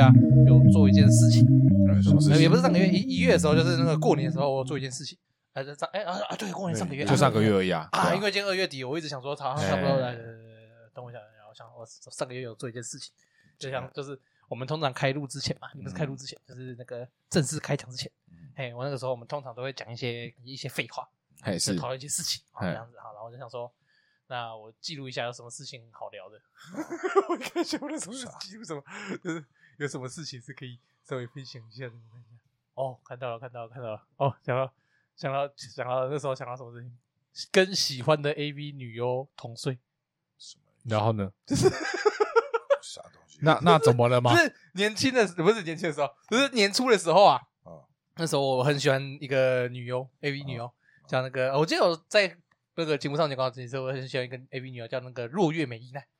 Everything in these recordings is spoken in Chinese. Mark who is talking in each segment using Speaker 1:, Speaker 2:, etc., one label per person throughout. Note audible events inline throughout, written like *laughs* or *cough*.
Speaker 1: 啊，有做一件事情，
Speaker 2: 哎什么事
Speaker 1: 呃
Speaker 2: 情
Speaker 1: 也不是上个月一一月的时候，就是那个过年的时候，我做一件事情，哎，这上哎啊啊，对，过年上个月
Speaker 2: 就上个月而已啊。对
Speaker 1: 啊，
Speaker 2: 啊哎
Speaker 1: 因为今天二月底，我一直想说，好像差不多来，等我一下，然后想我上个月有做一件事情，就像就是我们通常开录之前
Speaker 2: 嗯
Speaker 1: 嘛，你们是开录之前，就是那个正式开场之前，哎，我那个时候我们通常都会讲一些一些废话，
Speaker 2: 还
Speaker 1: 就是讨论一些事情，好
Speaker 2: 哎
Speaker 1: 这样子好，然后我就想说，那我记录一下有什么事情好聊的，我看一下我的什么记录什么，就是有什么事情是可以稍微分享一下的，我看一下。哦，看到了，看到了，看到了。哦，想到想到想到那时候想到什么事情？跟喜欢的 AV 女优同睡，
Speaker 3: 什么
Speaker 2: 然后呢？ *laughs*
Speaker 3: *laughs* 啥东西？
Speaker 2: 那那怎么了吗
Speaker 1: 不？是年轻的，不是年轻的时候，不是年初的时候啊。
Speaker 3: 啊，
Speaker 1: 那时候我很喜欢一个女优，AV 女优，叫那个，我记得我在那个节目上就告诉你说，我很喜欢一个 AV 女优，叫那个若月美依奈。
Speaker 3: *laughs*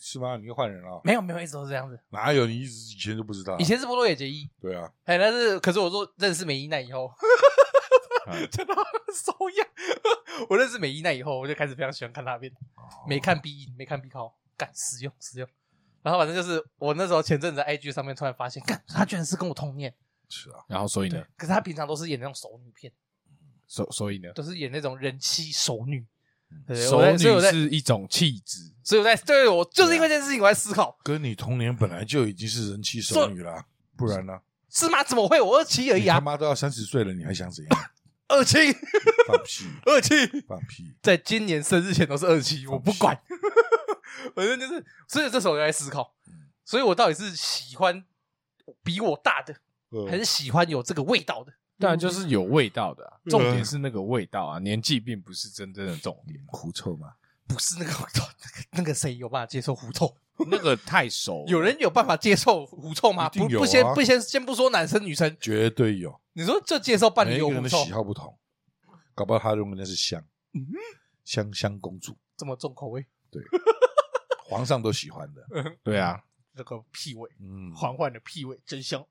Speaker 3: 是吗？你又换人了？
Speaker 1: 没有没有，一直都是这样子。
Speaker 3: 哪有？你一直以前就不知道？
Speaker 1: 以前是波多野结衣，
Speaker 3: 对啊，
Speaker 1: 哎，但是可是我说认识美依奈以后， *laughs*
Speaker 2: 啊
Speaker 1: 真的手痒。 *laughs* 我认识美依奈以后，我就开始非常喜欢看她的片，
Speaker 3: 哦
Speaker 1: 没看 B 没看 B 靠，干实用实用。然后反正就是我那时候前阵子在 IG 上面突然发现，干她居然是跟我同念，
Speaker 3: 是啊，
Speaker 2: 然后所以呢？
Speaker 1: 可是她平常都是演那种熟女片，
Speaker 2: 所所以呢？
Speaker 1: 都是演那种人妻熟女。
Speaker 3: 嗯
Speaker 1: 对
Speaker 2: 熟
Speaker 1: 我在所以
Speaker 2: 女
Speaker 1: 我在
Speaker 2: 是一种气质，
Speaker 1: 所以我在对我就是因为这
Speaker 3: 啊
Speaker 1: 件事情我在思考，
Speaker 3: 跟你童年本来就已经是人妻熟女了，不然呢？
Speaker 1: 是吗？怎么会？我二七而
Speaker 3: 你
Speaker 1: 已
Speaker 3: 他
Speaker 1: 啊，
Speaker 3: 妈都要三十岁了，你还想怎
Speaker 1: *laughs*
Speaker 3: 样？
Speaker 1: 二七
Speaker 3: 放屁！
Speaker 1: 二七，
Speaker 3: 放屁！
Speaker 1: 在今年生日前都是二七，我不管， *laughs* 反正就是，所以这时候我就在思考，
Speaker 3: 嗯
Speaker 1: 所以我到底是喜欢比我大的，
Speaker 3: 呃
Speaker 1: 还是喜欢有这个味道的？
Speaker 2: 当然就是有味道的啊。重点是那个味道啊，年纪并不是真正的重点。
Speaker 3: 狐臭嘛？
Speaker 1: 不是那个那 *laughs* 个那个谁有办法接受狐
Speaker 3: 哦
Speaker 1: 臭？
Speaker 2: 那个
Speaker 3: *laughs*
Speaker 2: 太熟，
Speaker 1: 有人有办法接受狐臭吗？
Speaker 3: 一定
Speaker 1: 不
Speaker 3: 有
Speaker 1: 不
Speaker 3: 啊
Speaker 1: 先不先先不说男生女生，
Speaker 3: 绝对有，
Speaker 1: 你说就接受伴
Speaker 3: 每
Speaker 1: 侣
Speaker 3: 一
Speaker 1: 有
Speaker 3: 个人
Speaker 1: 狐
Speaker 3: 的
Speaker 1: 臭
Speaker 3: 喜好不同，搞不好他认为那是香，
Speaker 1: 嗯
Speaker 3: 香香公主，
Speaker 1: 这么重口味，
Speaker 3: 皇上都喜欢的。
Speaker 2: 对啊，
Speaker 1: 这个屁味，
Speaker 3: 嗯，
Speaker 1: 缓缓的屁味真香。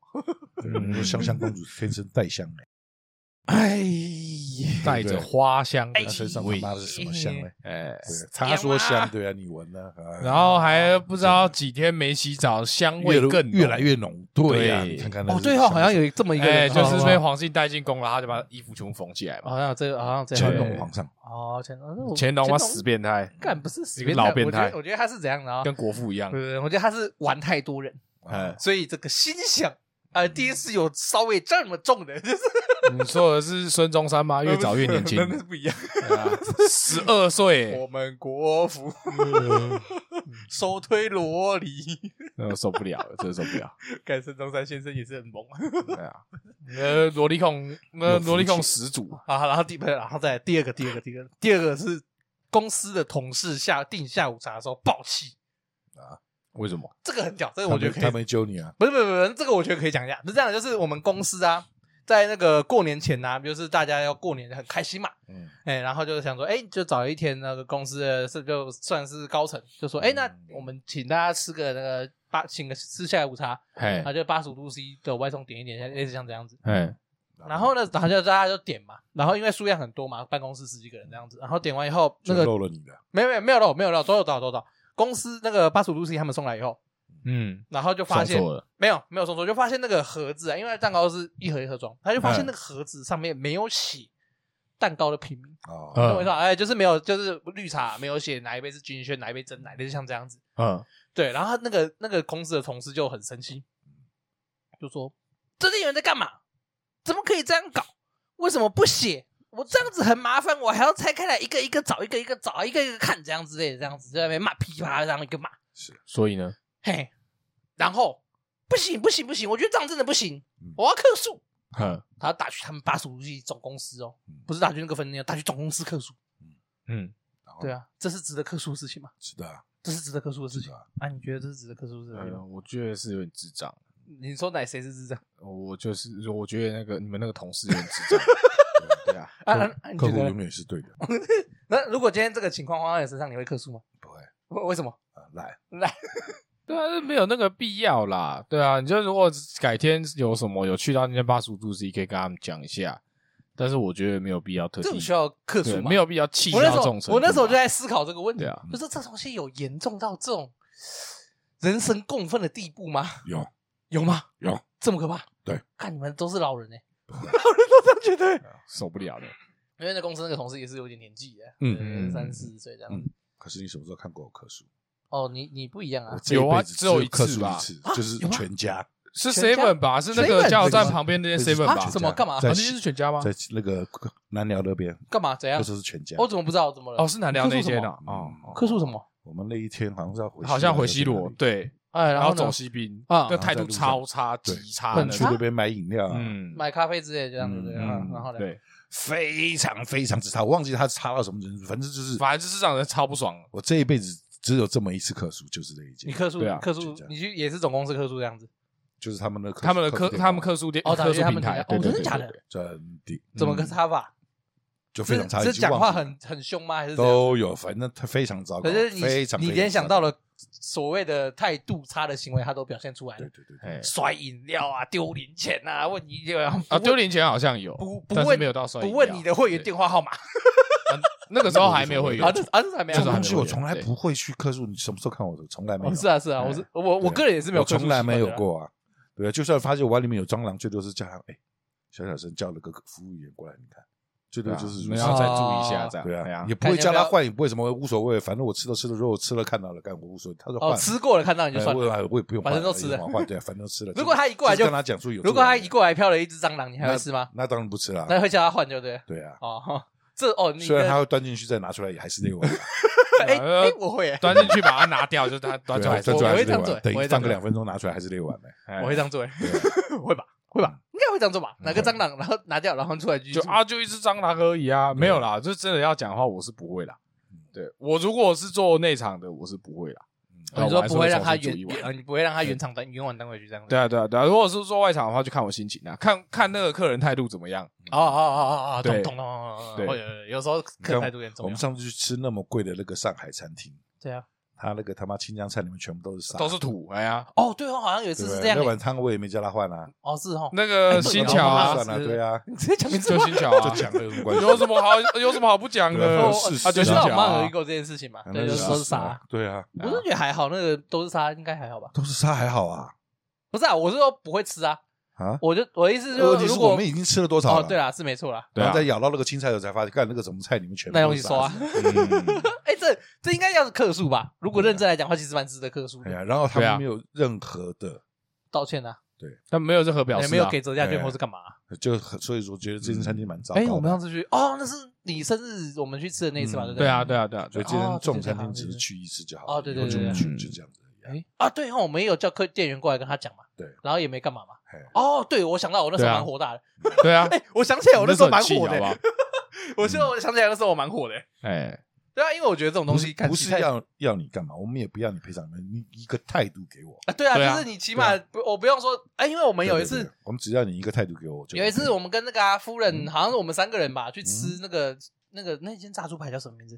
Speaker 3: 对人家说香香公主天生带香哎，
Speaker 1: 哎，
Speaker 2: 带着花香
Speaker 1: 哎
Speaker 2: 的
Speaker 3: 那身上
Speaker 2: 气
Speaker 3: 他
Speaker 2: 味，
Speaker 3: 妈的是什么香呢？
Speaker 2: 哎，
Speaker 3: 对他说香，对啊，你闻呢？啊
Speaker 2: 然后还不知道几天没洗澡，香味
Speaker 3: 越
Speaker 2: 更浓
Speaker 3: 越来越浓，对呀，
Speaker 2: 对
Speaker 3: 你看看那
Speaker 1: 哦，
Speaker 3: 是
Speaker 1: 对哦，
Speaker 3: 香
Speaker 1: 好像有这么一个
Speaker 2: 哎，
Speaker 1: 人，
Speaker 2: 就是被
Speaker 1: 被
Speaker 2: 黄信带进宫了，他就把衣服全部缝起来嘛。
Speaker 1: 好像有这个好像有这
Speaker 3: 乾
Speaker 1: 个
Speaker 3: 隆皇上，
Speaker 1: 哦，乾隆那我
Speaker 2: 嗯乾隆嘛，死变态，
Speaker 1: 干不是死
Speaker 2: 一个
Speaker 1: 变
Speaker 2: 老
Speaker 1: 态
Speaker 2: 变
Speaker 1: 我觉得
Speaker 2: 态嗯
Speaker 1: 我觉得他是怎样的啊？
Speaker 2: 跟国父一样
Speaker 1: 对。对对我觉得他是玩太多人，
Speaker 2: 哎，
Speaker 1: 所以这个心想呃，第一次有稍微这么重的，就是
Speaker 2: 你说的是孙中
Speaker 3: *laughs*
Speaker 2: 山吗？越早越年轻哎
Speaker 1: 那，那是不一样。
Speaker 2: 十
Speaker 3: *laughs*
Speaker 2: 二岁，欸
Speaker 1: 我们国服
Speaker 3: 嗯
Speaker 1: 手推萝莉，
Speaker 2: 那我受不了了，真的受不了。
Speaker 3: *laughs*
Speaker 1: 干孙中山先生也是很猛 *laughs*
Speaker 2: 对啊，呃，萝莉控，那
Speaker 3: 有福气
Speaker 2: 萝莉控始祖，
Speaker 1: 啊。然后第不是然后再来第二个，第二个，第二个，第二个是公司的同事下订下午茶的时候爆气，
Speaker 2: 为什么？
Speaker 1: 这个很屌，这个
Speaker 3: 他
Speaker 1: 我觉
Speaker 3: 没
Speaker 1: 得可以
Speaker 3: 他没揪你啊，
Speaker 1: 不是不是不是，这个我觉得可以讲一下。是这样的，就是我们公司啊，在那个过年前呐、就是大家要过年很开心嘛，
Speaker 3: 嗯，
Speaker 1: 哎、然后就想说，哎、就找一天那个公司的是就算是高层，就说，哎、那我们请大家吃个那个八，请个吃下午茶，
Speaker 2: 嘿
Speaker 1: 然，后就八十五度 C 的外送点一点，像类似像这样子。
Speaker 2: 嘿，
Speaker 1: 然后呢，然后就大家就点嘛，然后因为数量很多嘛，办公室十几个人这样子，然后点完以后，那
Speaker 3: 就
Speaker 1: 个
Speaker 3: 漏了你的，
Speaker 1: 没有没有没有了，没有了，都有到都有到。公司那个八十五度 C 他们送来以后，
Speaker 2: 嗯，
Speaker 1: 然后就发现
Speaker 2: 送错了，
Speaker 1: 没有没有送错，就发现那个盒子啊，因为蛋糕是一盒一盒装，他就发现那个盒子上面没有写蛋糕的品名，
Speaker 3: 哦，
Speaker 2: 嗯
Speaker 1: 懂我意思吧？哎，就是没有，就是绿茶没有写哪一杯是君轩，哪一杯真奶，类似像这样子。
Speaker 2: 嗯，
Speaker 1: 对，然后他那个那个公司的同事就很生气，就说：“这店员在干嘛？怎么可以这样搞？为什么不写？我这样子很麻烦，我还要拆开来一个一个找，一个一个找，一个一个看，这样之类的，这样子在那边骂噼啪，这样一个骂。”
Speaker 2: 所以呢，
Speaker 1: 嘿，然后不行不行不行，我觉得这样真的不行
Speaker 3: 嗯，
Speaker 1: 我要客诉。
Speaker 2: 哼，
Speaker 1: 他打去他们八十五亿总公司哦
Speaker 3: 嗯，
Speaker 1: 不是打去那个分店，打去总公司客诉。
Speaker 2: 嗯，
Speaker 1: 对
Speaker 3: 啊，
Speaker 1: 啊，这是值得客诉的事情吗？
Speaker 3: 是的啊，
Speaker 1: 这是值得客诉的事情
Speaker 3: 是啊
Speaker 1: 啊？你觉得这是值得客诉的事情吗？
Speaker 2: 呃我觉得是有点智障，
Speaker 1: 你说哪谁是智障
Speaker 2: 我就是我觉得那个你们那个同事有点智 *laughs* 障，对啊，
Speaker 1: 啊啊？啊你
Speaker 3: 客
Speaker 1: 觉
Speaker 3: 户
Speaker 1: 得
Speaker 3: 永？远是对的，
Speaker 1: 那如果今天这个情况发生在你身上，你会客诉吗？
Speaker 3: 不会
Speaker 1: 为为什么？
Speaker 3: 啊，来，
Speaker 1: 来，
Speaker 2: 对啊，这没有那个必要啦，对啊，你就如果改天有什么有去到那间八十五度 C，可以跟他们讲一下，但是我觉得没有必要特
Speaker 1: 这种
Speaker 2: 地
Speaker 1: 需，要客诉
Speaker 2: 对，
Speaker 1: 吗？
Speaker 2: 没有。必要气
Speaker 1: 我那时
Speaker 2: 到这
Speaker 1: 候
Speaker 2: 种程，度
Speaker 1: 我那时候
Speaker 2: 吧
Speaker 1: 就在思考这个问题
Speaker 2: 对啊，
Speaker 1: 就是这东西有严重到这种人神共愤的地步吗？
Speaker 3: 有
Speaker 1: 有吗？
Speaker 3: 有
Speaker 1: 这么可怕？
Speaker 3: 对，
Speaker 1: 看你们都是老人呢、欸
Speaker 3: *laughs*
Speaker 1: 老人都这样觉得。
Speaker 2: 受不了了。
Speaker 1: 因为那公司那个同事也是有点年纪的，
Speaker 2: 嗯
Speaker 1: 嗯，
Speaker 2: 嗯
Speaker 1: 三四十岁这样。
Speaker 3: 嗯可是你什么时候看过我克数？
Speaker 1: 哦，你你不一样啊
Speaker 3: 我，这一
Speaker 2: 有啊
Speaker 3: 辈子
Speaker 2: 只有一
Speaker 3: 克
Speaker 2: 次
Speaker 3: 数
Speaker 2: 吧
Speaker 3: 一次，就是
Speaker 1: 有吗
Speaker 3: 全家
Speaker 2: 是
Speaker 1: 全家
Speaker 2: seven 吧？是那个
Speaker 1: Seven？
Speaker 2: 加油站旁边那间
Speaker 3: 对
Speaker 2: seven
Speaker 3: 啊
Speaker 2: 吧？
Speaker 1: 怎么干嘛
Speaker 2: 啊
Speaker 3: 在
Speaker 2: 那是全家吗？
Speaker 3: 在那个南寮那边，
Speaker 1: 干嘛？怎样
Speaker 3: 那？时候是全家。
Speaker 1: 我怎么不知道？怎么了？
Speaker 2: 哦，是南寮那间的
Speaker 1: 克
Speaker 2: 哦
Speaker 3: 嗯，
Speaker 1: 克数什么？
Speaker 3: 我们那一天好像是要回，
Speaker 2: 好像回西罗，
Speaker 3: 啊
Speaker 2: 对，
Speaker 1: 哎，
Speaker 2: 然
Speaker 1: 后
Speaker 2: 后
Speaker 1: 呢
Speaker 2: 走？西滨
Speaker 1: 啊
Speaker 2: 那态度超差，
Speaker 3: 对
Speaker 2: 极差
Speaker 1: 很
Speaker 2: 的，
Speaker 3: 去
Speaker 1: 差
Speaker 3: 那边买饮料啊，
Speaker 2: 嗯，
Speaker 1: 买咖啡之类的这样对不对？
Speaker 3: 嗯
Speaker 1: 啊
Speaker 2: 嗯
Speaker 1: 然后呢？
Speaker 2: 对，
Speaker 3: 非常非常之差，我忘记他差到什么程度，反正就是
Speaker 2: 反正就是让人超不爽。
Speaker 3: 我这一辈子只有这么一次克数，就是那一件
Speaker 1: 你，克数
Speaker 2: 对啊
Speaker 1: 克
Speaker 3: 就
Speaker 1: 数
Speaker 3: 这，样嗯
Speaker 1: 你去也是总公司克数这样子？
Speaker 3: 就是他们的客
Speaker 2: 他们的
Speaker 3: 客
Speaker 2: 客，
Speaker 3: 服电话
Speaker 2: 他们客诉店，
Speaker 1: 哦打
Speaker 2: 客诉
Speaker 1: 他
Speaker 2: 平
Speaker 1: 们
Speaker 2: 台，
Speaker 1: 平
Speaker 2: 啊
Speaker 1: 台
Speaker 2: 对
Speaker 1: 哦
Speaker 2: 对
Speaker 1: 真的
Speaker 2: 对
Speaker 1: 假的
Speaker 2: 对对
Speaker 3: 啊真的嗯
Speaker 1: 怎么个差法？
Speaker 3: 就非常差，
Speaker 1: 是
Speaker 3: 已
Speaker 1: 是
Speaker 3: 经
Speaker 1: 讲
Speaker 3: 忘
Speaker 1: 话
Speaker 3: 记了
Speaker 1: 很很凶吗？还是怎样？
Speaker 3: 都有，反正他非常糟糕，
Speaker 1: 可是
Speaker 3: 非常
Speaker 1: 你你
Speaker 3: 非常
Speaker 1: 联想到
Speaker 3: 糟糕，
Speaker 1: 了所谓的态度差的行为，他都表现出来了
Speaker 3: 对，对对对，
Speaker 2: 哎
Speaker 1: 摔饮料啊，丢零钱啊，问你
Speaker 2: 啊，丢零钱好像有，
Speaker 1: 不不
Speaker 2: 但是
Speaker 1: 问
Speaker 2: 没有到摔饮
Speaker 1: 不
Speaker 2: 料
Speaker 1: 问你的会员电话号码啊，
Speaker 2: 对啊那个时候还没有会员
Speaker 1: 这，啊这还没
Speaker 3: 这
Speaker 1: 有
Speaker 3: 种东
Speaker 2: 还没
Speaker 3: 西
Speaker 2: 有
Speaker 3: 我
Speaker 2: 用
Speaker 3: 从来
Speaker 2: 对
Speaker 3: 不会去克数，你什么时候看我的？从来没有，
Speaker 1: 哦是啊是啊，
Speaker 3: 哎
Speaker 1: 我是我我
Speaker 3: 对
Speaker 1: 个人也是没有
Speaker 3: 我
Speaker 1: 克数
Speaker 3: 从来没有
Speaker 1: 习惯的啊。
Speaker 3: 过啊。对啊，就算发现我碗里面有蟑螂，最多是叫他哎，小小声叫了个服务员过来，你看，最多
Speaker 2: 对啊
Speaker 3: 就是
Speaker 2: 你
Speaker 3: 如
Speaker 2: 们
Speaker 3: 此
Speaker 2: 要再注意一下，这样
Speaker 3: 对
Speaker 2: 对
Speaker 3: 啊
Speaker 2: 啊，，
Speaker 3: 也不会
Speaker 1: 看要
Speaker 3: 叫
Speaker 1: 不
Speaker 3: 他
Speaker 1: 要
Speaker 3: 换，也不会什么无所谓，反正我吃都吃了，如果吃了看到了，干我无所谓。他说换
Speaker 1: 哦，吃过了看到你就
Speaker 3: 哎
Speaker 1: 算
Speaker 3: 我
Speaker 1: 了。
Speaker 3: 也我也不用
Speaker 1: 反
Speaker 3: 换，
Speaker 1: 正都吃了
Speaker 3: 哎换对啊，反正都吃
Speaker 1: *laughs*
Speaker 3: 了。
Speaker 1: 如果他一过来
Speaker 3: 是
Speaker 1: 就
Speaker 3: 跟他讲出有，
Speaker 1: 如果他一过来飘了一只蟑螂，你还会吃吗？
Speaker 3: 那当然不吃了啊，
Speaker 1: 那会叫他换，对不对？
Speaker 3: 对啊。
Speaker 1: 哦，这哦，你
Speaker 3: 虽然他
Speaker 1: 的
Speaker 3: 会端进去再拿出来，也还是那个味道。
Speaker 1: 哎
Speaker 2: 呃
Speaker 1: 哎，我会，
Speaker 2: 端进去把它拿掉，就是它端出
Speaker 3: 对啊
Speaker 2: 来，
Speaker 3: 端
Speaker 1: 我
Speaker 3: 出来
Speaker 1: 我
Speaker 3: 还
Speaker 1: 会
Speaker 3: 是
Speaker 1: 这
Speaker 3: 那
Speaker 1: 样
Speaker 3: 个
Speaker 1: 做
Speaker 3: 味道等
Speaker 1: 我会
Speaker 3: 于
Speaker 1: 这样
Speaker 3: 放
Speaker 1: 做
Speaker 3: 个两分钟拿出来还是那个碗呗。
Speaker 2: 哎
Speaker 1: 我会这样做，哎
Speaker 3: 对啊
Speaker 1: *laughs*
Speaker 3: 嗯
Speaker 1: 会吧？会吧？应该会这样做吧？哪个蟑螂，然后拿掉，然后出来继续
Speaker 2: 就
Speaker 1: 煮
Speaker 2: 啊，就一只蟑螂而已啊，没有啦，就真的要讲的话，我是不会啦。
Speaker 3: 嗯
Speaker 2: 对我如果是做内场的，我是不会啦。
Speaker 3: 嗯
Speaker 1: 哦
Speaker 2: 那
Speaker 1: 你
Speaker 2: 我
Speaker 1: 说
Speaker 2: 还是
Speaker 1: 不会
Speaker 2: 会
Speaker 1: 让他
Speaker 2: 重新
Speaker 1: 原
Speaker 2: 煮一碗
Speaker 1: 呃，你不会让他原厂单原碗单位去这样子。
Speaker 2: 对啊，对啊，对啊。如果是做外场的话，就看我心情啦，看看那个客人态度怎么样。
Speaker 1: 哦哦哦哦哦，懂
Speaker 2: 对
Speaker 1: 懂懂懂懂
Speaker 2: 对
Speaker 1: 懂。会有有有时候
Speaker 3: 你
Speaker 1: 客
Speaker 3: 看
Speaker 1: 人态度也很重
Speaker 3: 我们
Speaker 1: 要。
Speaker 3: 上次去吃那么贵的那个上海餐厅，
Speaker 1: 对啊。
Speaker 3: 他那个他妈清江菜里面全部都是沙，
Speaker 2: 都是土，哎呀，
Speaker 1: 哦，对哦，好像有一
Speaker 3: 对
Speaker 1: 次
Speaker 3: 不
Speaker 1: 是
Speaker 3: 对
Speaker 1: 这样
Speaker 3: 那
Speaker 1: 欸。
Speaker 3: 碗汤我也没叫他
Speaker 1: *laughs*
Speaker 3: 换啊，
Speaker 1: 哦，是哦。
Speaker 2: 那个
Speaker 3: *laughs*
Speaker 1: 哎
Speaker 2: 新
Speaker 1: 巧
Speaker 2: 桥
Speaker 1: 啊
Speaker 3: 算了，对啊，
Speaker 1: 你直接讲名字
Speaker 2: 就
Speaker 1: 吧。
Speaker 2: 新桥
Speaker 3: 就
Speaker 2: 啊，
Speaker 3: 讲了有什么关系？
Speaker 2: 有什么好有什么好不讲
Speaker 3: 对
Speaker 2: 的
Speaker 3: 啊
Speaker 1: 我？
Speaker 3: 是
Speaker 1: 我
Speaker 2: 啊就
Speaker 1: 知
Speaker 2: 是
Speaker 1: 道我
Speaker 2: 讲
Speaker 1: 妈
Speaker 2: 啊
Speaker 1: 有遇过这件事情嘛，
Speaker 3: 啊
Speaker 1: 对，
Speaker 3: 那
Speaker 1: 就是是说
Speaker 3: 事
Speaker 1: 是
Speaker 3: 实啊
Speaker 1: 傻，，
Speaker 3: 对啊，
Speaker 1: 我哎是觉得还好，那个都是沙，应该还好吧？
Speaker 3: 都是沙还好啊
Speaker 1: 不是啊，我是说不会吃啊，
Speaker 3: 啊。
Speaker 1: 我就我的意思是说，
Speaker 3: 问题
Speaker 1: 如
Speaker 3: 是
Speaker 1: 果
Speaker 3: 我们已经吃了多少
Speaker 1: 哦，
Speaker 3: 了？
Speaker 1: 对啦，是没错啦，
Speaker 2: 对
Speaker 3: 然
Speaker 2: 啊
Speaker 3: 后再，咬到那个青菜的才发现，干那个什么菜里面全部
Speaker 1: 那
Speaker 3: 都
Speaker 1: 东
Speaker 3: 是
Speaker 1: 西说
Speaker 3: 沙
Speaker 1: 啊
Speaker 3: 子。，
Speaker 2: 嗯
Speaker 1: *laughs* 哎，这这应该要是克数吧？如果认真来讲的话，其实蛮值得克数
Speaker 3: 哎
Speaker 1: 的，
Speaker 3: 呀，然后他
Speaker 2: 对啊
Speaker 3: 们没有任何的，
Speaker 1: 道歉啊，
Speaker 2: 但没有任何表
Speaker 1: 也
Speaker 2: 示啊，
Speaker 1: 没有给折价券
Speaker 3: 哎
Speaker 1: 或是干嘛啊。
Speaker 3: 就很所以说觉得这间餐厅蛮糟糕
Speaker 1: 哎，
Speaker 3: 的。
Speaker 1: 我们上次去，哦，那是你生日我们去吃的那一次吧？
Speaker 3: 嗯
Speaker 1: 对不
Speaker 2: 对啊，对啊，对啊，
Speaker 3: 所
Speaker 2: 对
Speaker 3: 以
Speaker 2: 啊
Speaker 3: 这间
Speaker 1: 哦
Speaker 3: 这种
Speaker 1: 对对
Speaker 3: 餐厅
Speaker 1: 对
Speaker 3: 只
Speaker 1: 对
Speaker 3: 是
Speaker 1: 对
Speaker 3: 去一次就好
Speaker 1: 哦
Speaker 3: 了，
Speaker 1: 对
Speaker 3: 以
Speaker 1: 对
Speaker 3: 后就
Speaker 1: 对
Speaker 3: 不
Speaker 1: 对
Speaker 3: 去
Speaker 2: 对
Speaker 3: 就这样子而已啊。
Speaker 1: 哎啊，对哦，我们也有叫客店员过来跟他讲嘛，
Speaker 3: 对
Speaker 1: 然后也没干嘛嘛。
Speaker 3: 哎
Speaker 1: 哦，对，我想到我那时候
Speaker 2: 对啊
Speaker 1: 蛮火大的，
Speaker 2: 对啊。
Speaker 1: *laughs* 哎，我想起来我那时候蛮火
Speaker 2: 你那时候很气好不好
Speaker 1: 的， *laughs* 我现在我想起来那时候我蛮火的，欸
Speaker 2: 哎，
Speaker 1: 对啊，因为我觉得这种东
Speaker 3: 不是
Speaker 1: 西看
Speaker 3: 不
Speaker 1: 起
Speaker 3: 是
Speaker 1: 来
Speaker 3: 要要你干嘛，我们也不要你赔偿你们，你一个态度给我。
Speaker 1: 啊，对啊，
Speaker 2: 对啊
Speaker 1: 就是你起码不，我不用说，哎，因为我们有一
Speaker 3: 对，对
Speaker 1: 次
Speaker 3: 对，我们只要你一个态度给我，我就
Speaker 1: 有一次
Speaker 3: OK
Speaker 1: 我们跟那个啊夫人，好像是我们三个人吧，去吃那个那个那间炸猪排叫什么名字？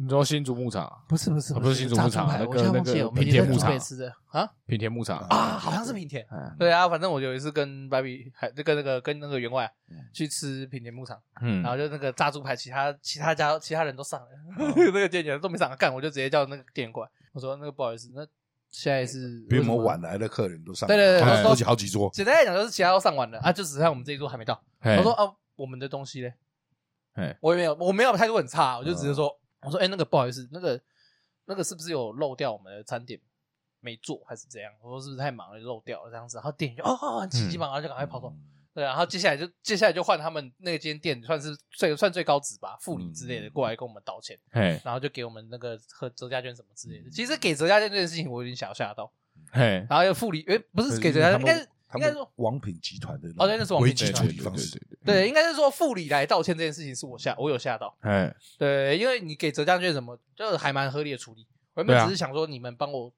Speaker 2: 你说新竹牧场啊、
Speaker 1: 不是哦不是
Speaker 2: 啊不是新竹
Speaker 1: 炸
Speaker 2: 牧
Speaker 1: 猪
Speaker 2: 场
Speaker 1: 排，
Speaker 2: 那
Speaker 1: 我
Speaker 2: 个
Speaker 1: 现在
Speaker 2: 那
Speaker 1: 忘记
Speaker 2: 个
Speaker 1: 了，我们
Speaker 2: 平
Speaker 1: 以前
Speaker 2: 田
Speaker 1: 在
Speaker 2: 牧
Speaker 1: 竹北
Speaker 2: 场，
Speaker 1: 吃的啊
Speaker 2: 平田牧场
Speaker 3: 啊
Speaker 1: 啊，好像是平田。
Speaker 2: 哎
Speaker 1: 对啊，反正我有一次跟芭比还那个那个跟那个员外去吃品田牧场，
Speaker 2: 嗯
Speaker 1: 然后就那个炸猪排，其他其他家其他人都上了，
Speaker 3: 哦
Speaker 1: *laughs* 那个店员都没上，干我就直接叫那个店员过来，我说那个不好意思，那现在是
Speaker 3: 比
Speaker 1: 为
Speaker 3: 我们
Speaker 1: 什么
Speaker 3: 晚来的客人都上
Speaker 1: 对对对
Speaker 3: 来了
Speaker 2: 都
Speaker 3: 好几好几桌，
Speaker 1: 简单来讲就是其他都上完了啊，就只剩下我们这一桌还没到。
Speaker 2: 我
Speaker 3: 哎
Speaker 1: 我说啊，我们的东西嘞
Speaker 2: 嘿，
Speaker 1: 我也没有，我没有态度很差，我就
Speaker 3: 哦
Speaker 1: 直接说，我说哎、那个不好意思，那个那个是不是有漏掉我们的餐点没做还是怎样？我说是不是太忙了漏掉了这样子？然后店员就哦哦很急急
Speaker 3: 嗯
Speaker 1: 忙，然后就赶快跑走。对啊，然后接下来就接下来就换他们那间店算是最算最高职吧，副理之类的
Speaker 3: 嗯
Speaker 1: 过来跟我们道歉，
Speaker 2: 嘿
Speaker 1: 然后就给我们那个和折价券什么之
Speaker 2: 嗯
Speaker 1: 类的。其实给折价券这件事情我有点小吓到，
Speaker 2: 嘿，
Speaker 1: 然后又副理诶不是
Speaker 3: 对
Speaker 1: 给折价
Speaker 3: 因为
Speaker 1: 券，
Speaker 3: 他
Speaker 1: 应
Speaker 3: 们
Speaker 1: 该是
Speaker 3: 他
Speaker 1: 应该
Speaker 3: 们
Speaker 1: 说
Speaker 3: 王品集团的
Speaker 1: 哦对那是王
Speaker 3: 危
Speaker 1: 品集
Speaker 3: 机
Speaker 1: 团
Speaker 3: 处理
Speaker 2: 对
Speaker 3: 方式
Speaker 2: 对，对对，
Speaker 1: 对，应该是说副理来道歉这件事情是我吓，我有吓到。
Speaker 2: 哎，
Speaker 1: 对，因为你给折价券什么，就还蛮合理的处理。我原
Speaker 2: 对
Speaker 1: 本
Speaker 2: 啊
Speaker 1: 只是想说，你们帮我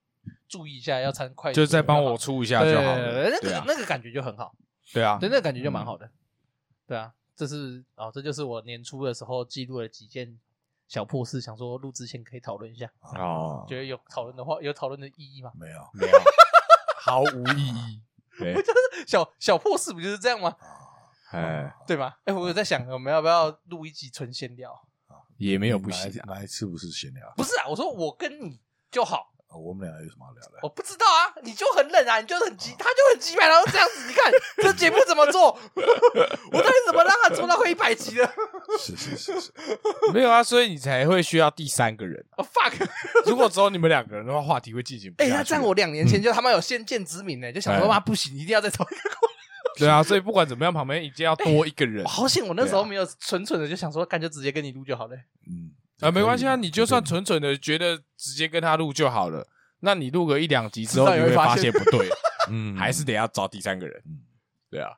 Speaker 1: 注意一下，要餐快，
Speaker 2: 就是再帮我出一下
Speaker 1: 对
Speaker 2: 就好了，
Speaker 1: 那
Speaker 2: 对啊
Speaker 1: 个，那个感觉就很好，
Speaker 2: 对啊
Speaker 1: 对，，那个感觉就蛮好的。对啊，这是哦，这就是我年初的时候记录了几件小破事，想说录之前可以讨论一下，
Speaker 2: 哦，
Speaker 1: 觉得有讨论的话，有讨论的意义吗？
Speaker 3: 啊没有
Speaker 2: 没有，毫无意义， *laughs* 对，
Speaker 1: 小小破事不就是这样吗？
Speaker 3: 啊，
Speaker 2: 哎，
Speaker 1: 对吧？哎，我有在想，我们要不要录一集纯闲聊？
Speaker 2: 也没有不
Speaker 3: 哪
Speaker 2: 行
Speaker 3: 一
Speaker 2: 啊，
Speaker 3: 哪一次不是闲聊？
Speaker 1: 不是啊，我说我跟你就好，
Speaker 3: 啊，我们俩有什么好聊
Speaker 1: 我
Speaker 3: 的？
Speaker 1: 不知道啊，你就很冷啊，你就很急，他就很急白，然后这样子，你 *laughs* 看这节目怎么做？ *laughs* 我到底怎么让他做到快一百集的？
Speaker 3: 是是是是，
Speaker 2: 没有啊，所以你才会需要第三个人。 *laughs*
Speaker 1: 我、fuck！Oh
Speaker 2: 如果只有你们两个人的话，话题会进行
Speaker 1: *laughs*
Speaker 2: 不
Speaker 1: 哎、
Speaker 2: 下去。
Speaker 1: 那这样我两年前就他妈有先见之明呢、就想说
Speaker 2: 哎
Speaker 1: 妈不行，一定要再找一个过来。
Speaker 2: 对啊，所以不管怎么样，旁边一定要多一个人
Speaker 1: 我好险，我那时候没有蠢蠢的就想说，干就直接跟你录就好了、
Speaker 3: 嗯，
Speaker 2: 啊，没关系啊，你就算蠢蠢的觉得直接跟他录就好了。那你录个一两集之后，
Speaker 1: 迟早
Speaker 2: 你
Speaker 1: 也会
Speaker 2: 会
Speaker 1: 发
Speaker 2: 发
Speaker 1: 现
Speaker 2: 现不 *laughs* 对，
Speaker 3: 嗯
Speaker 2: 还是得要找第三个人
Speaker 3: 嗯。
Speaker 2: 对啊，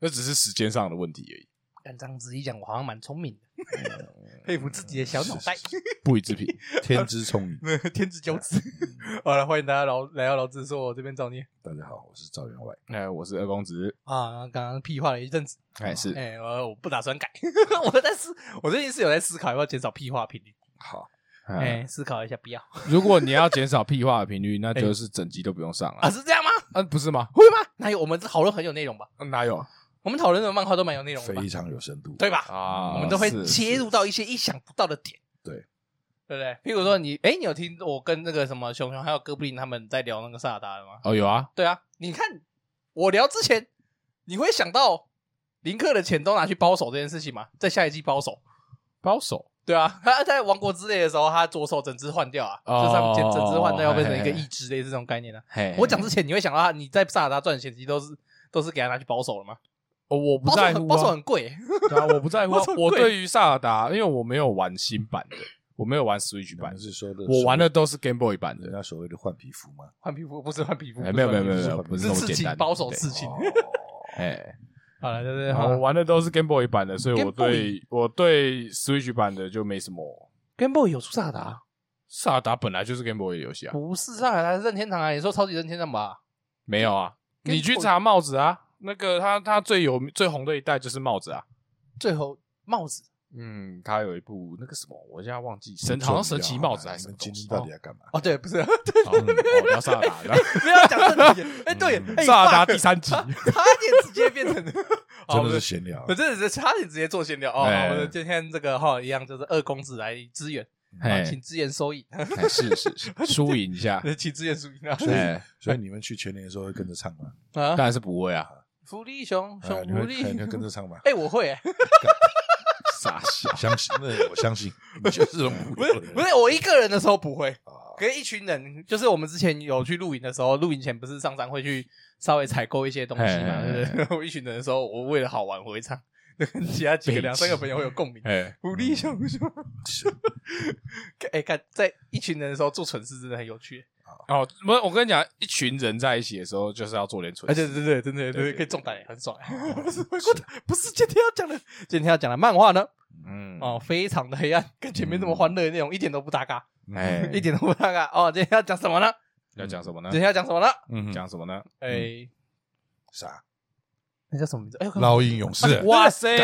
Speaker 2: 那只是时间上的问题而已，
Speaker 1: 干这样子一讲，我好像蛮聪明的，佩 *laughs* 服自己的小脑 *laughs* 袋，
Speaker 2: 不予置评。
Speaker 3: 天之聪明。
Speaker 1: 天之骄子。
Speaker 4: 好了，欢迎大家老来到老子说，我这边找你
Speaker 3: 大家好，我是赵员外，
Speaker 2: 哎，我是二公子，
Speaker 4: 啊。刚刚屁话了一阵子，
Speaker 1: 哦
Speaker 2: 哎是
Speaker 4: 哎、我我不打
Speaker 1: *laughs*
Speaker 4: 算改，我在思，我最近是有在思考要不要减少屁话频率，
Speaker 3: 好，
Speaker 1: 啊
Speaker 2: 哎
Speaker 4: 哎、思考一下，不要
Speaker 2: *laughs* 如果你要减少屁话的频率，那就是整集都不用上
Speaker 1: 哎啊，
Speaker 2: 了。
Speaker 1: 是这样吗？
Speaker 2: 啊，不是吗？
Speaker 1: 会吗？哪有？我们讨论很有内容吧？
Speaker 2: 啊哪有
Speaker 1: 我们讨论的漫画都蛮有内容的吧
Speaker 3: 非？常有深度。
Speaker 1: 对吧？
Speaker 2: 啊？
Speaker 1: 我们都会
Speaker 2: 是
Speaker 1: 切入到一些意想不到的点。
Speaker 3: 对，
Speaker 1: 对不对？譬如说你，哎，你有听我跟那个什么熊熊还有哥布林他们在聊那个萨尔达的吗？
Speaker 2: 哦，有啊，
Speaker 1: 对啊，你看我聊之前，你会想到林克的钱都拿去包手这件事情吗？在下一季包手，
Speaker 2: 包手
Speaker 1: 对啊， *laughs* 他在王国之泪的时候，他左手整只换掉啊，
Speaker 2: 哦
Speaker 1: 就上面整只换掉，要变成一个
Speaker 2: 嘿嘿嘿
Speaker 1: 义肢类似这种概念的、啊。
Speaker 2: 嘿
Speaker 1: 我讲之前，你会想到他你在萨尔达赚的钱，其实都是都是给他拿去包手了吗？
Speaker 2: 哦，我不
Speaker 1: 包手
Speaker 2: 在
Speaker 1: 很
Speaker 2: 乎
Speaker 1: 包手
Speaker 2: 啊，
Speaker 1: 很贵、欸，
Speaker 2: 对啊，我不在乎啊
Speaker 1: *laughs* 包手。很
Speaker 2: 我
Speaker 1: 贵
Speaker 2: 对于萨尔达，因为我没有玩新版的，我没有玩 Switch
Speaker 3: 反
Speaker 2: 版
Speaker 3: 正，是说的，
Speaker 2: 我玩的都是 Game Boy 版
Speaker 3: 人
Speaker 2: 的。
Speaker 3: 家所谓的换皮肤吗？
Speaker 4: 换皮肤，不是换皮肤，
Speaker 2: 哎，
Speaker 4: 不是
Speaker 2: 没有没有
Speaker 4: 换
Speaker 2: 没
Speaker 4: 皮
Speaker 2: 有
Speaker 4: 肤
Speaker 2: 没有，不
Speaker 1: 是
Speaker 2: 那么
Speaker 1: 刺
Speaker 2: 简
Speaker 1: 青
Speaker 2: 单。
Speaker 1: 包手
Speaker 2: 对哦
Speaker 1: 刺 *laughs* 青。
Speaker 3: 哦
Speaker 2: 哎，
Speaker 4: 好了，对对，好
Speaker 2: 我
Speaker 4: 了，
Speaker 2: 玩的都是 Game Boy 版的，所以
Speaker 1: Game
Speaker 2: 我对我对 Switch 版的就没什么。
Speaker 1: Game Boy 有出萨尔达，啊
Speaker 2: 萨尔达本来就是 Game Boy 的游戏啊，
Speaker 1: 不是萨尔达是任天堂啊，你说超级任天堂吧？
Speaker 2: 没有啊，
Speaker 1: Game
Speaker 2: 你去
Speaker 1: Boy
Speaker 2: 查帽子啊，那个他他最有最红的一代就是帽子啊。
Speaker 1: 最后帽子
Speaker 2: 嗯，他有一部那个什么，我现在忘记 *laughs* 神好像神奇帽子还是
Speaker 3: 你
Speaker 2: 什
Speaker 3: 们
Speaker 2: 么哎东
Speaker 3: 今
Speaker 2: 西
Speaker 3: 天。到底要干嘛？
Speaker 1: 哦，对，不是，对， *laughs*
Speaker 2: 哦哦聊萨尔达，然后
Speaker 1: 不要讲正题，哎，对，哎，
Speaker 2: 嗯 *laughs* 萨尔达
Speaker 1: fuck，
Speaker 2: 第三集，
Speaker 1: 差点直接变成，
Speaker 2: *laughs* 哦
Speaker 1: 好
Speaker 3: 真
Speaker 1: 我们
Speaker 3: 的是闲聊
Speaker 1: 我。真的是差点直接做闲聊哦。
Speaker 2: 哎
Speaker 1: 好我们今天这个哈一样就是二公子来支援，啊
Speaker 2: 哎
Speaker 1: 请支援收益，
Speaker 2: 哎是是是， *laughs* 输赢一下，
Speaker 1: *laughs* 请支援输赢啊！
Speaker 3: 所以
Speaker 2: 哎，
Speaker 3: 所以你们去全年的时候会跟着唱
Speaker 2: *laughs*
Speaker 3: 吗？
Speaker 1: 啊
Speaker 2: 当，然是不会啊，
Speaker 1: 福利熊
Speaker 2: 哎
Speaker 1: 熊
Speaker 3: 啊你
Speaker 1: 福
Speaker 3: 会你
Speaker 1: 利
Speaker 3: 会，跟着
Speaker 2: *laughs*
Speaker 3: 唱吗？
Speaker 1: 哎，我会，哎
Speaker 2: 傻笑。
Speaker 3: 相信，那我
Speaker 2: *laughs*
Speaker 3: 相信，你就是这种无
Speaker 1: 不
Speaker 3: 聊
Speaker 1: 是
Speaker 3: 的人
Speaker 1: 不是，我一个人的时候不会，
Speaker 3: 啊
Speaker 1: 跟一群人，就是我们之前有去露营的时候，露营前不是上山会去稍微采购一些东西嘛？
Speaker 2: 嘿嘿嘿
Speaker 1: 对不对？ *laughs* 我一群人的时候，我为了好玩，我会唱，就跟其他几个两三个朋友会有共 *laughs* 鸣。
Speaker 2: *laughs* 哎，
Speaker 4: 福利熊熊，
Speaker 1: *laughs* 哎，看在一群人的时候做蠢事真的很有趣，
Speaker 2: 哦，不是，我跟你讲，一群人在一起的时候，就是要做点蠢
Speaker 1: 而且
Speaker 2: 事。
Speaker 1: 真的真的哎对，
Speaker 2: 哎对
Speaker 1: 可以中胆也很爽。 *laughs* 不是回过头，不是今天要讲的，今天要讲的漫画呢，
Speaker 2: 嗯，
Speaker 1: 哦，非常的黑暗，跟前面那么欢乐的内容一点都不搭嘎，
Speaker 2: 哎，
Speaker 3: 嗯
Speaker 1: 一点都不搭嘎。哦，今天要讲什么呢？
Speaker 2: 要讲什么呢
Speaker 1: 今？天要讲什么呢？
Speaker 3: 嗯，
Speaker 2: 讲什么呢？
Speaker 1: 哎，
Speaker 3: 啥？
Speaker 1: 那叫什么名字？哎，
Speaker 3: 老鹰勇士，
Speaker 2: 哇塞，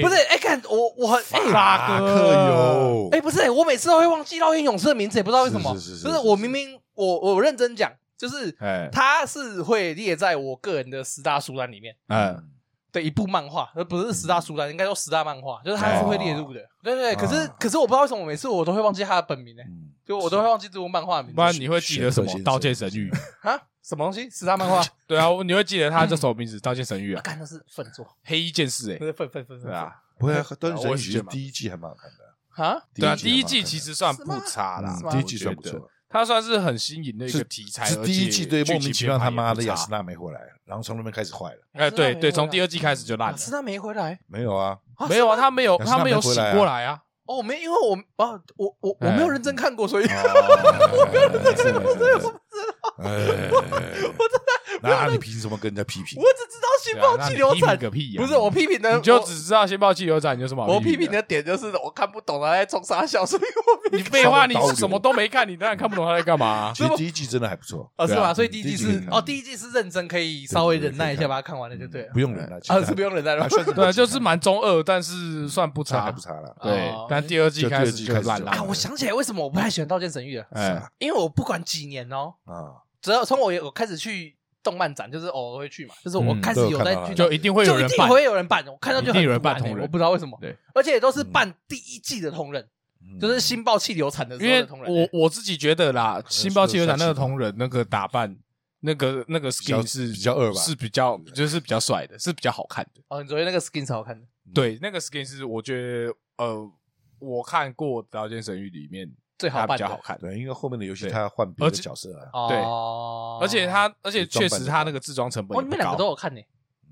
Speaker 1: 不是，哎，看我我很哎
Speaker 2: 法
Speaker 3: 啊克有
Speaker 1: 哎、，不是、我每次都会忘记烙印勇士的名字，也不知道为什么。
Speaker 3: 是是是是
Speaker 1: 就是我明明我我认真讲，就是
Speaker 2: 哎
Speaker 1: 它是会列在我个人的十大书单里面
Speaker 2: 嗯，
Speaker 1: 的一部漫画，呃而不是十大书单，应该说十大漫画，就是它是会列入的。对对对，可是、
Speaker 3: 哦
Speaker 1: 可是我不知道为什么每次我都会忘记它的本名呢、
Speaker 3: 嗯，
Speaker 1: 就我都会忘记这部漫画的名
Speaker 2: 不然
Speaker 1: 字
Speaker 2: 你会记得什
Speaker 3: 选择
Speaker 2: 么？《刀剑神域》
Speaker 1: 啊，什么东西？十大漫画？啊，
Speaker 2: 对啊，你会记得他叫什么名字？《刀剑神域》啊，
Speaker 1: 干那是粪作，
Speaker 2: 黑衣剑士，
Speaker 1: 那
Speaker 2: 哎，
Speaker 1: 是粪粪粪
Speaker 2: 对
Speaker 1: 粪啊
Speaker 2: 啊，
Speaker 3: 不会啊，《端
Speaker 2: 啊
Speaker 3: 神
Speaker 2: *laughs* 我
Speaker 3: 女
Speaker 2: 也
Speaker 3: 其实
Speaker 2: 是觉得嘛
Speaker 3: 第一季还蛮好看的，
Speaker 1: 啊！
Speaker 2: 对啊，第一
Speaker 3: 还蛮好
Speaker 2: 季
Speaker 3: 看
Speaker 2: 其
Speaker 3: 的
Speaker 2: 实算不差啦
Speaker 3: 嗯，
Speaker 2: 我
Speaker 3: 第一季
Speaker 2: 觉
Speaker 3: 算不
Speaker 2: 得
Speaker 3: 错，
Speaker 2: 它算是很新颖的一个题材，
Speaker 3: 是
Speaker 2: 而
Speaker 3: 第一
Speaker 2: 且
Speaker 3: 季对
Speaker 2: 剧
Speaker 3: 莫名
Speaker 2: 情
Speaker 3: 其妙
Speaker 2: 编排
Speaker 3: 他妈
Speaker 2: 也不
Speaker 3: 的雅
Speaker 2: 差
Speaker 3: 斯娜没回来，然后从那边开始坏了，
Speaker 2: 哎，对对，
Speaker 1: 雅斯娜
Speaker 2: 从第二季开始就烂
Speaker 1: 啊，
Speaker 2: 了，
Speaker 1: 是他没回来
Speaker 3: 没有
Speaker 1: *laughs*
Speaker 3: 啊？
Speaker 1: 啊？
Speaker 2: 没有啊，
Speaker 1: 是吗
Speaker 2: 他没有
Speaker 3: 雅斯娜
Speaker 2: 他没有
Speaker 3: 没回
Speaker 2: 醒
Speaker 3: 来啊
Speaker 2: 过来啊，
Speaker 1: 哦，没，因为我哦，我我我没有认真看过，所以。
Speaker 3: 哦没事没事
Speaker 1: 所以
Speaker 3: 没
Speaker 1: 我
Speaker 3: 事
Speaker 1: *laughs* 不知道，
Speaker 3: 哎那你凭什么跟人家批评
Speaker 1: 我？只知道新
Speaker 2: 对啊
Speaker 1: 爆
Speaker 2: 那
Speaker 1: 气
Speaker 2: 你
Speaker 1: 流
Speaker 2: 批评
Speaker 1: 产，
Speaker 2: 个屁呀！
Speaker 1: 不是我批评的，
Speaker 2: 你就
Speaker 1: 我
Speaker 2: 只知道先报汽油站，你有什么好
Speaker 1: 我批评
Speaker 2: 的？
Speaker 1: 的点就是我看不懂他啊在冲啥笑，所以我批
Speaker 2: 你废话，你
Speaker 3: 刀流
Speaker 2: 什么都没看，你当然看不懂他在干嘛。
Speaker 3: *laughs* 其实第一季真的还
Speaker 1: *laughs*
Speaker 3: 不错，
Speaker 1: 哦是
Speaker 2: *laughs* 对
Speaker 1: 吧？
Speaker 2: 啊
Speaker 1: 所以第一季
Speaker 3: 第一季
Speaker 1: 是
Speaker 3: 很好
Speaker 1: 哦，第一季是认真可以稍微忍耐一下把它看完了就对了
Speaker 3: 不，用忍了，其实
Speaker 1: 啊是不用忍耐了
Speaker 3: 还，
Speaker 1: *laughs*
Speaker 3: 算
Speaker 2: 对，就是蛮中二，但是算不
Speaker 3: 差还
Speaker 2: 差
Speaker 3: 不，差了。
Speaker 2: 对
Speaker 1: 哦。
Speaker 2: 但第二季
Speaker 3: 就
Speaker 2: 开始
Speaker 3: 第二季
Speaker 2: 就
Speaker 3: 开始
Speaker 2: 烂
Speaker 3: 就
Speaker 2: 了
Speaker 1: 啊，我想起来为什么我不太喜欢《刀剑神域》了，
Speaker 2: 哎，
Speaker 1: 因为我不管几年哦，
Speaker 3: 啊，
Speaker 1: 只要从我有我开始去动漫展，就是偶尔会去嘛，就是我
Speaker 2: 嗯
Speaker 1: 开始
Speaker 3: 都有
Speaker 1: 有
Speaker 3: 看
Speaker 1: 在
Speaker 3: 到啊
Speaker 1: 去
Speaker 2: 就一定会有
Speaker 1: 就一
Speaker 2: 人
Speaker 1: 定
Speaker 2: 办，
Speaker 1: 会有人办，我看到就
Speaker 2: 一定有
Speaker 1: 很
Speaker 2: 人嗯
Speaker 1: 不
Speaker 2: 办
Speaker 1: 满欸
Speaker 2: 同人
Speaker 1: 我不知道为什么，
Speaker 2: 对
Speaker 1: 而且都是办第一季的同人，
Speaker 3: 嗯
Speaker 1: 就是心爆气流产的时
Speaker 2: 因
Speaker 1: 候的
Speaker 2: 为
Speaker 1: 同哎人、欸
Speaker 2: 我我自己觉得啦，新包汽油厂那个
Speaker 3: 是是
Speaker 2: 同人那个打扮，那个那个
Speaker 3: 较
Speaker 2: skin 是
Speaker 3: 比较二吧
Speaker 2: 是比较就是比较帅的，是比较好看的。
Speaker 1: 哦，你昨天那个 skin 超好看的，
Speaker 2: 对，那个 skin 是我觉得呃，我看过《刀剑神域》里面
Speaker 1: 最好
Speaker 2: 它
Speaker 1: 办
Speaker 2: 比较
Speaker 1: 的
Speaker 2: 好看，
Speaker 3: 对，因为后面的游戏
Speaker 2: 对
Speaker 3: 他要换别
Speaker 2: 而
Speaker 3: 的
Speaker 2: 且
Speaker 3: 角色啊，
Speaker 2: 对
Speaker 1: 哦，
Speaker 2: 而且它而且
Speaker 3: 装
Speaker 2: 确
Speaker 3: 扮
Speaker 2: 实
Speaker 3: 得
Speaker 2: 它
Speaker 3: 好
Speaker 2: 那个制装成本
Speaker 1: 哦，
Speaker 2: 也
Speaker 1: 你
Speaker 2: 不
Speaker 1: 们两个
Speaker 2: 高
Speaker 1: 都有看呢、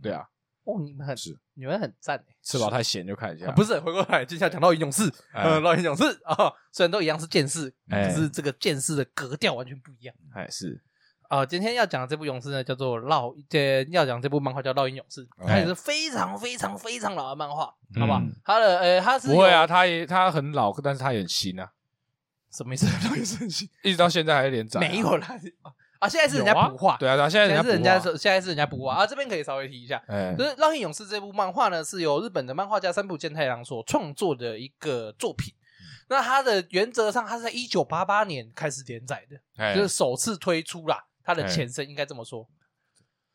Speaker 2: 对啊，
Speaker 1: 哦，你们很
Speaker 3: 是
Speaker 1: 你们很赞、欸
Speaker 2: 吃饱太闲就看一下，
Speaker 1: 啊不是，回过来，接下来讲到云勇士，
Speaker 2: 哎
Speaker 1: *laughs* 呃，老云勇士啊，虽然都一样是剑士，可
Speaker 2: 哎
Speaker 1: 是这个剑士的格调完全不一样
Speaker 2: 哎是
Speaker 1: 啊。今天要讲的这部勇士呢，叫做《烙》，这要讲这部漫画叫《烙印勇士》，它
Speaker 2: 哎
Speaker 1: 也是非常非常非常老的漫画，好不
Speaker 2: 好吧
Speaker 1: 好？？它的呃，它是
Speaker 2: 不会啊，
Speaker 1: 有，
Speaker 2: 它也它很老，但是它也很新啊，
Speaker 1: 什
Speaker 2: *laughs*
Speaker 1: 么意思？烙印勇士
Speaker 2: 一直到现在还是连载啊。
Speaker 1: 没有啦啊，现在是人
Speaker 2: 有
Speaker 1: 家
Speaker 2: 啊
Speaker 1: 补画，
Speaker 2: 对啊，对啊，现在
Speaker 1: 现在是人家
Speaker 2: 补啊
Speaker 1: 是现在是人家补画啊。这边可以稍微提一下，
Speaker 2: 哎
Speaker 1: 就是《烙印勇士》这部漫画呢，是由日本的漫画家三浦健太郎所创作的一个作品。
Speaker 2: 嗯
Speaker 1: 那它的原则上，它是在一九八八年开始连载的，
Speaker 2: 哎
Speaker 1: 就是首次推出啦。它的
Speaker 2: 哎哦
Speaker 1: 前身应该这么说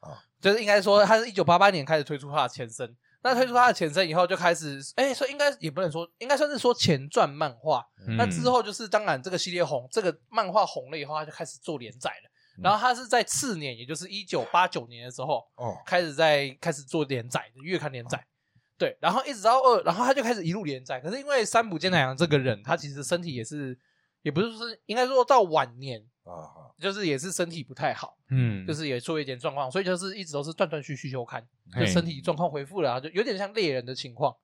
Speaker 3: 啊，
Speaker 1: 就是应该说，它是一九八八年开始推出它的前身。那推出它的前身以后，就开始，哎，所以应该也不能说，应该算是说前传漫画。那之
Speaker 2: 后
Speaker 1: 后就是，当然这个系列红，这个漫画红了以后，它就开始做连载了。
Speaker 3: 嗯
Speaker 1: 然后它是在次年，也就是一九八九年的时候，
Speaker 3: 哦，
Speaker 1: 开始在开始做连载，月刊连载，对，然后一直到二，然后他就开始一路连载。可是因为三浦健太郎这个人，他其实身体也是，也不是说是应该说到晚年，
Speaker 3: 啊啊，
Speaker 1: 就是也是身体不太好，
Speaker 2: 嗯
Speaker 1: 就是也出了一点状况，所以就是一直都是断断续续休刊，就
Speaker 2: 嘿
Speaker 1: 身体状况恢复了，然后就有点像猎人的情况，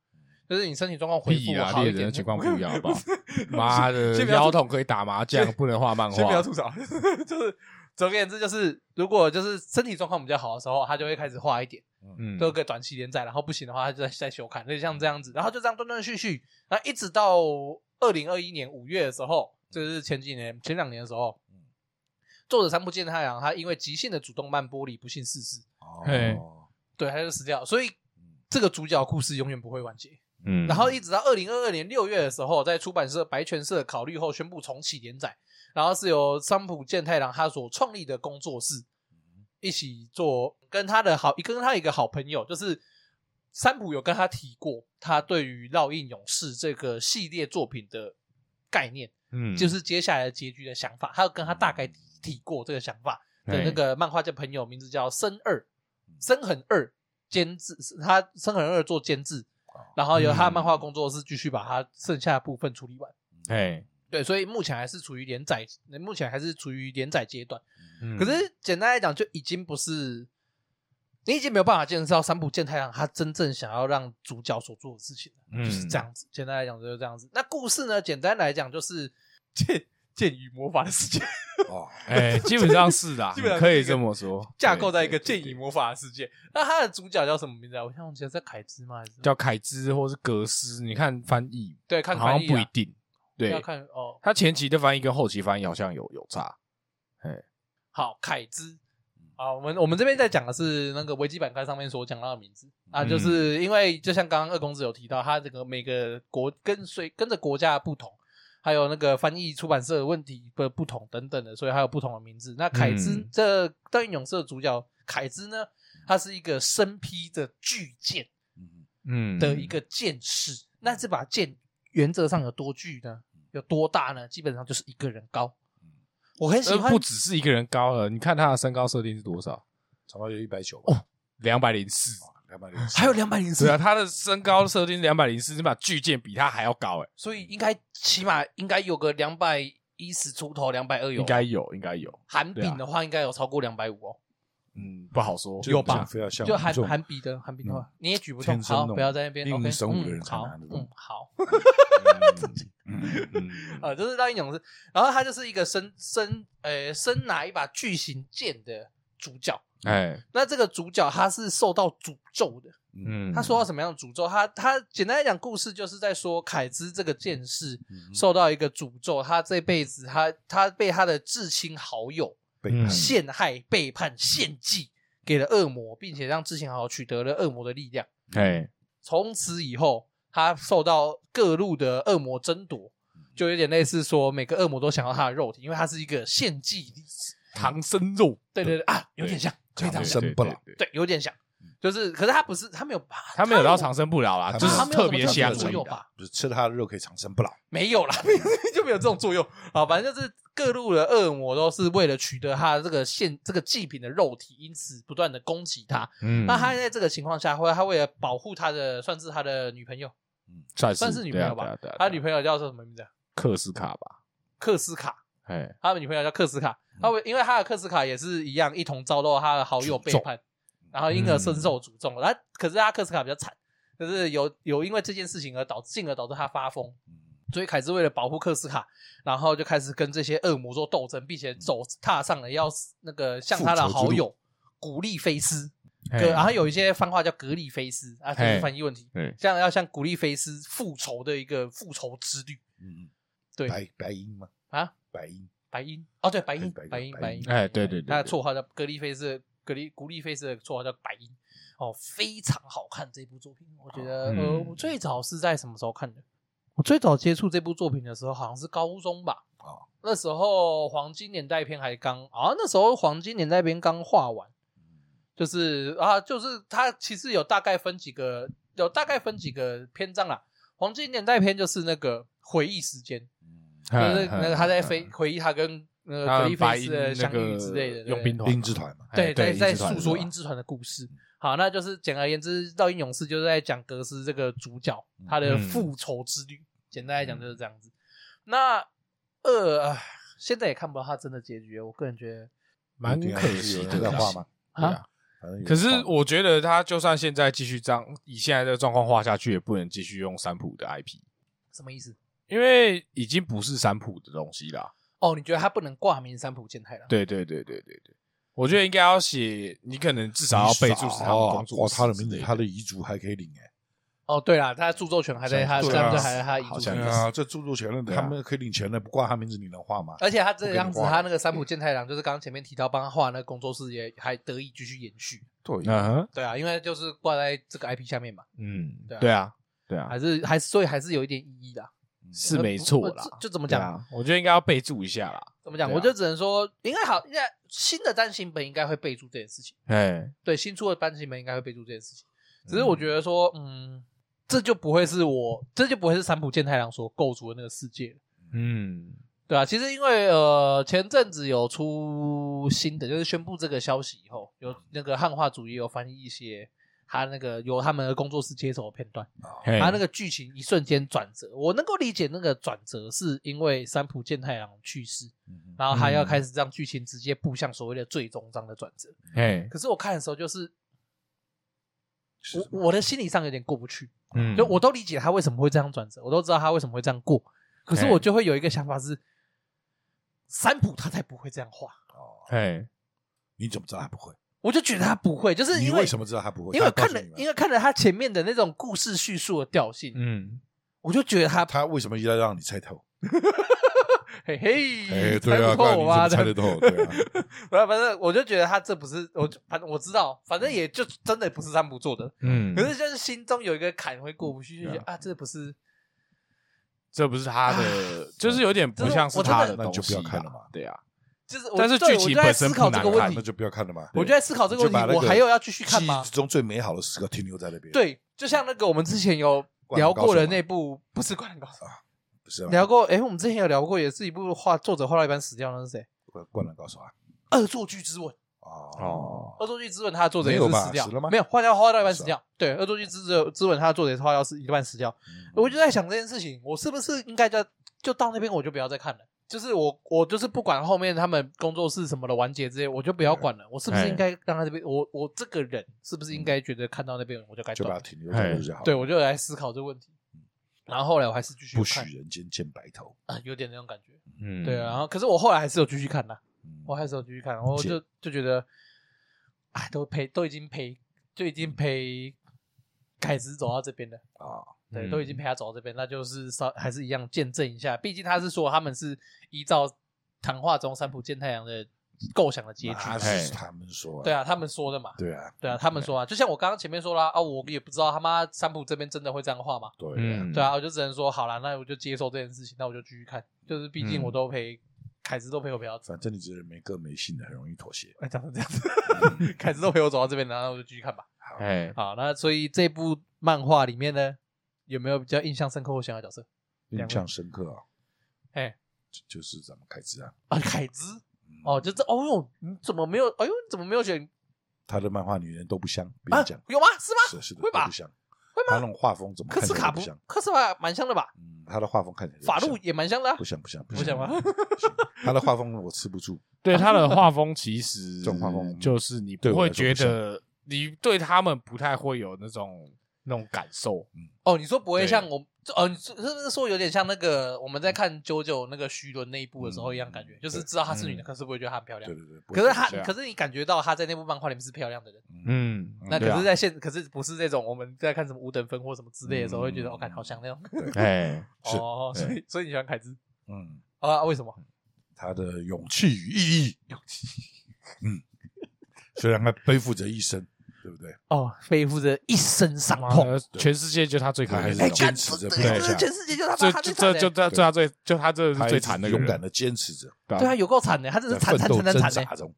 Speaker 1: 就是你身体状况恢
Speaker 2: 屁
Speaker 1: 复
Speaker 2: 啦，
Speaker 1: 好一
Speaker 2: 猎啊人
Speaker 1: 点
Speaker 2: 的情况不一
Speaker 1: *laughs*
Speaker 2: 样，好不好？妈的
Speaker 1: 先，不要
Speaker 2: 腰痛可以打麻将，不能画漫
Speaker 1: 先不要
Speaker 2: 画。
Speaker 1: 吐槽， *laughs* 就是总而言之，就是如果就是身体状况比较好的时候，他就会开始画一点。
Speaker 2: 嗯
Speaker 1: 都有个短期连载，然后不行的话，他就在在休刊，就像这样子，然后就这样断断续续，然后一直到二零二一年五月的时候，就是前几年前两年的时候，作者三浦健太郎他因为急性的主动脉剥离不幸逝世，
Speaker 2: 嘿
Speaker 3: 哦，
Speaker 1: 对，他就死掉，所以这个主角故事永远不会完结。
Speaker 2: 嗯
Speaker 1: 然后一直到二零二二年六月的时候，在出版社白泉社考虑后宣布重启连载，然后是由三浦健太郎他所创立的工作室一起做，跟他的好跟他一个好朋友，就是三浦有跟他提过，他对于《烙印勇士》这个系列作品的概念，
Speaker 2: 嗯
Speaker 1: 就是接下来的结局的想法，他有跟他大概提提过这个想法的那个漫画家朋友，名字叫森二，
Speaker 2: 嗯
Speaker 1: 森恒二监制，他森恒二做监制，
Speaker 2: 哦
Speaker 1: 然后由他的
Speaker 2: 嗯
Speaker 1: 漫画工作室继续把他剩下的部分处理完。
Speaker 2: 哎，
Speaker 1: 对，所以目前还是处于连载，目前还是处于连载阶段。
Speaker 2: 嗯
Speaker 1: 可是简单来讲，就已经不是你已经没有办法见识到三浦健太郎他真正想要让主角所做的事情了，
Speaker 2: 嗯
Speaker 1: 就是这样子。简单来讲就是这样子。那故事呢，简单来讲就是剑剑与魔法的世界，
Speaker 3: 哦，
Speaker 2: 哎，基本上是
Speaker 1: *laughs*
Speaker 2: 啦，
Speaker 1: 基本上
Speaker 2: 可
Speaker 1: 是
Speaker 2: 以
Speaker 1: 一个
Speaker 2: 这么说，
Speaker 1: 架构在一个
Speaker 2: 对对
Speaker 1: 剑与魔法的世界。那它的主角叫什么名字啊？我想我记得在凯兹吗？还是
Speaker 2: 对叫凯兹或是格斯，你看翻译，
Speaker 1: 对看
Speaker 2: 好像
Speaker 1: 翻译啊
Speaker 2: 不一定。
Speaker 1: 要
Speaker 2: 对，
Speaker 1: 看哦。
Speaker 2: 他前期的翻译跟后期翻译好像有有差。
Speaker 1: 好，凯兹。
Speaker 2: 嗯
Speaker 1: 啊，我们我们这边在讲的是那个维基百科上面所讲到的名字啊，
Speaker 2: 嗯
Speaker 1: 就是因为就像刚刚二公子有提到，他这个每个国跟随跟着国家的不同，还有那个翻译出版社的问题的不同等等的，所以还有不同的名字。那凯兹、
Speaker 2: 嗯
Speaker 1: 这《盗印勇士》的主角凯兹呢，他是一个身披着巨剑
Speaker 3: 嗯
Speaker 2: 嗯
Speaker 1: 的一个剑士。那这把剑原则上有多巨呢？有多大呢？基本上就是一个人高。我很喜
Speaker 2: 呃
Speaker 1: 欢
Speaker 2: 不只是一个人高了，你看他的身高设定是多少？
Speaker 3: 差不多有一百九吧，
Speaker 2: 哦，两百零四。
Speaker 3: 两百零四，
Speaker 1: 哦还有两百零四
Speaker 2: 对啊，他的身高设定是两百零四，你把巨剑比他还要高哎、
Speaker 1: 所以应该起码应该有个两百一十出头，两百二有，啊
Speaker 2: 应该有，应该有，
Speaker 1: 韩
Speaker 2: 对
Speaker 1: 饼
Speaker 2: 啊
Speaker 1: 的话应该有超过两百五哦。
Speaker 2: 嗯，不好说。
Speaker 3: 就
Speaker 1: 有
Speaker 3: 啊不像
Speaker 1: 吧
Speaker 3: 非要像嗯
Speaker 1: 就
Speaker 3: 我们
Speaker 1: 韩
Speaker 3: 这种
Speaker 1: 韩比的韩比的话，你也举不动，
Speaker 3: 天生
Speaker 1: 好，
Speaker 3: 那种
Speaker 1: 不要在那边
Speaker 3: 令
Speaker 1: OK，
Speaker 3: 人神武的人
Speaker 1: 嗯
Speaker 3: 才
Speaker 1: 好
Speaker 3: 拿得，动
Speaker 1: 嗯，好，
Speaker 2: *laughs* 嗯
Speaker 1: 呃，这是让你勇士，然后他就是一个身身呃身拿一把巨型剑的主角。
Speaker 2: 哎，
Speaker 1: 那这个主角他是受到诅咒的，
Speaker 2: 嗯，
Speaker 1: 他受到什么样的诅咒？他他简单来讲，故事就是在说凯兹这个剑士 *laughs*
Speaker 3: 嗯
Speaker 1: 受到一个诅咒，他这辈子他他被他的至亲好友
Speaker 3: 背叛
Speaker 2: 嗯
Speaker 1: 陷害、背叛、献祭给了恶魔，并且让至亲好友取得了恶魔的力量。
Speaker 2: 哎，
Speaker 1: 从此以后，他受到各路的恶魔争夺，就有点类似说每个恶魔都想要他的肉体，因为他是一个献祭。
Speaker 2: 唐僧肉，
Speaker 1: 对对对啊，有点像，非
Speaker 3: 长
Speaker 1: 常
Speaker 3: 得
Speaker 1: 像，
Speaker 3: 生不老，
Speaker 1: 对，有点像。就是可是他不是他没有
Speaker 2: 他没有到长生不老啦，
Speaker 3: 他
Speaker 2: 啊就是
Speaker 3: 他没有
Speaker 2: 特别
Speaker 1: 什么
Speaker 2: 香啊
Speaker 1: 特别作
Speaker 2: 而已
Speaker 1: 用
Speaker 2: 啦
Speaker 1: 吧
Speaker 3: 不是吃了它的肉可以长生不老，
Speaker 1: 没有啦，就没有这种作用啊。反正就是各路的恶魔都是为了取得他这个现这个祭品的肉体，因此不断的攻击他。
Speaker 2: 嗯，
Speaker 1: 那他在这个情况下，会他为了保护他的，算是他的女朋友，
Speaker 2: 算
Speaker 1: 算是女朋友吧
Speaker 2: 对啊对啊对啊
Speaker 1: 他女朋友叫做什么名字啊？
Speaker 2: 克斯卡吧，
Speaker 1: 克斯卡，
Speaker 2: 哎，
Speaker 1: 他的女朋友叫克斯卡。
Speaker 2: 嗯
Speaker 1: 他为因为他的克斯卡也是一样，一同遭到他的好友背叛，然
Speaker 3: 嗯
Speaker 1: 后因而深受诅
Speaker 2: 嗯
Speaker 1: 咒。然后可是他克斯卡比较惨，就是有有因为这件事情而导进而导致他发疯。
Speaker 3: 嗯
Speaker 1: 所以凯斯为了保护克斯卡，然后就开始跟这些恶魔做斗争，并且走踏上了要那个向他的好友古利菲斯，格，
Speaker 2: 嘿
Speaker 1: 然后有一些番话叫格利菲斯啊，这
Speaker 2: 嘿
Speaker 1: 是翻译问题。
Speaker 2: 对，
Speaker 1: 这样要向古利菲斯复仇的一个复仇之旅，
Speaker 3: 嗯，
Speaker 1: 对
Speaker 3: 白白鹰吗？
Speaker 1: 啊，
Speaker 3: 白鹰，
Speaker 1: 白银哦，对白银
Speaker 3: 白银
Speaker 1: 白银
Speaker 3: 白银
Speaker 1: 白银，
Speaker 2: 哎对对对对
Speaker 1: 他的绰号叫格利菲斯，格利古利菲斯的绰号叫白银，哦，非常好看这部作品，我觉得
Speaker 2: 嗯
Speaker 1: 呃，我最早是在什么时候看的？我最早接触这部作品的时候好像是高中吧，
Speaker 3: 哦
Speaker 1: 那时候黄金年代片还刚啊，那时候黄金年代片刚画完，就是啊，就是它其实有大概分几个，有大概分几个篇章啦。黄金年代篇就是那个回忆时间，就
Speaker 2: 嘿
Speaker 1: 是那个他在飞，
Speaker 2: 嘿
Speaker 1: 回忆他跟那个
Speaker 2: 嗯他
Speaker 1: 格
Speaker 2: 们
Speaker 1: 利
Speaker 2: 白
Speaker 1: 菲斯
Speaker 2: 银
Speaker 1: 的相
Speaker 2: 那
Speaker 1: 遇
Speaker 2: 个
Speaker 1: 之类的，对
Speaker 2: 佣兵团
Speaker 3: 鹰之团嘛，
Speaker 1: 对，
Speaker 2: 哎对
Speaker 1: 在在
Speaker 2: 鹰之团
Speaker 1: 诉说
Speaker 2: 是吧
Speaker 1: 鹰之团的故事。好，那就是简而言之，《烙印勇士》就是在讲格斯这个主角
Speaker 2: 嗯
Speaker 1: 他的复仇之旅。简单来讲就是这样子。那呃，唉现在也看不到他真的结局，我个人觉得
Speaker 2: 蛮
Speaker 3: 对啊
Speaker 2: 可惜
Speaker 3: 有
Speaker 2: 的
Speaker 3: 人在画吗？
Speaker 2: 对啊
Speaker 1: 啊，
Speaker 3: 反正有人
Speaker 2: 可是
Speaker 3: 画
Speaker 2: 我觉得他就算现在继续这样，以现在这个状况画下去，也不能继续用三浦的 IP，
Speaker 1: 什么意思？
Speaker 2: 因为已经不是三浦的东西啦。
Speaker 1: 哦，你觉得他不能挂名三浦健太郎？
Speaker 2: 对对对对对对，啊我觉得应该要写，你可能至少要备注是他们工作
Speaker 3: 哦，
Speaker 2: 室
Speaker 3: 他的
Speaker 2: 之
Speaker 3: 名字，
Speaker 2: 类
Speaker 3: 他的遗嘱还可以领哎。
Speaker 1: 哦，对啦，他的著作权还在他，
Speaker 2: 对
Speaker 1: 对
Speaker 2: 啊
Speaker 1: 不对？还在他遗
Speaker 2: 好
Speaker 1: 嘱
Speaker 2: 像
Speaker 1: 上
Speaker 3: 对
Speaker 2: 是
Speaker 1: 面。
Speaker 3: 啊，这著作权了，
Speaker 2: 对啊
Speaker 3: 他们可以领钱了，不挂他名字你能画吗？
Speaker 1: 而且他这个样子，
Speaker 3: 不给你画
Speaker 1: 他那个三浦健太郎就是刚刚前面提到帮他画那个工作室，也还得以继续延续。
Speaker 3: 对
Speaker 2: 嗯哼，
Speaker 1: 对啊，因为就是挂在这个 IP 下面嘛，
Speaker 2: 嗯
Speaker 1: 对啊，
Speaker 2: 对啊，对啊
Speaker 1: 还，是还是所以还是有一点意义的。
Speaker 2: 是没错
Speaker 1: 呃
Speaker 2: 啦
Speaker 1: 不不。就就怎么
Speaker 2: 对
Speaker 1: 讲？
Speaker 2: 啊，我觉得应该要备注一下啦。
Speaker 1: 怎么讲？
Speaker 2: 对啊
Speaker 1: 我就只能说，应该好，应该新的单行本应该会备注这件事情。
Speaker 2: 哎，
Speaker 1: 对，新出的单行本应该会备注这件事情。只是我觉得说，嗯，这就不会是我，这就不会是三浦健太郎所构筑的那个世界了
Speaker 2: 嗯，
Speaker 1: 对啊，其实因为呃前阵子有出新的，就是宣布这个消息以后，有那个汉化组也有翻译一些他那个由他们的工作室接手的片段，
Speaker 2: 嘿
Speaker 1: 啊他那个剧情一瞬间转折，我能够理解那个转折是因为三浦健太郎去世，
Speaker 3: 嗯
Speaker 1: 然后他要
Speaker 2: 嗯
Speaker 1: 开始让剧情直接步向所谓的最终章的转折。
Speaker 2: 嘿，
Speaker 1: 可是我看的时候，就是
Speaker 3: 是什
Speaker 1: 我我的心理上有点过不去，
Speaker 2: 嗯
Speaker 1: 就我都理解他为什么会这样转折，我都知道他为什么会这样过，可是
Speaker 2: 嘿
Speaker 1: 我就会有一个想法是，三浦他才不会这样画，
Speaker 3: 哦，
Speaker 2: 嘿，
Speaker 3: 你怎么知道他不会？
Speaker 1: 我就觉得他不会，就是
Speaker 3: 你
Speaker 1: 因
Speaker 3: 为什么知道他不会？
Speaker 1: 因为
Speaker 3: 他告
Speaker 1: 看
Speaker 3: 诉
Speaker 1: 了
Speaker 3: 你吗
Speaker 1: 因为看了他前面的那种故事叙述的调性，
Speaker 2: 嗯，
Speaker 1: 我就觉得他
Speaker 3: 他为什么要让你猜透？
Speaker 1: 嘿嘿，猜
Speaker 3: 哎，对啊，
Speaker 1: 不透我
Speaker 3: 怪你怎
Speaker 1: 妈
Speaker 3: 么
Speaker 1: 的
Speaker 3: 猜得透？对啊，
Speaker 1: 不是，反正我就觉得他这不是，我就反正我知道，反正也就真的不是三浦做的，
Speaker 2: 嗯，
Speaker 1: 可是就是心中有一个坎会过不去，就觉得
Speaker 3: 嗯
Speaker 1: 啊，这不是
Speaker 2: 这不是他
Speaker 1: 啊
Speaker 2: 的，就是有点不像是他的
Speaker 3: 那你
Speaker 2: 东
Speaker 3: 就不
Speaker 2: 西
Speaker 3: 要
Speaker 2: 啦
Speaker 3: 看了嘛。
Speaker 2: 对啊，
Speaker 1: 就是我，
Speaker 2: 但是
Speaker 1: 对
Speaker 2: 剧情
Speaker 1: 我就在
Speaker 2: 本身
Speaker 1: 思考这
Speaker 2: 不难
Speaker 1: 个
Speaker 2: 看
Speaker 1: 问
Speaker 3: 那
Speaker 1: 题，
Speaker 3: 就不要看了嘛。
Speaker 1: 我就在思考这个问
Speaker 3: 就把
Speaker 1: 题，
Speaker 3: 那个
Speaker 1: 我还有要继续看
Speaker 3: 记
Speaker 1: 吗
Speaker 3: 忆？中最美好的时刻停留在那边。，
Speaker 1: 对，就像那个我们之前有聊过的那部，不是《灌篮高手
Speaker 3: 不是》，
Speaker 1: 聊过，诶，我们之前有聊过，也是一部画作者画到一半死掉，那是谁？
Speaker 3: 灌灌篮高手啊。
Speaker 1: 《恶作剧之吻》，
Speaker 3: 哦，
Speaker 1: 《恶作剧之吻》它的作者也
Speaker 3: 没
Speaker 1: 是
Speaker 3: 有吧
Speaker 1: 死掉
Speaker 3: 死了吗，
Speaker 1: 没有画掉画到一半
Speaker 3: 是
Speaker 1: 死
Speaker 3: 啊
Speaker 1: 掉。对，《恶作剧之之吻》它的作者也是画到是一半死掉。
Speaker 3: 嗯
Speaker 1: 我就在想这件事情，我是不是应该就就到那边我就不要再看了？就是我我就是不管后面他们工作室什么的完结这些，我就不要管了。我是不
Speaker 3: 哎
Speaker 1: 是应该让他这边？我我这个人是不是应该觉得看到那边我就该
Speaker 3: 就把
Speaker 1: 断
Speaker 3: 它
Speaker 1: 了？
Speaker 3: 停留在那就好了。
Speaker 1: 对，我就来思考这个问题。然后后来我还是继续
Speaker 3: 不
Speaker 1: 看
Speaker 3: 许人间见白头。
Speaker 1: 啊，有点那种感觉。
Speaker 2: 嗯，
Speaker 1: 对啊，然后可是我后来还是有继续看的，
Speaker 3: 嗯
Speaker 1: 我还是有继续看，我就就觉得，哎，都陪都已经陪就已经陪凯子走到这边了。
Speaker 3: 啊，
Speaker 1: 对，
Speaker 2: 嗯
Speaker 1: 都已经陪他走到这边，那就是稍还是一样见证一下。毕竟他是说他们是依照谈话中三浦健太郎的构想的结局，
Speaker 3: 那是他们说。
Speaker 1: 对，啊，他们说的嘛，
Speaker 3: 对啊，
Speaker 1: 对啊，他们说啊，就像我刚刚前面说啦，啊，我也不知道他妈三浦这边真的会这样画嘛，
Speaker 3: 对啊
Speaker 2: 嗯，
Speaker 1: 对啊，我就只能说好啦，那我就接受这件事情，那我就继续看，就是毕竟
Speaker 2: 嗯
Speaker 1: 我都陪凯子都陪我陪到这，
Speaker 3: 反正你这人没个没性的，很容以妥协。
Speaker 1: *laughs* 哎，讲成这样子，凯子都陪我走到这边，然后我就继续看吧。
Speaker 3: 好，
Speaker 2: 哎，
Speaker 1: 好，那所以这部漫画里面呢，有没有比较印象深刻或想要角色？
Speaker 3: 印象深刻啊，
Speaker 1: 哎，
Speaker 3: 就就是咱们凯子啊，
Speaker 1: 啊，凯兹
Speaker 3: 嗯
Speaker 1: 哦，，就这哦哟，你怎么没有？哎呦，你怎么没有选
Speaker 3: 他的漫画女人都不像，别
Speaker 1: 啊
Speaker 3: 讲，？
Speaker 1: 有吗？是吗？
Speaker 3: 是是的，
Speaker 1: 会吧
Speaker 3: 都不像，
Speaker 1: 会
Speaker 3: 他那
Speaker 1: 吗？
Speaker 3: 种画风怎么
Speaker 1: 克
Speaker 3: 看
Speaker 1: 斯
Speaker 3: 起
Speaker 1: 卡
Speaker 3: 来都
Speaker 1: 不
Speaker 3: 不像？，
Speaker 1: 克斯卡蛮像的吧？
Speaker 3: 嗯，他的画风看起来都不
Speaker 1: 法
Speaker 3: 像
Speaker 1: 路也蛮像的啊
Speaker 3: 不。像不像
Speaker 1: 不像吗
Speaker 3: 不像 *laughs* 他的画风我吃不住，
Speaker 2: 对他的画风其实
Speaker 3: 这种画风
Speaker 2: 就是你
Speaker 3: 对
Speaker 2: 不
Speaker 3: 我
Speaker 2: 会
Speaker 3: 来说
Speaker 2: 觉
Speaker 3: 不像
Speaker 2: 得你对他们不太会有那种那种感受，
Speaker 1: 哦，你说不会
Speaker 2: 对
Speaker 1: 像我，哦，你是是不是说有点像那个我们在看九九那个徐伦那一部的时候一样感觉？
Speaker 3: 嗯
Speaker 1: 就是知道她是女的，
Speaker 2: 嗯
Speaker 1: 可是不会觉得她很漂亮
Speaker 3: 对。对对。不
Speaker 1: 可
Speaker 3: 会
Speaker 1: 是
Speaker 3: 像
Speaker 1: 她
Speaker 2: 对，啊
Speaker 1: 可是你感觉到她在那部漫画里面是漂亮的人。
Speaker 2: 嗯，
Speaker 1: 那
Speaker 2: 对
Speaker 1: 可
Speaker 2: 啊
Speaker 1: 是，在现，可是不是那种我们在看什么五等分或什么之类的时候，会觉得
Speaker 3: 嗯
Speaker 1: 哦，看好像那种。
Speaker 2: 哎，
Speaker 3: 是
Speaker 1: 哦，所以所以你喜欢凯兹
Speaker 3: 嗯，
Speaker 1: 啊？为什么？
Speaker 3: 他的勇气与毅力，勇气，嗯，虽然他背负着一生，对不对？
Speaker 1: 哦，背负着一身伤
Speaker 2: 妈
Speaker 1: 痛。
Speaker 2: 的全世界就他最可
Speaker 3: 他还
Speaker 2: 怜
Speaker 3: 是
Speaker 2: 的那种，
Speaker 3: 坚持着不
Speaker 2: 对
Speaker 3: 倒
Speaker 2: 对
Speaker 3: 下，
Speaker 1: 全世界就他
Speaker 2: 这
Speaker 1: 哎妈他最
Speaker 2: 这
Speaker 1: 惨的
Speaker 3: 对
Speaker 2: 这就他这他最就他这
Speaker 3: 他
Speaker 2: 是最惨的
Speaker 3: 一
Speaker 2: 一
Speaker 3: 直勇
Speaker 2: 个人
Speaker 3: 敢的坚持着，
Speaker 2: 对啊
Speaker 1: 对啊，有够惨的，他真
Speaker 3: 在
Speaker 1: 是惨
Speaker 3: 奋
Speaker 1: 惨
Speaker 3: 斗
Speaker 1: 惨惨
Speaker 3: 挣
Speaker 1: 惨惨
Speaker 3: 扎中。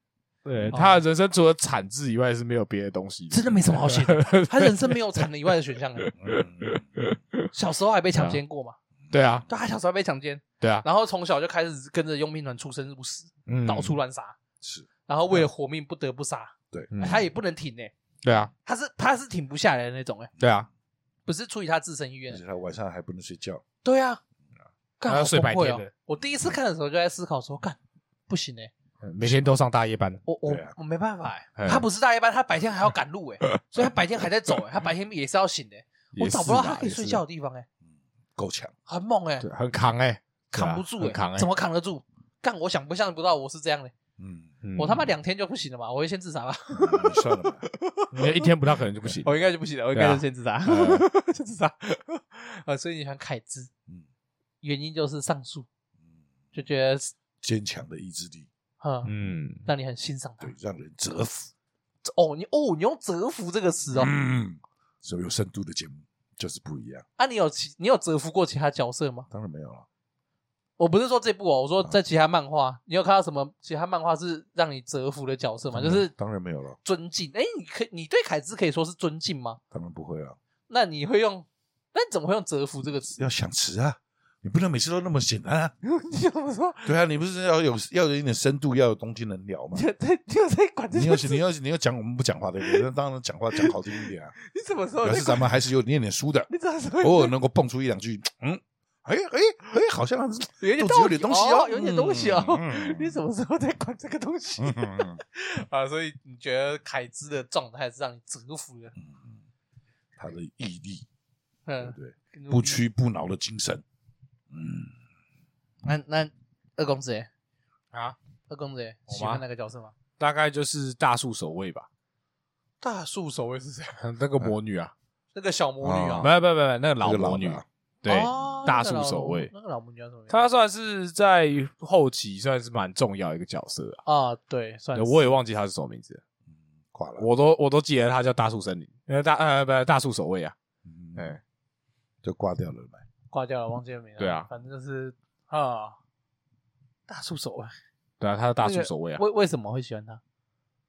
Speaker 2: 对
Speaker 1: 哦
Speaker 2: 他的人生除了惨字以外是没有别的东西，
Speaker 1: 真的没什么好写的。他人生没有惨的以外的选项了。
Speaker 3: 嗯，
Speaker 1: 小时候还被强奸过嘛？
Speaker 2: 对啊，
Speaker 1: 对，他小时候还被强奸，
Speaker 2: 对啊，
Speaker 1: 然后从小就开始跟着佣兵团出生入死，
Speaker 2: 嗯
Speaker 1: 到处乱杀，
Speaker 3: 是
Speaker 1: 然后为了活命不得不杀。
Speaker 2: 嗯
Speaker 1: 他也不能挺哎，
Speaker 2: 对啊，
Speaker 1: 他是他是挺不下来的那种哎，
Speaker 2: 对啊，
Speaker 1: 不是出于他自身意
Speaker 3: 而
Speaker 1: 愿
Speaker 3: 且。他晚上还不能睡觉，
Speaker 1: 对啊，干
Speaker 2: 他
Speaker 1: 好
Speaker 2: 要睡
Speaker 1: 崩
Speaker 2: 白
Speaker 1: 溃
Speaker 2: 天
Speaker 1: 哦
Speaker 2: 的
Speaker 1: 我第一次看的时候就在思考说，干不行哎，
Speaker 2: 每天都上大夜班，
Speaker 1: 我我
Speaker 3: 对啊
Speaker 1: 我没办法哎，
Speaker 2: 嗯
Speaker 1: 他不是大夜班，他白天还要赶路哎，所以他白天还在走哎，他白天也是要醒的哎。我
Speaker 2: 也
Speaker 1: 找不
Speaker 2: 是
Speaker 1: 到
Speaker 2: 啦
Speaker 1: 他可以
Speaker 2: 也是
Speaker 1: 睡觉的地方哎，
Speaker 3: 够强，
Speaker 1: 很猛哎，
Speaker 2: 对很扛哎，对啊
Speaker 1: 扛不住
Speaker 2: 很
Speaker 1: 哎
Speaker 2: 扛，哎，
Speaker 1: 怎么扛得住？干，我想不象不到我是这样的，
Speaker 3: 嗯，
Speaker 2: 嗯
Speaker 1: 我他妈两天就不行了嘛，我会先自杀吧？
Speaker 3: 你算了吧，
Speaker 2: 你一天不到可能就不行，
Speaker 1: 我应该就不行了，我应
Speaker 2: 对
Speaker 1: 该
Speaker 2: 啊
Speaker 1: 就先自杀， *laughs* 先自杀。啊，所以你喜欢凯兹，
Speaker 3: 嗯
Speaker 1: 原因就是上述
Speaker 3: 嗯，
Speaker 1: 就觉得，
Speaker 3: 坚强的意志力，
Speaker 1: 嗯，
Speaker 2: 嗯，
Speaker 1: 让你很欣赏他
Speaker 3: 对。，让人折服，
Speaker 1: 哦，你哦，你用折服这个词哦，
Speaker 3: 嗯，所以有深度的节目就是不一样，
Speaker 1: 啊，你有其你有折服过其他角色吗？
Speaker 3: 当然没有了，
Speaker 1: 我不是说这部哦，我说在其他漫画，你有看到什么其他漫画是让你折服的角色吗？
Speaker 3: 当
Speaker 1: 就
Speaker 3: 然
Speaker 1: 是
Speaker 3: 当然没有了，
Speaker 1: 尊敬。哎，你可以你对凯兹可以说是尊敬吗？
Speaker 3: 当然不会了，
Speaker 1: 那你会用？那你怎么会用折服这个词？
Speaker 3: 要想吃啊，你不能每次都那么简单啊，
Speaker 1: *laughs* 你怎么说？
Speaker 3: 对啊，你不是要有要有一点深度，要有东西能聊吗
Speaker 1: *laughs* 你？有在你有在管这
Speaker 3: 你
Speaker 1: 些
Speaker 3: 要
Speaker 1: 事？
Speaker 3: 你要你要讲我们不讲话的，那当然讲话讲好听一
Speaker 1: *laughs*
Speaker 3: 点啊，
Speaker 1: *laughs* 你什么时候
Speaker 3: 表
Speaker 1: 在
Speaker 3: 示
Speaker 1: 管？
Speaker 3: 咱们还是有念点书的，
Speaker 1: 你怎么时候
Speaker 3: 偶尔能够蹦出一两句，嗯，哎哎哎，好像
Speaker 1: 有点
Speaker 3: 肚子
Speaker 1: 道
Speaker 3: 有
Speaker 1: 理
Speaker 3: 点东西哦，
Speaker 1: 有点东西哦。
Speaker 3: 嗯
Speaker 1: *laughs* 你什么时候在管这个东西
Speaker 3: 嗯嗯嗯
Speaker 1: 啊？所以你觉得凯兹的状态是让你折服的？
Speaker 3: 嗯，他的毅力，对
Speaker 1: 嗯
Speaker 3: 不，对？
Speaker 1: 跟
Speaker 3: 不屈不挠的精神，嗯，
Speaker 1: 那那二公子欸，
Speaker 2: 啊，
Speaker 1: 二公子欸
Speaker 2: 我吗
Speaker 1: 喜欢哪个角色吗？
Speaker 2: 大概就是大树守卫吧，
Speaker 1: 大树守卫是谁？
Speaker 2: *laughs* 那个魔女啊，
Speaker 1: 那个小魔女啊
Speaker 3: 嗯
Speaker 2: 没，有没有没有，那个
Speaker 3: 那
Speaker 2: 老
Speaker 3: 个
Speaker 2: 魔
Speaker 3: 老的
Speaker 2: 女
Speaker 3: 啊，
Speaker 2: 对，
Speaker 1: 哦
Speaker 2: 大
Speaker 1: 那个
Speaker 2: 树
Speaker 1: 老
Speaker 2: 守
Speaker 1: 魔
Speaker 2: 卫
Speaker 1: 那个老魔女叫什么名字？
Speaker 2: 他算是在后期算是蛮重要一个角色啊，
Speaker 1: 啊，对，算
Speaker 2: 对
Speaker 1: 是
Speaker 2: 我也忘记他是什么名字了，
Speaker 3: 嗯垮了，
Speaker 2: 我都我都记得他叫大树森林，呃大呃不大树守卫啊，
Speaker 3: 嗯
Speaker 2: 哎，
Speaker 3: 就挂掉了呗。
Speaker 1: 挂掉了，忘记了名字。
Speaker 2: 对啊
Speaker 1: 反正就是啊，大树守卫。
Speaker 2: 对啊，他是大树守卫啊，
Speaker 1: 为为什么会喜欢他？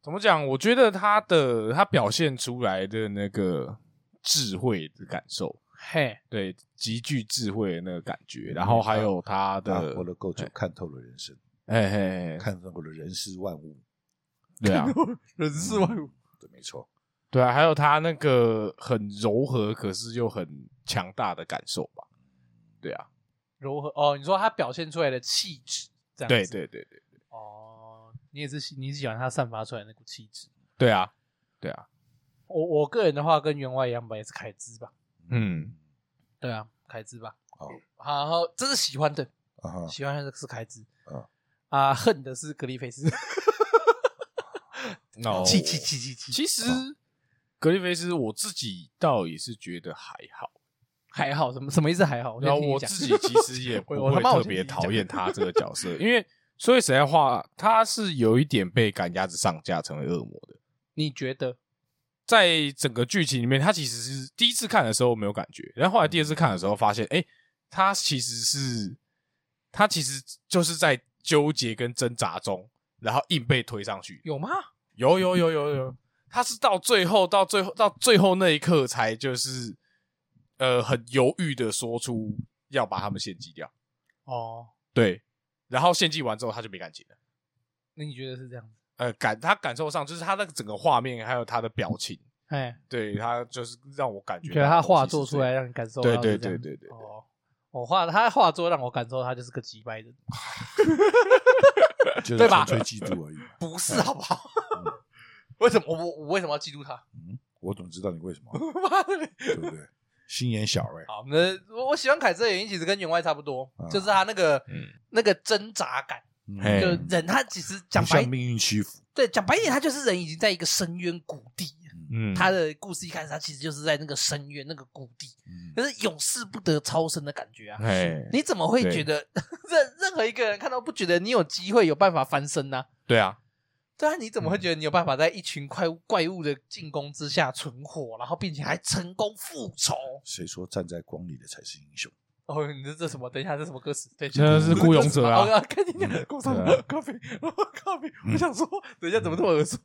Speaker 2: 怎么讲？我觉得他的他表现出来的那个智慧的感受， *laughs*
Speaker 1: 嘿，
Speaker 2: 对，极具智慧的那个感
Speaker 1: 嗯
Speaker 2: 觉，然后还有他
Speaker 3: 他
Speaker 2: 的
Speaker 3: 活，得够久，
Speaker 1: 哎
Speaker 3: 看透了人生，
Speaker 2: 哎嘿嘿，
Speaker 3: 看透了人世万物，
Speaker 2: 对
Speaker 1: *laughs*
Speaker 2: 啊，
Speaker 1: 人世万物。
Speaker 3: 对，没错。
Speaker 2: 对啊，还有他那个很柔和，可是又很强大的感受吧，对啊，
Speaker 1: 如何？哦，你说他表现出来的气质，这样
Speaker 2: 对
Speaker 1: 子
Speaker 2: 对对对
Speaker 1: 哦，你也是喜你是喜欢他散发出来的那股气质。
Speaker 2: 对啊，对啊，
Speaker 1: 我我个人的话跟员外一样吧，也是凯兹吧。
Speaker 2: 嗯，
Speaker 1: 对啊，凯兹吧。
Speaker 3: 好
Speaker 1: 然后这是喜欢的，
Speaker 3: 啊
Speaker 2: 嗯
Speaker 3: 哈，
Speaker 1: 喜欢的是凯兹
Speaker 3: 啊。
Speaker 1: 啊，恨的是格里菲斯。
Speaker 2: 那
Speaker 1: *laughs* 气气气气气，
Speaker 2: 其实格林菲斯我自己倒也是觉得还好。
Speaker 1: 还好，什么什么意思？还好，我先
Speaker 2: 然后
Speaker 1: 听你
Speaker 2: 我
Speaker 1: 讲
Speaker 2: 自己其实也不
Speaker 1: 我我他
Speaker 2: 会
Speaker 1: 妈我
Speaker 2: 特
Speaker 1: 先
Speaker 2: 别
Speaker 1: 听你讲
Speaker 2: 讨厌他这个角色，因为说实在话，他是有一点被赶鸭子上架成为恶魔的。
Speaker 1: *laughs* 你觉得？
Speaker 2: 在整个剧情里面，他其实是第一次看的时候没有感觉，然后后来第二次看的时候发现，哎、他其实是他其实就是在纠结跟挣扎中，然后硬被推上去。
Speaker 1: 有吗？
Speaker 2: 有有有有有，他是到最后到最后到最后那一刻才就是呃很犹豫的说出要把他们献祭掉，
Speaker 4: 哦，
Speaker 2: 对，然后献祭完之后他就没感情了。
Speaker 4: 那你觉得是这样子？
Speaker 2: 呃，感他感受上就是他那个整个画面，还有他的表情，
Speaker 4: 哎，
Speaker 2: 对他就是让我感觉
Speaker 4: 觉得他
Speaker 2: 到
Speaker 4: 画
Speaker 2: 其实
Speaker 4: 做
Speaker 2: 是
Speaker 4: 出来让你感受到是
Speaker 2: 对
Speaker 4: 这
Speaker 2: 对
Speaker 4: 样，
Speaker 2: 对对对对
Speaker 4: 哦，我画他画作让我感受他就是个几百人，
Speaker 3: 就是
Speaker 1: 对吧
Speaker 3: 纯粹嫉妒而已。
Speaker 1: 不
Speaker 2: 嗯
Speaker 1: 是好不好？ *laughs* 为什么我我我为什么要嫉妒他？
Speaker 3: 嗯，我怎么知道你为什么？
Speaker 1: 妈的！
Speaker 3: 对不对？心眼小哎、
Speaker 1: 好，那我我喜欢凯这的原因其实跟员外差不多，
Speaker 2: 啊
Speaker 3: 嗯
Speaker 1: 就是他那个、
Speaker 2: 嗯
Speaker 1: 那个挣扎感，
Speaker 2: 嘿
Speaker 3: 欸，
Speaker 1: 就
Speaker 3: 嗯
Speaker 1: 人他其实讲
Speaker 3: 不
Speaker 1: 白
Speaker 3: 向命运屈服。
Speaker 1: 对讲白一点，他就是人已经在一个深渊谷底了。
Speaker 2: 嗯
Speaker 1: 他的故事一开始，他其实就是在那个深渊、那个谷底，
Speaker 3: 嗯
Speaker 1: 可是永世不得超生的感觉啊！
Speaker 2: 哎
Speaker 1: 你怎么会
Speaker 2: 对
Speaker 1: 觉得任任何一个人看到不觉得你有机会有办法翻身呢、
Speaker 2: 对啊
Speaker 1: 对啊，你怎么
Speaker 2: 嗯
Speaker 1: 会觉得你有办法在一群怪物怪物的进攻之下存活，然后并且还成功复仇？
Speaker 3: 谁说站在光里的才是英雄？
Speaker 1: 哦，你这这什么？等一下，这什么歌词？哦对，
Speaker 2: 真的是孤勇者啊
Speaker 1: 我要看你
Speaker 3: 嗯
Speaker 1: 讲工商
Speaker 2: 对啊
Speaker 1: 咖啡，我咖啡，我想说，等一下怎么这么耳熟？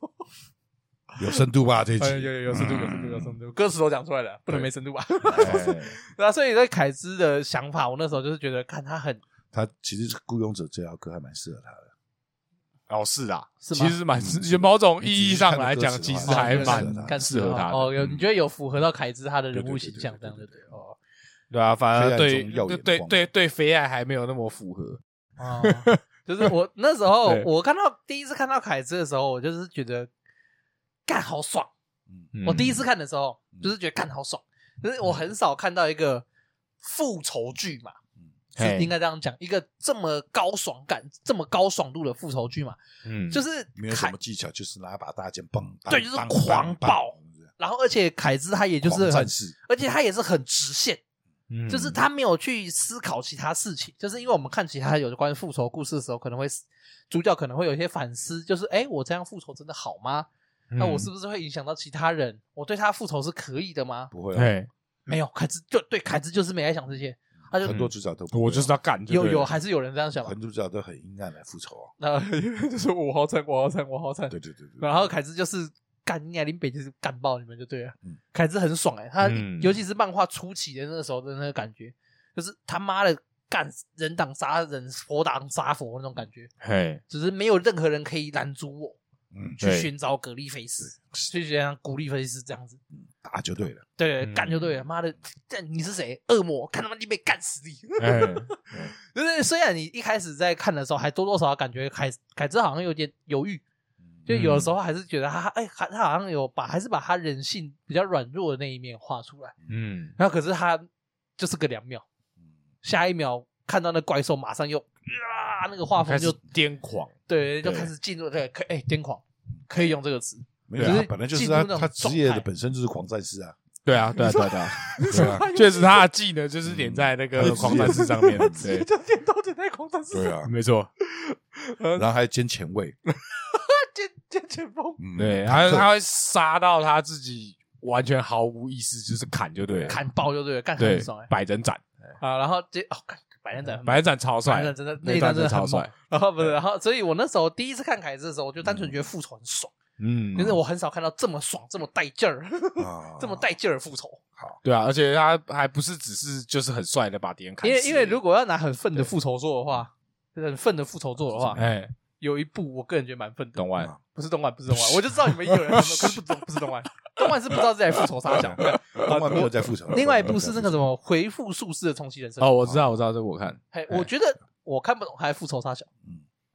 Speaker 3: 有深度吧？这一集、
Speaker 1: 哎，有有有深度，有
Speaker 2: 嗯
Speaker 1: 深度，有深度，歌词都讲出来了，不能没深度吧？ *laughs*
Speaker 2: 哎
Speaker 1: 对啊，所以在凯兹的想法，我那时候就是觉得，看他很
Speaker 3: 他其实《雇佣者》这条歌还蛮适合他的，
Speaker 2: 哦是啦，
Speaker 1: 是吗啊
Speaker 2: 其实蛮是某种
Speaker 3: 你
Speaker 2: 意
Speaker 3: 仔细
Speaker 2: 义上
Speaker 3: 看
Speaker 2: 来
Speaker 3: 歌
Speaker 2: 讲，
Speaker 3: 词的
Speaker 2: 其
Speaker 3: 话
Speaker 2: 实
Speaker 3: 哦
Speaker 2: 还
Speaker 3: 就是
Speaker 2: 蛮
Speaker 1: 干
Speaker 2: 适合他的。嗯
Speaker 1: 哦，有你觉得有符合到凯兹他的人物
Speaker 3: 对对对
Speaker 1: 形象，这样
Speaker 3: 对
Speaker 1: 对
Speaker 3: 对
Speaker 1: 对
Speaker 3: 对
Speaker 1: 哦。
Speaker 2: 对啊，反
Speaker 3: 黑
Speaker 2: 而
Speaker 3: 暗
Speaker 2: 对
Speaker 3: 中耀眼
Speaker 2: 对
Speaker 3: 的
Speaker 2: 对
Speaker 3: 光
Speaker 2: 对对肥爱还没有那么符合。
Speaker 1: 哦，
Speaker 3: *laughs*
Speaker 1: 就是我那时候
Speaker 2: 对
Speaker 1: 我看到第一次看到凯兹的时候，我就是觉得干好爽。
Speaker 3: 嗯，
Speaker 1: 我第一次
Speaker 2: 看，
Speaker 1: 看的时候，就是觉得干好爽，就是我很少看到一个复仇剧嘛，
Speaker 3: 嗯
Speaker 1: 是
Speaker 2: 嘿
Speaker 1: 应该这样讲，一个这么高爽感、这么高爽度的复仇剧嘛，
Speaker 2: 嗯
Speaker 1: 就是是
Speaker 3: 没有什
Speaker 1: 凯
Speaker 3: 么，技巧，就是拿把大剑棒，
Speaker 1: 对就是狂暴，然后而且凯兹他也
Speaker 3: 就
Speaker 1: 就是很
Speaker 3: 战，嗯士，
Speaker 1: 而且他也是很直线，就是他没有去思考其他事情，就是因为我们看其他有关复仇故事的时候，可能会思主角可能会有一些反思，就是哎，诶我这样复仇真的好吗？
Speaker 3: 嗯
Speaker 1: 那我是不是会影响到其他人？我对他复仇是可以的吗？
Speaker 3: 不会、啊，
Speaker 2: 哎，
Speaker 1: 没有，凯兹就对凯兹就是没在想这些，他就
Speaker 3: 很多主角都不会啊
Speaker 2: 我就是要干就
Speaker 1: 有
Speaker 2: 对
Speaker 1: 有
Speaker 2: 了
Speaker 1: 还是有人这样想吧
Speaker 3: 很。多主角都很阴暗来复仇啊。
Speaker 1: *laughs* 那就是我好惨，我好惨，我好惨。
Speaker 3: 对对对对，
Speaker 1: 然后凯兹就是干你啊，林北就是干爆你们就对了
Speaker 3: 嗯。
Speaker 1: 凯兹很爽哎、他
Speaker 2: 嗯
Speaker 1: 尤其是漫画初期的那个时候的那个感觉，就是他妈的干人挡杀人，佛挡杀佛那种感觉，
Speaker 2: 嘿，
Speaker 1: 只是没有任何人可以拦阻我
Speaker 3: 嗯，
Speaker 1: 去
Speaker 2: 对
Speaker 1: 寻找格力菲斯，去寻找古力菲斯这样子。
Speaker 3: 打就对了。
Speaker 1: 对，
Speaker 2: 嗯
Speaker 1: 干就对了，妈的，干你是谁？恶魔，看他妈你被干死你！
Speaker 2: 哎，
Speaker 1: 就是虽然你一开始在看的时候，还多多少少感觉凯凯兹好像有点犹豫，
Speaker 3: 嗯
Speaker 1: 就有的时候还是觉得他哎，他他好像有把还是把他人性比较软弱的那一面画出来。
Speaker 2: 嗯，
Speaker 1: 然后可是他就是个两秒，下一秒看到那怪兽，马上又啊，那个画风
Speaker 2: 开始
Speaker 1: 就
Speaker 2: 癫狂，
Speaker 1: 对，就
Speaker 2: 对
Speaker 1: 开始进入对，可哎癫狂，可以用这个词。
Speaker 3: 没有
Speaker 2: 就
Speaker 3: 啊，
Speaker 1: 是
Speaker 3: 本来就是
Speaker 1: 进入
Speaker 3: 他
Speaker 1: 那种
Speaker 3: 他职业
Speaker 1: 状
Speaker 3: 的
Speaker 1: 态
Speaker 3: 本身就是狂战士
Speaker 1: *laughs*
Speaker 3: 啊，
Speaker 2: 对啊，对啊，对啊对啊，
Speaker 3: 对啊，
Speaker 2: 确实他的技能就是点在那
Speaker 3: 嗯
Speaker 2: 个狂战士上面，对，
Speaker 1: 就点到点在狂战士
Speaker 3: 对啊，
Speaker 2: 没错，
Speaker 3: 然后还兼前卫，
Speaker 1: 剑剑前锋
Speaker 3: 嗯
Speaker 2: 对，
Speaker 3: 坦
Speaker 2: 他
Speaker 3: 克
Speaker 2: 他会杀到他自己完全毫无意识，就是砍就对了，
Speaker 1: 砍爆就对了，干得
Speaker 2: 对嗯
Speaker 1: 很爽哎，
Speaker 2: 百人斩，
Speaker 1: 啊！然后这哦，干百人斩很猛，
Speaker 2: 百人斩超
Speaker 1: 百
Speaker 2: 帅
Speaker 1: 人，斩真的
Speaker 2: 那
Speaker 1: 一段
Speaker 2: 段
Speaker 1: 真的
Speaker 2: 真的超
Speaker 1: 很猛
Speaker 2: 帅。
Speaker 1: 然后不是，然后所以我那时候第一次看凯子的时候，我就单纯觉得复仇很爽，
Speaker 2: 嗯，哦
Speaker 1: 可是我很少看到这么爽、这么带劲儿、
Speaker 3: 啊，
Speaker 1: *laughs* 这么带劲儿的复仇。
Speaker 2: 对啊，而且他还不是只是就是很帅的把敌人砍死，
Speaker 1: 因为因为如果要拿很愤的复仇做的话，很愤的复仇做的话，
Speaker 2: 哎，
Speaker 1: 有一部我个人觉得蛮愤的
Speaker 2: 懂，完，
Speaker 1: 不是东莞，不是东莞，我就知道你们有人看过，
Speaker 2: *laughs*
Speaker 1: 可是不是不是东莞，东莞是不知道是在复仇杀小。
Speaker 2: 哦
Speaker 3: 东莞没有在复仇，
Speaker 1: 另外一部是那个什么回复术士的重启人生
Speaker 2: 哦，，我知哎道，我知道，这个我看，
Speaker 1: 嘿，我觉得我看不懂，还复仇杀小，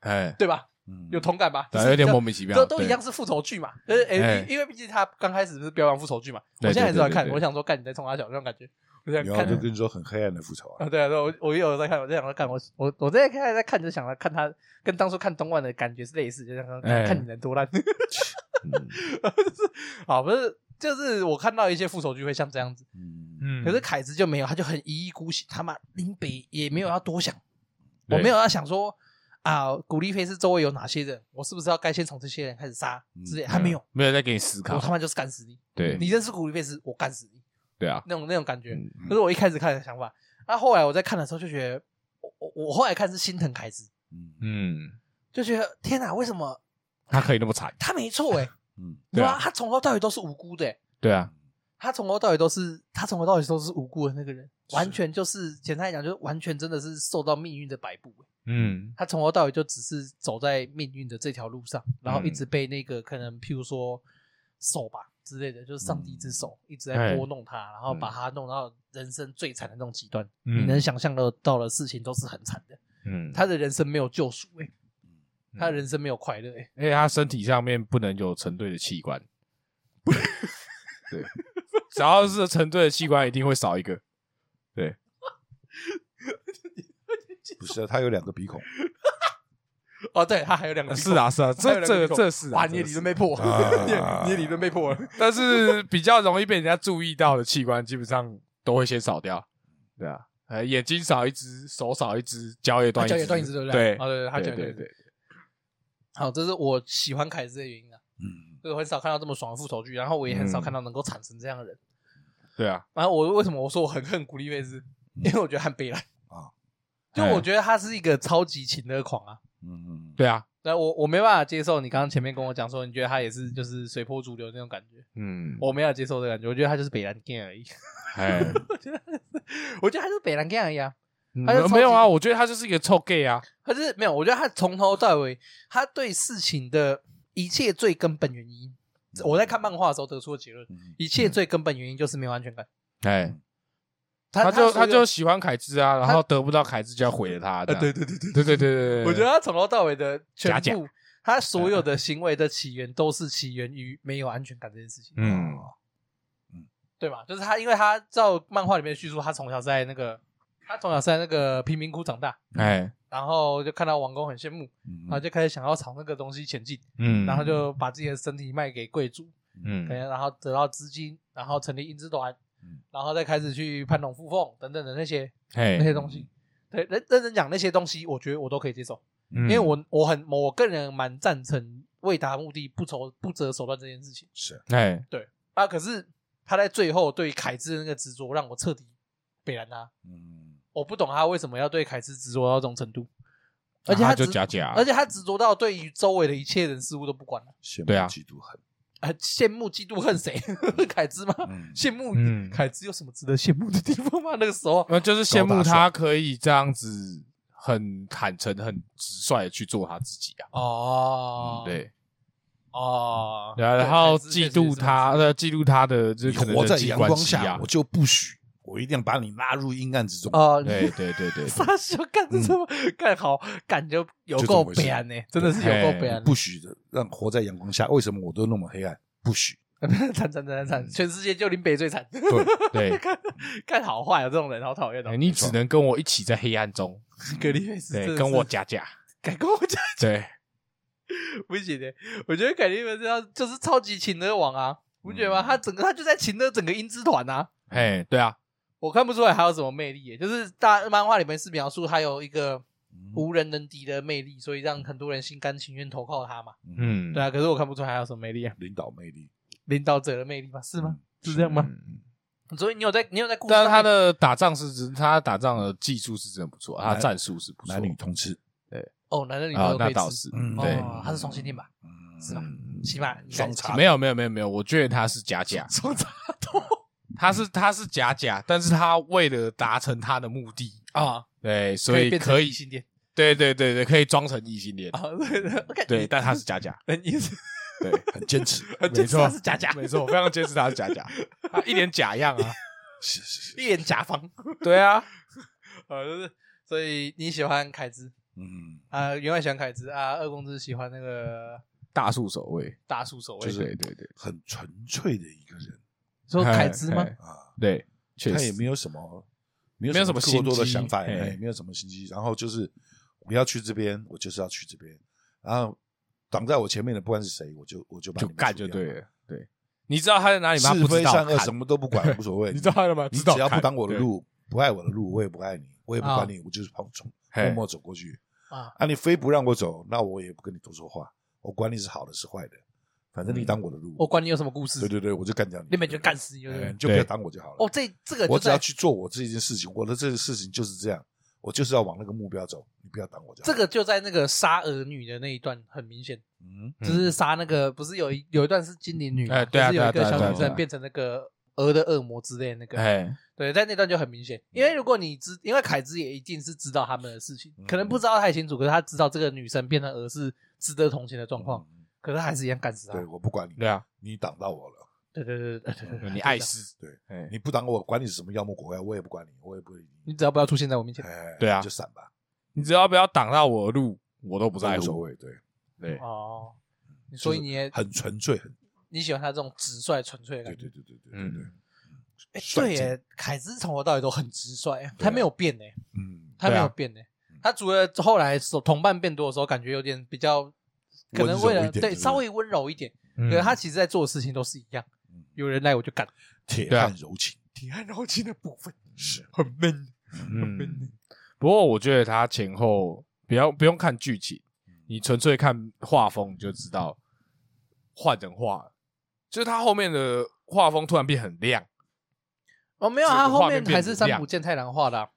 Speaker 2: 哎，
Speaker 1: 对吧？
Speaker 3: 嗯
Speaker 1: 有同感吧？
Speaker 2: 反
Speaker 1: 就是
Speaker 2: 正有点
Speaker 1: 比较
Speaker 2: 莫名其妙，
Speaker 1: 这都
Speaker 2: 对
Speaker 1: 一样，是复仇剧嘛，就是
Speaker 2: 哎
Speaker 1: 哎，因因为毕竟他刚开始是标榜复仇剧嘛，我
Speaker 2: 对
Speaker 1: 现在还是在看
Speaker 2: 对对，对啊
Speaker 1: 我想说干你在冲他小那种感觉，我想
Speaker 3: 然后
Speaker 1: 看
Speaker 3: 就跟你说很黑暗的复仇啊
Speaker 1: 啊，，对啊，对啊，我我也有在看，我在想说干我我我在看在看就想着看他跟当初看东万的感觉是类似，就像刚
Speaker 2: 哎嗯
Speaker 1: 看你能多
Speaker 2: *laughs*
Speaker 1: 烂， *laughs* 就是啊不是。就是我看到一些复仇剧会像这样子，
Speaker 3: 嗯，
Speaker 2: 嗯
Speaker 1: 可是凯子就没有，他就很一意孤行。他妈林北也没有要多想，我
Speaker 2: 对
Speaker 1: 没有要想说啊，古力菲斯周围有哪些人，我是不是要该先从这些人开始杀之
Speaker 2: 嗯
Speaker 1: 类的？他没有，
Speaker 2: 啊没有在给你思
Speaker 1: 我
Speaker 2: 考
Speaker 1: 他，妈就是干死你！
Speaker 2: 对
Speaker 1: 你认识古力菲斯，我干死你！
Speaker 2: 对啊，
Speaker 1: 那种那种感觉
Speaker 2: 嗯，
Speaker 1: 这是我一开始看的想法。那、后来我在看的时候就觉得，我我我后来看是心疼凯子，
Speaker 3: 嗯
Speaker 2: 嗯，
Speaker 1: 就觉得天哪，为什么
Speaker 2: 他可以那么惨， *laughs*
Speaker 1: 他没错哎、
Speaker 3: 嗯，
Speaker 2: 对啊
Speaker 1: 哇，他从头到尾都是无辜的、欸，
Speaker 2: 对啊，
Speaker 1: 他从头到尾都是他从头到尾都是无辜的那个人，
Speaker 3: 是
Speaker 1: 完全就是简单来讲，就是完全真的是受到命运的摆布、欸
Speaker 2: 嗯，
Speaker 1: 他从头到尾就只是走在命运的这条路上，然
Speaker 2: 嗯
Speaker 1: 后一直被那个可能譬如说手吧之类的，就是上帝
Speaker 2: 嗯
Speaker 1: 之手、一直在拨
Speaker 2: 哎
Speaker 1: 弄他，然后把他弄到人生最惨的那种极端。
Speaker 2: 嗯
Speaker 1: 你能想象得到的事情都是很惨的。
Speaker 2: 嗯，
Speaker 1: 他的人生没有救赎、欸，他的人生没有快乐、欸，
Speaker 2: 而且哎他身体上面不能有成对的器官， *laughs* 对， *laughs* 只要是成对的器官，一定会少一个。
Speaker 3: 不是啊，他有两个鼻孔，
Speaker 1: 哦，对他还有两个
Speaker 2: 呃
Speaker 1: 鼻
Speaker 2: *laughs* 是
Speaker 1: 孔，
Speaker 2: 啊，是啊，
Speaker 1: 还有
Speaker 2: 这
Speaker 1: 两个
Speaker 2: 这
Speaker 1: 鼻孔
Speaker 2: 这是啊
Speaker 1: 哇，
Speaker 2: 这
Speaker 1: 你的
Speaker 2: 是
Speaker 1: 理论被破，
Speaker 3: 啊
Speaker 1: *laughs* 你的理论被破了。
Speaker 2: *laughs* 但是比较容易被人家注意到的器官，基本上都会先少掉。对啊，呃，眼睛少一只，手少一只，脚也断一只，
Speaker 1: 脚也断一只对不对
Speaker 2: 对？啊
Speaker 1: 哦对对他脚也
Speaker 2: 对
Speaker 1: 断一
Speaker 2: 对
Speaker 1: 只
Speaker 2: 对，
Speaker 1: 好，这是我喜欢凯子的原因啊，
Speaker 3: 嗯，
Speaker 1: 就是很少看到这么爽的复仇剧，然后我也很少
Speaker 2: 嗯
Speaker 1: 看到能够产生这样的人。
Speaker 2: 对啊，
Speaker 1: 然后我为什么我说我很恨古力妹子？因为我觉得很悲哀
Speaker 3: 嗯啊
Speaker 1: 就我觉得他是一个超级情乐狂啊。
Speaker 3: 嗯，
Speaker 2: 对啊，
Speaker 1: 那我我没办法接受你刚刚前面跟我讲说，你觉得他也是就是随波逐流那种感觉，
Speaker 2: 嗯，
Speaker 1: 我没有接受这个感觉，我觉得他就是北兰 gay 而已， *laughs*
Speaker 2: *laughs* 哎，
Speaker 1: 我觉得他就是北兰 gay 而已啊，
Speaker 2: 嗯
Speaker 1: 他就
Speaker 2: 没有
Speaker 1: 超
Speaker 2: 啊，
Speaker 1: 级
Speaker 2: 我觉得他就是一个臭 gay 啊，
Speaker 1: 他就是没有，我觉得他从头到尾，他对事情的一切最根本原因，我在看漫画的时候得出的结论，
Speaker 3: 嗯
Speaker 1: 一切最根本原因就是没有安全感，
Speaker 2: 哎，
Speaker 1: 他
Speaker 2: 他就
Speaker 1: 所有
Speaker 2: 他就喜欢凯兹啊，然后得不到凯兹就要毁了他，这
Speaker 1: 啊，对
Speaker 2: 样
Speaker 1: 对对对
Speaker 2: 对对对对对，
Speaker 1: 我觉得他从头到尾的全
Speaker 2: 假假
Speaker 1: 部，他所有的行为的起源都是起源于没有安全感这件事情，
Speaker 2: 嗯
Speaker 1: 对吧？就是他，因为他照漫画里面的叙述，他从小在那个，他从小在那个贫民窟长大，
Speaker 2: 哎
Speaker 1: 然后就看到王宫很羡慕，
Speaker 3: 嗯
Speaker 1: 然后就开始想要朝那个东西前进，
Speaker 2: 嗯，
Speaker 1: 然后就把自己的身体卖给贵族，可
Speaker 2: 嗯
Speaker 1: 能然后得到资金，然后成立鹰之团
Speaker 3: 嗯，
Speaker 1: 然后再开始去攀龙附凤等等的那些那些
Speaker 2: 哎，
Speaker 1: 东
Speaker 3: 嗯
Speaker 1: 西。对，认认真讲那些东西，我觉得我都可以接受。
Speaker 2: 因
Speaker 1: 因为我我很我个人蛮赞成为达目的不愁不择手段这件事情
Speaker 3: 是
Speaker 2: 哎
Speaker 1: 啊。可是他在最后对凯兹的那个执着，让我彻底北兰他。
Speaker 3: 嗯
Speaker 1: 我不懂他为什么要对凯兹执着到这种程度，而
Speaker 2: 然
Speaker 1: 且
Speaker 2: 后
Speaker 1: 他
Speaker 2: 啊就
Speaker 1: 执
Speaker 2: 假假，
Speaker 1: 而且他执着到对于周围的一切人事物都不管了，
Speaker 3: 羡慕
Speaker 2: 对啊
Speaker 3: 嫉妒恨，
Speaker 1: 啊，羡慕嫉妒恨谁？ *laughs* 凯兹吗？
Speaker 3: 嗯
Speaker 1: 羡慕
Speaker 2: 嗯呃
Speaker 1: 凯兹有什么值得羡慕的地方吗？那个时候，
Speaker 2: 那就是羡
Speaker 3: 高大
Speaker 2: 慕
Speaker 3: 上
Speaker 2: 他可以这样子很坦诚、很直率的去做他自己啊。
Speaker 1: 哦，
Speaker 2: 对，
Speaker 1: 哦，
Speaker 2: 然后然后
Speaker 1: 对凯兹确
Speaker 2: 嫉
Speaker 1: 实
Speaker 2: 妒
Speaker 1: 是这么
Speaker 2: 他，呃，嫉妒他的就
Speaker 3: 你
Speaker 2: 是可能
Speaker 3: 活在
Speaker 2: 人际
Speaker 3: 阳
Speaker 2: 关
Speaker 3: 光
Speaker 2: 系
Speaker 3: 下，
Speaker 2: 啊
Speaker 3: 我。就不许，我一定要把你拉入阴暗之中。
Speaker 1: 哦，
Speaker 2: 对对对
Speaker 1: *laughs*
Speaker 2: *laughs* 对，对
Speaker 1: 傻笑干这么干好干就有够悲哀呢， *laughs* 真的是有够悲哀。
Speaker 3: 不许的，让活在阳光下。为什么我都那么黑暗？不许。
Speaker 1: *laughs* 惨惨惨惨，全世界就林北最惨，
Speaker 2: *laughs* 对，
Speaker 1: *laughs* 干好坏有这种人好讨厌哦
Speaker 2: 哎。你只能跟我一起在黑暗中，
Speaker 1: 格林菲斯真
Speaker 2: 对，
Speaker 1: 的是
Speaker 2: 跟我假假，
Speaker 1: 改跟我讲 *laughs*
Speaker 2: 对，
Speaker 1: 不行的，我觉得格林菲斯要就是超级情乐王啊，不觉得吗？
Speaker 3: 嗯
Speaker 1: 他整个他就在情乐整个英之团啊，
Speaker 2: 哎，对啊，
Speaker 1: 我看不出来还有什么魅力耶，就是大漫画里面是描述他有一个
Speaker 2: 哦
Speaker 1: 无人能敌的魅力，所以让很多人心甘情愿投靠他嘛。
Speaker 2: 嗯，
Speaker 1: 对啊，可是我看不出来还有什么魅力啊，
Speaker 3: 领导魅力
Speaker 1: 领导者的魅力嘛，是吗？？是这样吗？
Speaker 2: 嗯。
Speaker 1: 所以你有在你有在故事上面，
Speaker 2: 但是他的打仗是，他打仗的技术是真的不错，他的
Speaker 3: 男
Speaker 2: 战术是不错，
Speaker 3: 男女通吃，
Speaker 1: 哦，男的女
Speaker 2: 啊
Speaker 1: 的，
Speaker 2: 那倒是，
Speaker 3: 嗯
Speaker 2: 对，
Speaker 1: 哦，他是双性恋吧？
Speaker 3: 嗯
Speaker 1: 是吧
Speaker 2: 嗯
Speaker 1: 起码你
Speaker 3: 双
Speaker 1: 看
Speaker 3: 叉
Speaker 2: 没有没有没有没有，我觉得他是假假，
Speaker 1: 双插头
Speaker 2: 他是他是假假，但是他为了达成他的目的，
Speaker 1: 啊，
Speaker 2: 对，所以
Speaker 1: 变
Speaker 2: 可
Speaker 1: 成
Speaker 2: 以
Speaker 1: 异，性恋
Speaker 2: 对对对对，可以装成异性恋，
Speaker 1: 啊， *laughs* 对对，OK，*laughs*
Speaker 2: 对，但他是假假，
Speaker 1: 人也是
Speaker 2: 对，
Speaker 3: 很坚
Speaker 2: *laughs*
Speaker 3: 持，
Speaker 2: 没
Speaker 1: 就是
Speaker 2: 错
Speaker 1: 他是假假，*laughs*
Speaker 2: 没错，我非常坚持他是假假，他一脸假样啊，
Speaker 3: 是是是，
Speaker 1: 一脸甲方，
Speaker 2: *laughs* 对啊，
Speaker 1: *laughs* 啊，就是所以你喜欢凯兹
Speaker 3: 嗯，
Speaker 1: 啊，原来喜欢凯兹啊，二公子喜欢那个
Speaker 2: 大树守卫，
Speaker 1: 大树守卫，
Speaker 3: 就是
Speaker 2: 对对对
Speaker 3: 很纯粹的一个人
Speaker 1: 说凯兹吗
Speaker 2: 嘿？嘿
Speaker 3: 啊，
Speaker 2: 对，确
Speaker 3: 他也
Speaker 2: 实，
Speaker 3: 没有什么，没
Speaker 2: 没有
Speaker 3: 有
Speaker 2: 什么
Speaker 3: 过多
Speaker 2: 心
Speaker 3: 的
Speaker 2: 机
Speaker 3: 想法，也
Speaker 2: 哎
Speaker 3: 哎没有什么心机。然后就是我要去这边，我就是要去这边，然后挡在我前面的不管是谁，我就我就把
Speaker 2: 就
Speaker 3: 你们
Speaker 2: 干
Speaker 3: 除
Speaker 2: 就
Speaker 3: 掉
Speaker 2: 对了，对，你知道他在哪里吗？
Speaker 3: 是
Speaker 2: 不
Speaker 3: 非
Speaker 2: 知道
Speaker 3: 善恶
Speaker 2: 看
Speaker 3: 什么都不管，无所谓。
Speaker 2: *laughs* 你知道他的吗？
Speaker 3: 你
Speaker 2: 知道
Speaker 3: 只要不
Speaker 2: 看
Speaker 3: 挡我的，
Speaker 2: 对
Speaker 3: 路，不爱我的路，我也不爱你，我也不管你，我就是跑走，默
Speaker 2: 嘿
Speaker 3: 默走过去。
Speaker 1: 啊，
Speaker 3: 啊，你非不让我走，那我也不跟你多说话，我管你是好的是坏的，反正你挡我的路，
Speaker 1: 我管你有什么故事
Speaker 3: 对，对对，我就干掉你，
Speaker 1: 你们就干死你，对不
Speaker 3: 哎，
Speaker 1: 对
Speaker 3: 你就不要
Speaker 2: 对
Speaker 3: 挡我就好了。
Speaker 1: 哦，这这个就
Speaker 3: 我只要
Speaker 1: 在
Speaker 3: 去做我这件事情，我的这个事情就是这样，我就是要往那个目标走，你不要挡我就好。
Speaker 1: 这个就在那个杀儿女的那一段很明显，
Speaker 3: 嗯，
Speaker 2: 嗯
Speaker 1: 就是杀那个不是有一有一段是精灵女嘛，
Speaker 2: 哎对啊
Speaker 1: 就是有一
Speaker 2: 对
Speaker 1: 个
Speaker 2: 啊对啊
Speaker 1: 小女
Speaker 2: 对啊对
Speaker 1: 生
Speaker 2: 啊
Speaker 1: 变成那个鹅的恶魔之类的那个，
Speaker 2: 哎，
Speaker 1: 对，在那段就很明显，因为如果你知，因为凯兹也一定是知道他们的事
Speaker 2: 嗯
Speaker 1: 情，可能不知道太清楚，可是他知道这个女生变成鹅是值得同情的状况，
Speaker 3: 嗯
Speaker 1: 可是还是一样干死她
Speaker 3: 对。我不管你，
Speaker 2: 对啊，
Speaker 3: 你挡到我了，
Speaker 1: 对对对对对对对，
Speaker 2: 你爱斯，
Speaker 3: 对
Speaker 2: 哎，
Speaker 3: 你不挡我，管你是什么妖魔鬼怪，我也不管你，我也不会理
Speaker 1: 你只要不要出现在我面前
Speaker 3: 哎，
Speaker 2: 对啊
Speaker 3: 就闪吧，
Speaker 2: 你只要不要挡到我的路，我都不在
Speaker 3: 无所
Speaker 2: 乎。
Speaker 3: 谓，对，
Speaker 2: 对，
Speaker 1: 哦。所以你也
Speaker 3: 很纯粹，很
Speaker 1: 你喜欢他这种直率纯粹的
Speaker 3: 对
Speaker 1: 感觉
Speaker 3: 对？对对对对
Speaker 2: 嗯
Speaker 3: 对，
Speaker 1: 哎，
Speaker 3: 率
Speaker 1: 对耶
Speaker 3: 真，
Speaker 1: 凯兹从头到尾都很直率，啊他
Speaker 2: 啊
Speaker 1: 没有变呢，
Speaker 3: 嗯，
Speaker 1: 他没
Speaker 2: 对
Speaker 1: 有
Speaker 2: 啊
Speaker 1: 变呢。他除了后来手同伴变多的时候，感觉有点比较，可能为
Speaker 3: 温柔
Speaker 1: 了
Speaker 3: 一点
Speaker 1: 对
Speaker 3: 就是
Speaker 1: 稍微温柔一点，
Speaker 2: 嗯
Speaker 1: 可是他其实在做的事情都是一样
Speaker 3: 嗯，
Speaker 1: 有人来我就干。
Speaker 3: 铁
Speaker 2: 对啊
Speaker 3: 汉柔情，
Speaker 4: 铁汉柔情的部分
Speaker 3: 是
Speaker 4: 很闷，很
Speaker 2: 嗯
Speaker 1: *laughs*
Speaker 4: 闷的。
Speaker 2: 不过我觉得他前后不要不用看剧情，
Speaker 3: 嗯
Speaker 2: 你纯粹看画风你就知道换人画了，就是他后面的画风突然变很亮，
Speaker 1: 哦，没有，
Speaker 2: 这个
Speaker 1: 他后
Speaker 2: 画
Speaker 1: 面
Speaker 2: 面
Speaker 1: 还
Speaker 2: 变
Speaker 1: 是
Speaker 2: 得
Speaker 1: 三
Speaker 2: 亮
Speaker 1: 浦健太郎画的啊、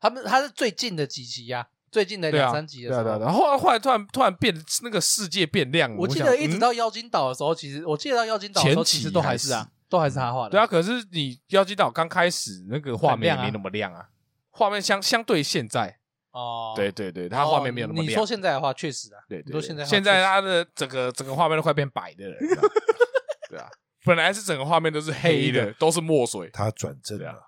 Speaker 1: 他们他是最近的几集呀、最近的
Speaker 2: 对啊，
Speaker 1: 两三集的
Speaker 2: 对
Speaker 1: 时候。
Speaker 2: 啊对啊，然后后来后来突然突然变那个世界变亮了，
Speaker 1: 我
Speaker 2: 我
Speaker 1: 记
Speaker 2: 想
Speaker 1: 得一直
Speaker 2: 嗯
Speaker 1: 到妖精岛的时候，其实我记得到妖精岛的时候，
Speaker 2: 前
Speaker 1: 其
Speaker 2: 期
Speaker 1: 实都还是啊，都还是他画的。
Speaker 2: 对啊，，可是你妖姬岛刚开始那个画面
Speaker 1: 很亮啊
Speaker 2: 也没那么亮啊，画面相相对现在，
Speaker 1: 哦，
Speaker 2: 对对对，它画面没有那么
Speaker 1: 哦你
Speaker 2: 亮。
Speaker 1: 说现在的话，确实啊，
Speaker 2: 对
Speaker 1: 你
Speaker 2: 对
Speaker 1: 说
Speaker 2: 对，
Speaker 1: 现在的话
Speaker 2: 现
Speaker 1: 确
Speaker 2: 在
Speaker 1: 实
Speaker 2: 它的整个整个画面都快变白的了，你知道吗对啊，本来是整个画面都是黑
Speaker 3: 黑
Speaker 2: 的，都是墨水，
Speaker 3: 他转正
Speaker 2: 对啊
Speaker 3: 了，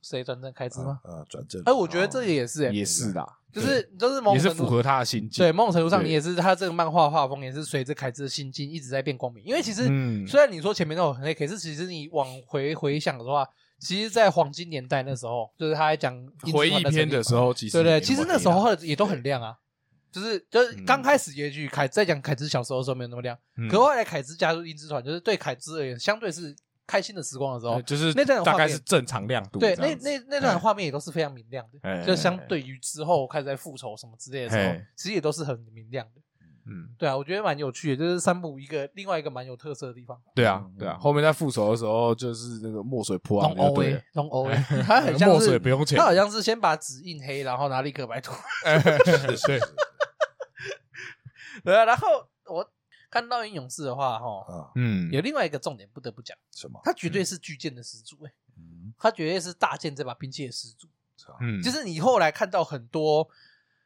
Speaker 1: 谁转正开支吗？
Speaker 3: 啊，转正了，
Speaker 1: 哎，我觉得这个也是，哎，
Speaker 2: 嗯也是啦，
Speaker 1: 就是就是某
Speaker 2: 也
Speaker 1: 种程
Speaker 2: 是符
Speaker 1: 度
Speaker 2: 合他的心境。
Speaker 1: 对，某种程度上，
Speaker 2: 对
Speaker 1: 你也是他这个漫画画风也是随着凯子的心境一直在变光明。因为其实、
Speaker 2: 嗯
Speaker 1: 虽然你说前面都有很累，可是其实你往回回想的话，其实，在黄金年代那时候，就是他在讲英
Speaker 2: 回
Speaker 1: 之团
Speaker 2: 忆篇
Speaker 1: 成
Speaker 2: 的
Speaker 1: 立
Speaker 2: 时候，其实
Speaker 1: 对对，
Speaker 2: 也
Speaker 1: 其实
Speaker 2: 没么
Speaker 1: 那时
Speaker 2: 黑啦
Speaker 1: 候也都很亮啊。就是就是
Speaker 2: 嗯
Speaker 1: 刚开始也许凯在讲凯子小时候的时候没有那么亮，
Speaker 2: 嗯
Speaker 1: 可后来凯子加入英之团，就是对凯子而言相对是开心的时光的时候
Speaker 2: 对，哎就是
Speaker 1: 那段的画
Speaker 2: 大概
Speaker 1: 面
Speaker 2: 是正常亮度这
Speaker 1: 对
Speaker 2: 样子，
Speaker 1: 那那那段画面也都是非常明亮的，
Speaker 2: 哎
Speaker 1: 就相对于之后开始在复仇什么之类的时候
Speaker 2: 哎，
Speaker 1: 其实也都是很明亮的。
Speaker 2: 嗯，
Speaker 1: 对啊，我觉得蛮有趣的，就是三部一个另外一个蛮有特色的地方。
Speaker 2: 对啊
Speaker 1: 嗯
Speaker 2: 对啊，后面在复仇的时候就是那个墨水泼上
Speaker 1: 龙
Speaker 2: 去就
Speaker 1: 欧
Speaker 2: 对
Speaker 1: 诶
Speaker 2: 了，，
Speaker 1: 龙 *laughs* 欧诶，
Speaker 2: 哎
Speaker 1: 它很像
Speaker 2: 墨
Speaker 1: 是
Speaker 2: 水不用钱
Speaker 1: 它好像是先把纸印黑，然后拿立可白涂。
Speaker 2: 对，
Speaker 1: 对啊，然后我看到影勇士的话，哈，
Speaker 3: 啊，
Speaker 2: *laughs* 嗯，
Speaker 1: 有另外一个重点不得不讲，
Speaker 3: 什么？
Speaker 1: 他绝对是巨剑的始祖诶，欸
Speaker 3: 嗯，
Speaker 1: 他绝对是大剑这把兵器的始祖。
Speaker 2: 嗯
Speaker 1: 就是你后来看到很多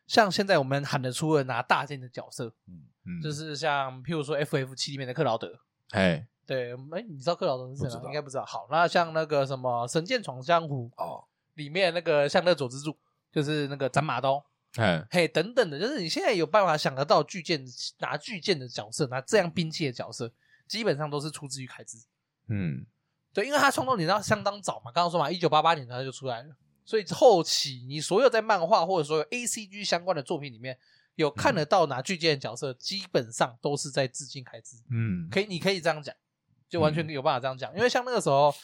Speaker 1: 像现在我们喊得出的拿大剑的角色，
Speaker 2: 嗯
Speaker 1: 就是像譬如说 F F 七里面的克劳德，
Speaker 2: 哎，
Speaker 1: 对，哎，你知道克劳德是谁
Speaker 3: 不
Speaker 1: 吗
Speaker 3: 知？道
Speaker 1: 应该不知道。好，那像那个什么《神剑闯江湖》
Speaker 3: 哦，
Speaker 1: 里面那个向乐佐之助，就是那个斩马刀，
Speaker 2: 哎，
Speaker 1: 嘿，等等的，就是你现在有办法想得到巨剑拿巨剑的角色，拿这样兵器的角色，基本上都是出自于凯兹。
Speaker 2: 嗯，
Speaker 1: 对，因为他创作年代相当早嘛，刚刚说嘛，一九八八年他就出来了，所以后期你所有在漫画或者说有 A C G 相关的作品里面有看得到拿巨剑的角色，基本上都是在致敬凯兹。
Speaker 2: 嗯，
Speaker 1: 可以，你可以这样讲，就完全有办法这样讲，因为像那个时候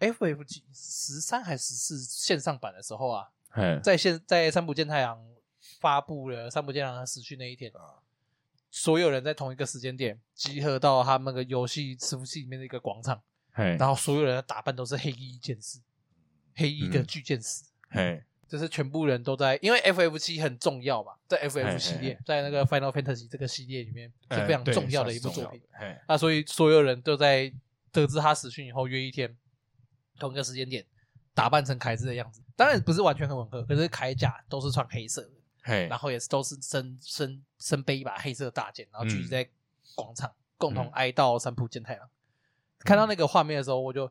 Speaker 1: FF 几十三还十四线上版的时候啊，
Speaker 2: 哎，
Speaker 1: 在线在三浦健太郎发布了三浦健太郎死去那一天
Speaker 3: 啊，
Speaker 1: 所有人在同一个时间点集合到他们的游戏伺服器里面的一个广场，
Speaker 2: 哎，
Speaker 1: 然后所有人的打扮都是黑衣剑士，黑衣的
Speaker 2: 嗯
Speaker 1: 巨剑士。
Speaker 2: 哎，
Speaker 1: 就是全部人都在，因为 F F 七很重要嘛，在 F F 系列，在那个 Final Fantasy 这个系列里面是非常
Speaker 2: 哎对
Speaker 1: 重要
Speaker 2: 算
Speaker 1: 的
Speaker 2: 是
Speaker 1: 一部
Speaker 2: 重
Speaker 1: 作
Speaker 2: 要
Speaker 1: 品
Speaker 2: 的。哎，
Speaker 1: 那所以所有人都在得知他死讯以后约一天，同一个时间点打扮成凯子的样子。当然不是完全很吻合，可是铠甲都是穿黑色的，
Speaker 2: 嘿
Speaker 1: 然，后也是都是身身身背一把黑色的大剑，然后聚
Speaker 3: 嗯
Speaker 1: 集在广场、共同哀悼三浦健太郎。看
Speaker 3: 嗯
Speaker 1: 到那个画面的时候，我就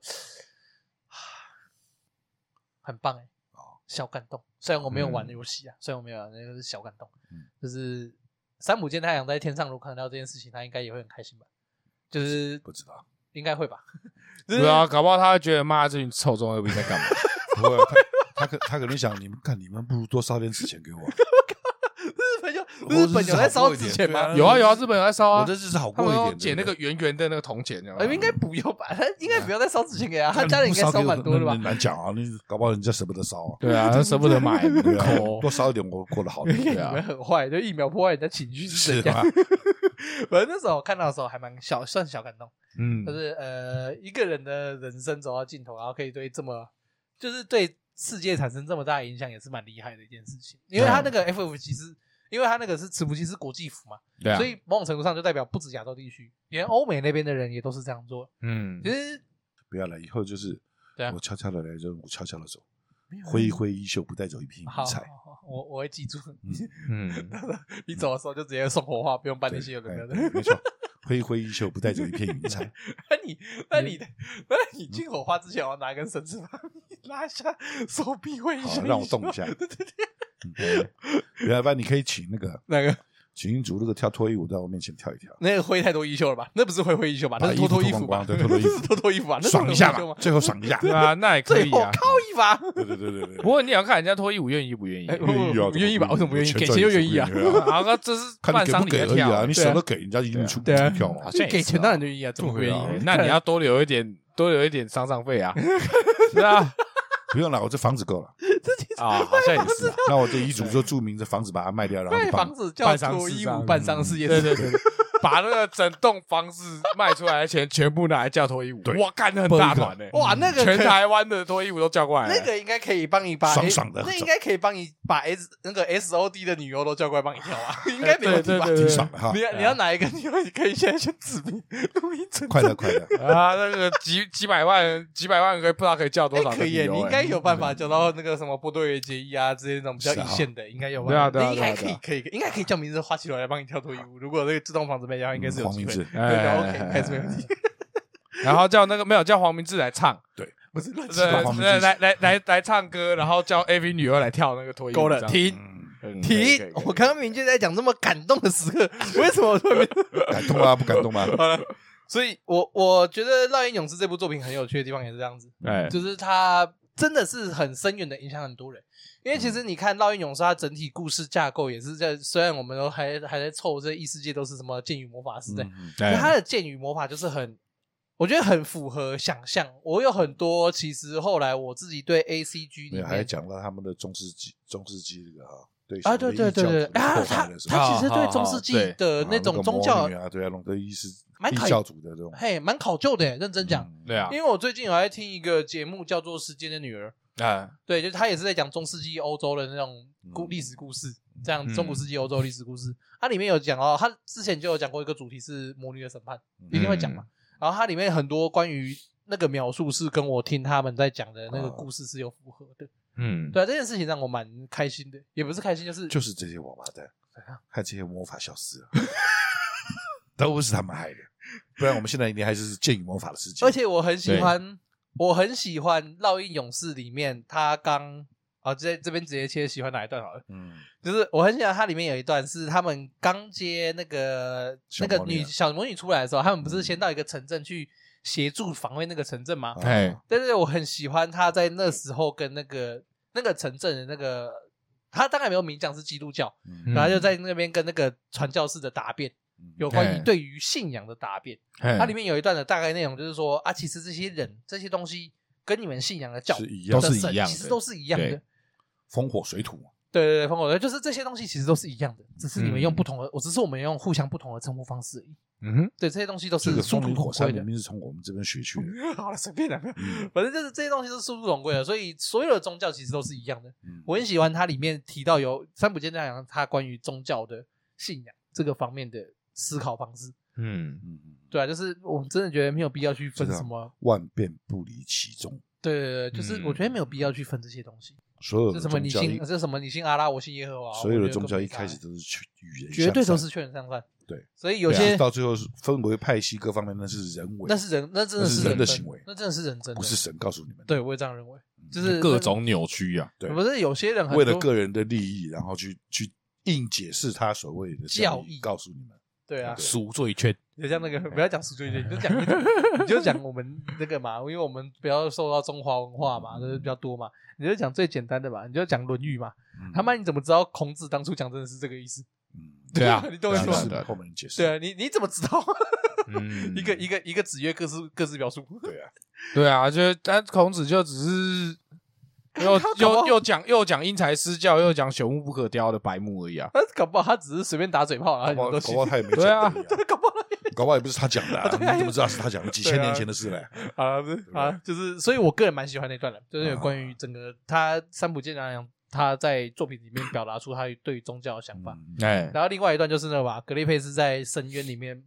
Speaker 1: 很棒哎、
Speaker 3: 哦
Speaker 1: 小感动。虽然我没有玩
Speaker 2: 嗯
Speaker 1: 游戏啊，虽然我没有玩，那个是小感动。
Speaker 3: 嗯
Speaker 1: 就是三浦健太郎在天上如果看到这件事情，他应该也会很开心吧？就是
Speaker 3: 不知道，
Speaker 1: 应该
Speaker 3: *laughs*
Speaker 1: 会吧？
Speaker 2: 对啊，搞不好他会觉得妈这群臭中二病在干 *laughs* 嘛？
Speaker 3: 不会，他他可他可能想，你们看，你们不如多烧点纸钱给我，
Speaker 1: 日本有
Speaker 3: 或者
Speaker 1: 日本
Speaker 3: 至
Speaker 1: 有
Speaker 3: 少
Speaker 1: 在烧
Speaker 3: 过一
Speaker 1: 纸
Speaker 3: 点
Speaker 1: 钱
Speaker 3: 对啊
Speaker 1: 吗？
Speaker 2: 有啊有啊，日本有在烧啊，
Speaker 3: 我这日子好
Speaker 2: 他
Speaker 3: 过
Speaker 2: 们
Speaker 3: 一
Speaker 2: 都
Speaker 3: 点。
Speaker 2: 捡那个圆圆的那个铜钱，这样
Speaker 1: 呃，应该不用吧？他应该不要再烧纸钱给他，
Speaker 3: 对不对，
Speaker 1: 他家里应该烧蛮多的吧
Speaker 3: 那？难讲啊，你搞不好人家舍不得烧啊。
Speaker 2: *laughs* 对啊，他舍不得买，
Speaker 3: 对
Speaker 2: *laughs*
Speaker 3: 啊 *laughs*
Speaker 2: 抠，
Speaker 3: 多烧一点，我过得好一
Speaker 1: 因为
Speaker 3: 点。
Speaker 2: 对啊
Speaker 1: 你们很坏， *laughs* 就疫苗破坏人家情绪是
Speaker 3: 是
Speaker 1: 怎样 *laughs*
Speaker 3: 吧？？
Speaker 1: 反正那时候我看到的时候还蛮小，算小感动，
Speaker 2: 嗯
Speaker 1: 就，是呃，一个人的人生走到尽头，然后可以对这么，就是对世界产生这么大的影响，也是蛮厉害的一件事情。因
Speaker 2: 啊
Speaker 1: 为他那个 FF 其实，因为他那个是磁浮器是国际服嘛，
Speaker 2: 对啊，
Speaker 1: 所以某种程度上就代表不止亚洲地区，连欧美那边的人也都是这样做。
Speaker 2: 嗯
Speaker 1: 其，实
Speaker 3: 不要了，以后就是
Speaker 1: 对啊
Speaker 3: 我悄悄的来任务，悄悄的走，
Speaker 1: 没有人
Speaker 3: 挥一挥衣袖，不带走一片
Speaker 1: 好，好
Speaker 3: 云彩。
Speaker 1: 好我我会记住，
Speaker 2: 嗯，
Speaker 1: *laughs* 你走的时候就直接送火化，不用办那
Speaker 3: 对
Speaker 1: 些有的没
Speaker 3: 哎
Speaker 1: 有的。
Speaker 3: 对没错，挥一挥衣袖，不带走一
Speaker 1: *laughs*
Speaker 3: 片云彩。
Speaker 1: 那你那你的那你进火化之前，我要拿根绳子把你拉下，手臂会一
Speaker 3: 好
Speaker 1: 下，，
Speaker 3: 让我动一
Speaker 1: *laughs*
Speaker 3: 下。
Speaker 1: 对对对，
Speaker 3: 嗯对要不然你可以请那个
Speaker 1: 那个
Speaker 3: 请族那个跳脱衣舞在我面前跳一跳，
Speaker 1: 那个灰太多衣袖了吧？那不是灰灰衣袖吧？
Speaker 3: 把
Speaker 1: 那是脱
Speaker 3: 衣
Speaker 1: 脱衣
Speaker 3: 服脱
Speaker 1: 服吧？
Speaker 3: 光光对脱脱
Speaker 1: 那 *laughs*
Speaker 3: 衣服
Speaker 1: 是脱脱衣服吧？那是
Speaker 3: 爽一下
Speaker 1: 脱脱衣
Speaker 3: 嘛
Speaker 1: 服，吗
Speaker 3: 最后爽
Speaker 1: *laughs*
Speaker 3: 一下。
Speaker 2: *laughs* 对啊，那也可
Speaker 1: 最
Speaker 2: 以
Speaker 1: 后
Speaker 2: 啊。
Speaker 1: 靠一发，
Speaker 3: *laughs* 对对对对对
Speaker 2: 不过你要看人家脱衣舞愿意不愿意 *laughs*
Speaker 1: 哎。
Speaker 3: 不愿意啊，
Speaker 1: 愿意吧为什么不愿意
Speaker 3: 全赚
Speaker 1: 给钱就
Speaker 3: 也是
Speaker 1: 愿意啊
Speaker 3: 不
Speaker 1: *laughs*
Speaker 2: 然后那这是
Speaker 3: 看
Speaker 2: 办
Speaker 3: 你给
Speaker 2: 丧
Speaker 3: 不
Speaker 2: 礼
Speaker 3: 给
Speaker 2: 要
Speaker 3: 而已啊，
Speaker 2: 跳
Speaker 3: 你，
Speaker 1: 对啊
Speaker 3: 舍得给人家一定出
Speaker 1: 对啊
Speaker 3: 跳嘛
Speaker 2: 好。像也
Speaker 1: 给
Speaker 2: 是
Speaker 1: 钱
Speaker 2: 啊
Speaker 1: 当然就愿意啊，怎么不
Speaker 3: 对
Speaker 1: 愿
Speaker 3: 啊
Speaker 1: 意？
Speaker 2: 哎那你要多留一点，多留一点丧葬
Speaker 3: *laughs*
Speaker 2: 费啊。是啊，
Speaker 3: 不用了，我这房子够
Speaker 1: *laughs*
Speaker 3: 了，
Speaker 1: 自己
Speaker 2: 啊，好像也是啊。
Speaker 3: 那我这遗嘱就注明这房子把它卖掉，然后
Speaker 1: 卖
Speaker 3: 就帮
Speaker 1: 房子叫
Speaker 2: 办丧
Speaker 1: 脱
Speaker 2: 事
Speaker 1: 衣
Speaker 2: 这样
Speaker 1: 舞
Speaker 2: 子
Speaker 1: 办丧事业，
Speaker 2: 对对对，对把那个整栋房子卖出来的钱全部拿来叫脱衣舞，哇，干得很大欸团呢。
Speaker 1: 哇，那个
Speaker 2: *laughs* 全哎
Speaker 1: 可
Speaker 2: 台湾的脱衣舞都叫过来了。
Speaker 1: 那个应该可以帮你把哎
Speaker 3: 爽爽的
Speaker 1: 那应该可以帮你把 S 那个 S O D 的女优都叫过来帮你跳啊，应
Speaker 2: 哎
Speaker 1: 该没问题吧？
Speaker 2: 对对
Speaker 3: 挺
Speaker 2: 对
Speaker 3: 爽的哈
Speaker 1: 你，要你要哪一个女优？你可以现在先指名 *laughs* 录音存
Speaker 3: 快
Speaker 1: 证
Speaker 3: 乐，快乐。
Speaker 2: 啊，那个几 *laughs* 几百万、几百万个不知道可以叫多
Speaker 1: 哎
Speaker 2: 少个
Speaker 1: 可以耶，
Speaker 2: 理由
Speaker 1: 你应该有办法叫到那个什么波多野结衣啊之类那种比较
Speaker 3: 是啊
Speaker 1: 一线的，应该有办法。
Speaker 2: 对啊对啊
Speaker 1: 你应该可
Speaker 2: 对
Speaker 1: 以
Speaker 2: 啊
Speaker 1: 可以，应该可以叫名字花绮罗来帮你跳脱衣舞。如果那个自动房子被 *laughs* 掉，应该是有
Speaker 3: 嗯黄
Speaker 1: 机
Speaker 3: 明
Speaker 1: 会。
Speaker 3: 志
Speaker 1: 对，
Speaker 2: 哎
Speaker 1: 对
Speaker 2: 哎
Speaker 1: ，OK，
Speaker 2: 哎
Speaker 1: 还是没问题。
Speaker 2: 然后叫那个没有叫黄明志来
Speaker 1: *laughs*
Speaker 2: 唱，
Speaker 1: 不是乱七
Speaker 2: 对
Speaker 1: 八
Speaker 3: 叫
Speaker 1: 糟
Speaker 3: 黄，明
Speaker 2: 对
Speaker 3: 志
Speaker 2: 来来来来唱歌，然后叫 AV 女优来跳那个脱衣舞，
Speaker 1: 够了
Speaker 2: 这，样
Speaker 1: 停
Speaker 3: 嗯，
Speaker 2: 嗯可以可以
Speaker 1: 停！我刚刚明明就在讲这么感动的时刻，为什么我突然变 *laughs*
Speaker 3: 感动啊吗？不感动吗？
Speaker 1: 好了，所以我我觉得《烙印勇士》这部作品很有趣的地方也是这样子，
Speaker 2: 哎
Speaker 1: 嗯就是它真的是很深远的影响很多人。因为其实你看《烙印勇士》，它整体故事架构也是在，虽然我们都还还在凑这异世界都是什么剑与魔法师的，
Speaker 3: 嗯
Speaker 1: 可是
Speaker 2: 哎
Speaker 1: 它的剑与魔法就是很，我觉得很符合想象。我有很多其实后来我自己对 A C G 里
Speaker 3: 没有，还
Speaker 1: 面
Speaker 3: 讲到他们的中世纪，中世纪这个哈，对
Speaker 1: 啊，对对对对，啊，他
Speaker 3: 他
Speaker 1: 他其实对
Speaker 2: 好
Speaker 1: 中
Speaker 2: 好
Speaker 1: 世纪
Speaker 2: 对
Speaker 1: 的那种宗教，
Speaker 3: 啊，对啊，龙德一是
Speaker 1: 蛮
Speaker 3: 异
Speaker 1: 讨厌
Speaker 3: 教徒的这种，
Speaker 1: 嘿，蛮考究的，认真
Speaker 3: 嗯
Speaker 1: 讲。
Speaker 2: 对啊，
Speaker 1: 因为我最近有在听一个节目叫做《时间的女儿》，
Speaker 2: 啊，
Speaker 1: 对，就是他也是在讲中世纪欧洲的那种故
Speaker 3: 嗯
Speaker 1: 历史故事，这样
Speaker 2: 嗯
Speaker 1: 中古世纪欧洲历史故事。它里面有讲哦，他之前就有讲过一个主题是魔女的审判，
Speaker 3: 嗯
Speaker 1: 一定会讲嘛。然后它里面很多关于那个描述是跟我听他们在讲的那个故事是有符合的。
Speaker 2: 嗯，
Speaker 1: 对啊，这件事情让我蛮开心的，也不是开心，就是
Speaker 3: 嗯就是这些王八蛋，
Speaker 1: 啊
Speaker 3: 害这些魔法消失了， *laughs* 都是他们害的，不然我们现在一定还是剑与魔法的世界。
Speaker 1: 而且我很喜
Speaker 2: 对
Speaker 1: 欢，我很喜欢《烙印勇士》里面他刚啊，这这边直接切喜欢哪一段好了。
Speaker 3: 嗯，
Speaker 1: 就是我很喜欢它里面有一段是他们刚接那个
Speaker 3: 小
Speaker 1: 那个
Speaker 3: 魔女
Speaker 1: 女
Speaker 3: 啊
Speaker 1: 小魔女出来的时候，他们不是先到一个城镇去协助防卫那个城镇吗？
Speaker 3: 啊
Speaker 2: 哎，
Speaker 1: 对对对，我很喜欢他在那时候跟那个那个城镇的那个他大概没有明讲是基督教，
Speaker 3: 嗯
Speaker 2: 嗯
Speaker 1: 然后就在那边跟那个传教士的答辩，有关
Speaker 2: 哎
Speaker 1: 于对于信仰的答辩。
Speaker 2: 哎
Speaker 3: 嗯
Speaker 1: 它里面有一段的大概内容就是说啊，其实这些人这些东西跟你们信仰的教
Speaker 3: 是一样
Speaker 1: 的
Speaker 2: 都是一
Speaker 1: 神
Speaker 2: 样
Speaker 1: 其实
Speaker 2: 的
Speaker 1: 都是一样的
Speaker 2: 对。
Speaker 3: 烽火水土嘛，
Speaker 1: 对对对，风口就是这些东西其实都是一样的，只是你们用
Speaker 2: 嗯
Speaker 1: 不同的，我只是我们用互相不同的称呼方式而已。
Speaker 2: 嗯哼，
Speaker 1: 对，这些东西都
Speaker 3: 这
Speaker 1: 是
Speaker 3: 个
Speaker 1: 殊
Speaker 3: 风
Speaker 1: 途
Speaker 3: 林
Speaker 1: 同
Speaker 3: 火山
Speaker 1: 归
Speaker 3: 明
Speaker 1: 的。
Speaker 3: 明是从我们这边学去的。
Speaker 1: *laughs*
Speaker 4: 好了，随便啦。
Speaker 3: 嗯
Speaker 1: 反正就是这些东西都是殊途同归的，所以所有的宗教其实都是一样的。
Speaker 3: 嗯
Speaker 1: 我很喜欢它里面提到有三浦健太郎他关于宗教的信仰这个方面的思考方式。
Speaker 2: 嗯，
Speaker 3: 嗯嗯
Speaker 1: 对啊，就是我真的觉得没有必要去分
Speaker 3: 这个
Speaker 1: 什么，
Speaker 3: 万变不离其宗，
Speaker 1: 对对对，就是我觉得没有必要去分这些东西。
Speaker 3: 所有
Speaker 1: 这
Speaker 3: 的
Speaker 1: 什么
Speaker 3: 宗
Speaker 1: 你
Speaker 3: 教一
Speaker 1: 信，这什么你信阿拉，我信耶和华，
Speaker 3: 所有
Speaker 1: 我觉
Speaker 3: 的
Speaker 1: 得
Speaker 3: 宗
Speaker 1: 根
Speaker 3: 教
Speaker 1: 本没
Speaker 3: 一开
Speaker 1: 差
Speaker 3: 始都是去与人
Speaker 1: 绝
Speaker 3: 向
Speaker 1: 对都
Speaker 3: 善
Speaker 1: 是劝人向善。
Speaker 3: 对，
Speaker 1: 所以有
Speaker 3: 对啊
Speaker 1: 些
Speaker 3: 到最后是分为派系各方面，那是人为，
Speaker 1: 那是人，那真的
Speaker 3: 那是
Speaker 1: 人
Speaker 3: 人的
Speaker 1: 真
Speaker 3: 行为
Speaker 1: 那真的是人真的，
Speaker 3: 不是神告诉你们的。
Speaker 1: 对，我也这样认为，就是
Speaker 2: 就各种扭曲啊，
Speaker 3: 对
Speaker 1: 不是有些人很
Speaker 3: 为了
Speaker 1: 多
Speaker 3: 个人的利益，然后去去硬解释他所谓的
Speaker 1: 教
Speaker 3: 义，
Speaker 1: 义
Speaker 3: 告诉你们，
Speaker 1: 对啊，
Speaker 2: 赎罪券，
Speaker 1: 就像那个不要讲赎罪券，你就讲一种你就讲我们那个嘛，因为我们比较受到中华文化嘛，就是比较多嘛，你就讲最简单的嘛，你就讲《论语》嘛，
Speaker 3: 嗯
Speaker 1: 他妈你怎么知道孔子当初讲真的是这个意思？
Speaker 3: 嗯
Speaker 2: 对啊
Speaker 1: *laughs* 你懂我意思
Speaker 3: 其
Speaker 1: 吗
Speaker 3: 实？
Speaker 2: 是的
Speaker 3: 后面解释，
Speaker 1: 对啊，你你怎么知道？
Speaker 2: 嗯
Speaker 1: 一个一个一个子曰各自各自表述， *laughs*
Speaker 3: 对啊，
Speaker 2: 对啊，就但孔子就只是又
Speaker 1: 他搞不好
Speaker 2: 又又讲又讲因材施教，又讲朽木不可雕的白木而已啊。
Speaker 1: 他搞不好他只是随便打嘴炮，然后
Speaker 3: 搞
Speaker 1: 你
Speaker 3: 不
Speaker 1: 们都
Speaker 3: 好搞
Speaker 1: 信
Speaker 3: 不好，他也没
Speaker 2: 对啊
Speaker 3: 讲道理啊，
Speaker 1: *laughs* 搞不好
Speaker 3: 搞不好也不是他讲
Speaker 1: *laughs*
Speaker 3: 的、啊，你怎么知道是他讲的？几千年前的事嘞、
Speaker 1: 啊，不是啊，就是，所以我个人蛮喜欢那段的，就是有关于整个他三浦健良他在作品里面表达出他对于宗教的想法。
Speaker 3: 嗯
Speaker 2: 哎，
Speaker 1: 然后另外一段就是那个吧，格雷佩斯在深渊里面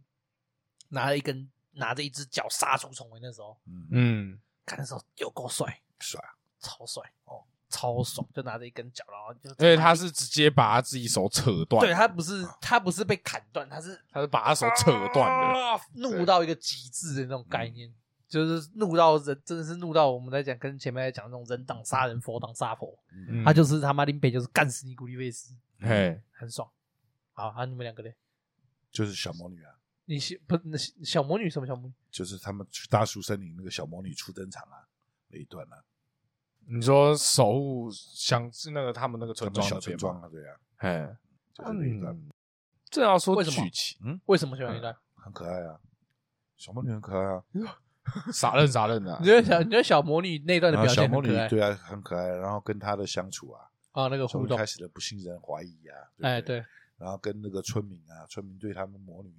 Speaker 1: 拿了一根拿着一只脚杀出重围，那时候
Speaker 3: 嗯，
Speaker 2: 嗯，
Speaker 1: 看的时候又够帅，
Speaker 3: 帅
Speaker 1: 超帅哦，超爽，就拿着一根脚，然后就
Speaker 2: 而且他是直接把他自己手扯断，
Speaker 1: 对他不是他不是被砍断，他是
Speaker 2: 他是把他手扯断的，
Speaker 3: *laughs*
Speaker 1: 啊，怒到一个极致的那种
Speaker 3: 嗯
Speaker 1: 概念，就是怒到人，真的是怒到我们在讲跟前面在讲那种人挡杀人，佛挡杀佛，
Speaker 2: 嗯
Speaker 1: 他就是他妈林北就是干死你古力贝斯，
Speaker 2: 嘿，
Speaker 1: 很爽。好啊，你们两个嘞，
Speaker 3: 就是小魔女啊，
Speaker 1: 你小不是那小魔女什么小魔女？
Speaker 3: 就是他们去大树森林那个小魔女初登场啊那一段啊，
Speaker 2: 你说守护想是那个他们那个
Speaker 3: 他
Speaker 2: 村
Speaker 3: 们
Speaker 2: 庄
Speaker 3: 小
Speaker 2: 那
Speaker 3: 村
Speaker 2: 边
Speaker 3: 庄
Speaker 2: 吗？
Speaker 3: 啊，对啊，
Speaker 2: 哎，
Speaker 3: 就是那一段、
Speaker 2: 这要说
Speaker 1: 为什么
Speaker 2: 剧情， *laughs*
Speaker 1: 为什么喜欢那段？
Speaker 3: 很可爱啊，小魔女很可爱啊，
Speaker 2: 傻认傻认的啊
Speaker 1: 你，觉得小你觉得小魔女那段的
Speaker 3: 然后
Speaker 1: 表
Speaker 3: 嗯小
Speaker 1: 现
Speaker 3: 魔
Speaker 1: 很
Speaker 3: 女
Speaker 1: 可爱
Speaker 3: 对啊很可爱，然后跟她的相处啊，
Speaker 1: 啊，那个互
Speaker 3: 从一
Speaker 1: 动
Speaker 3: 开，始的不信任、怀疑啊，不
Speaker 1: 哎，对，
Speaker 3: 然后跟那个村民啊，村民对他们魔女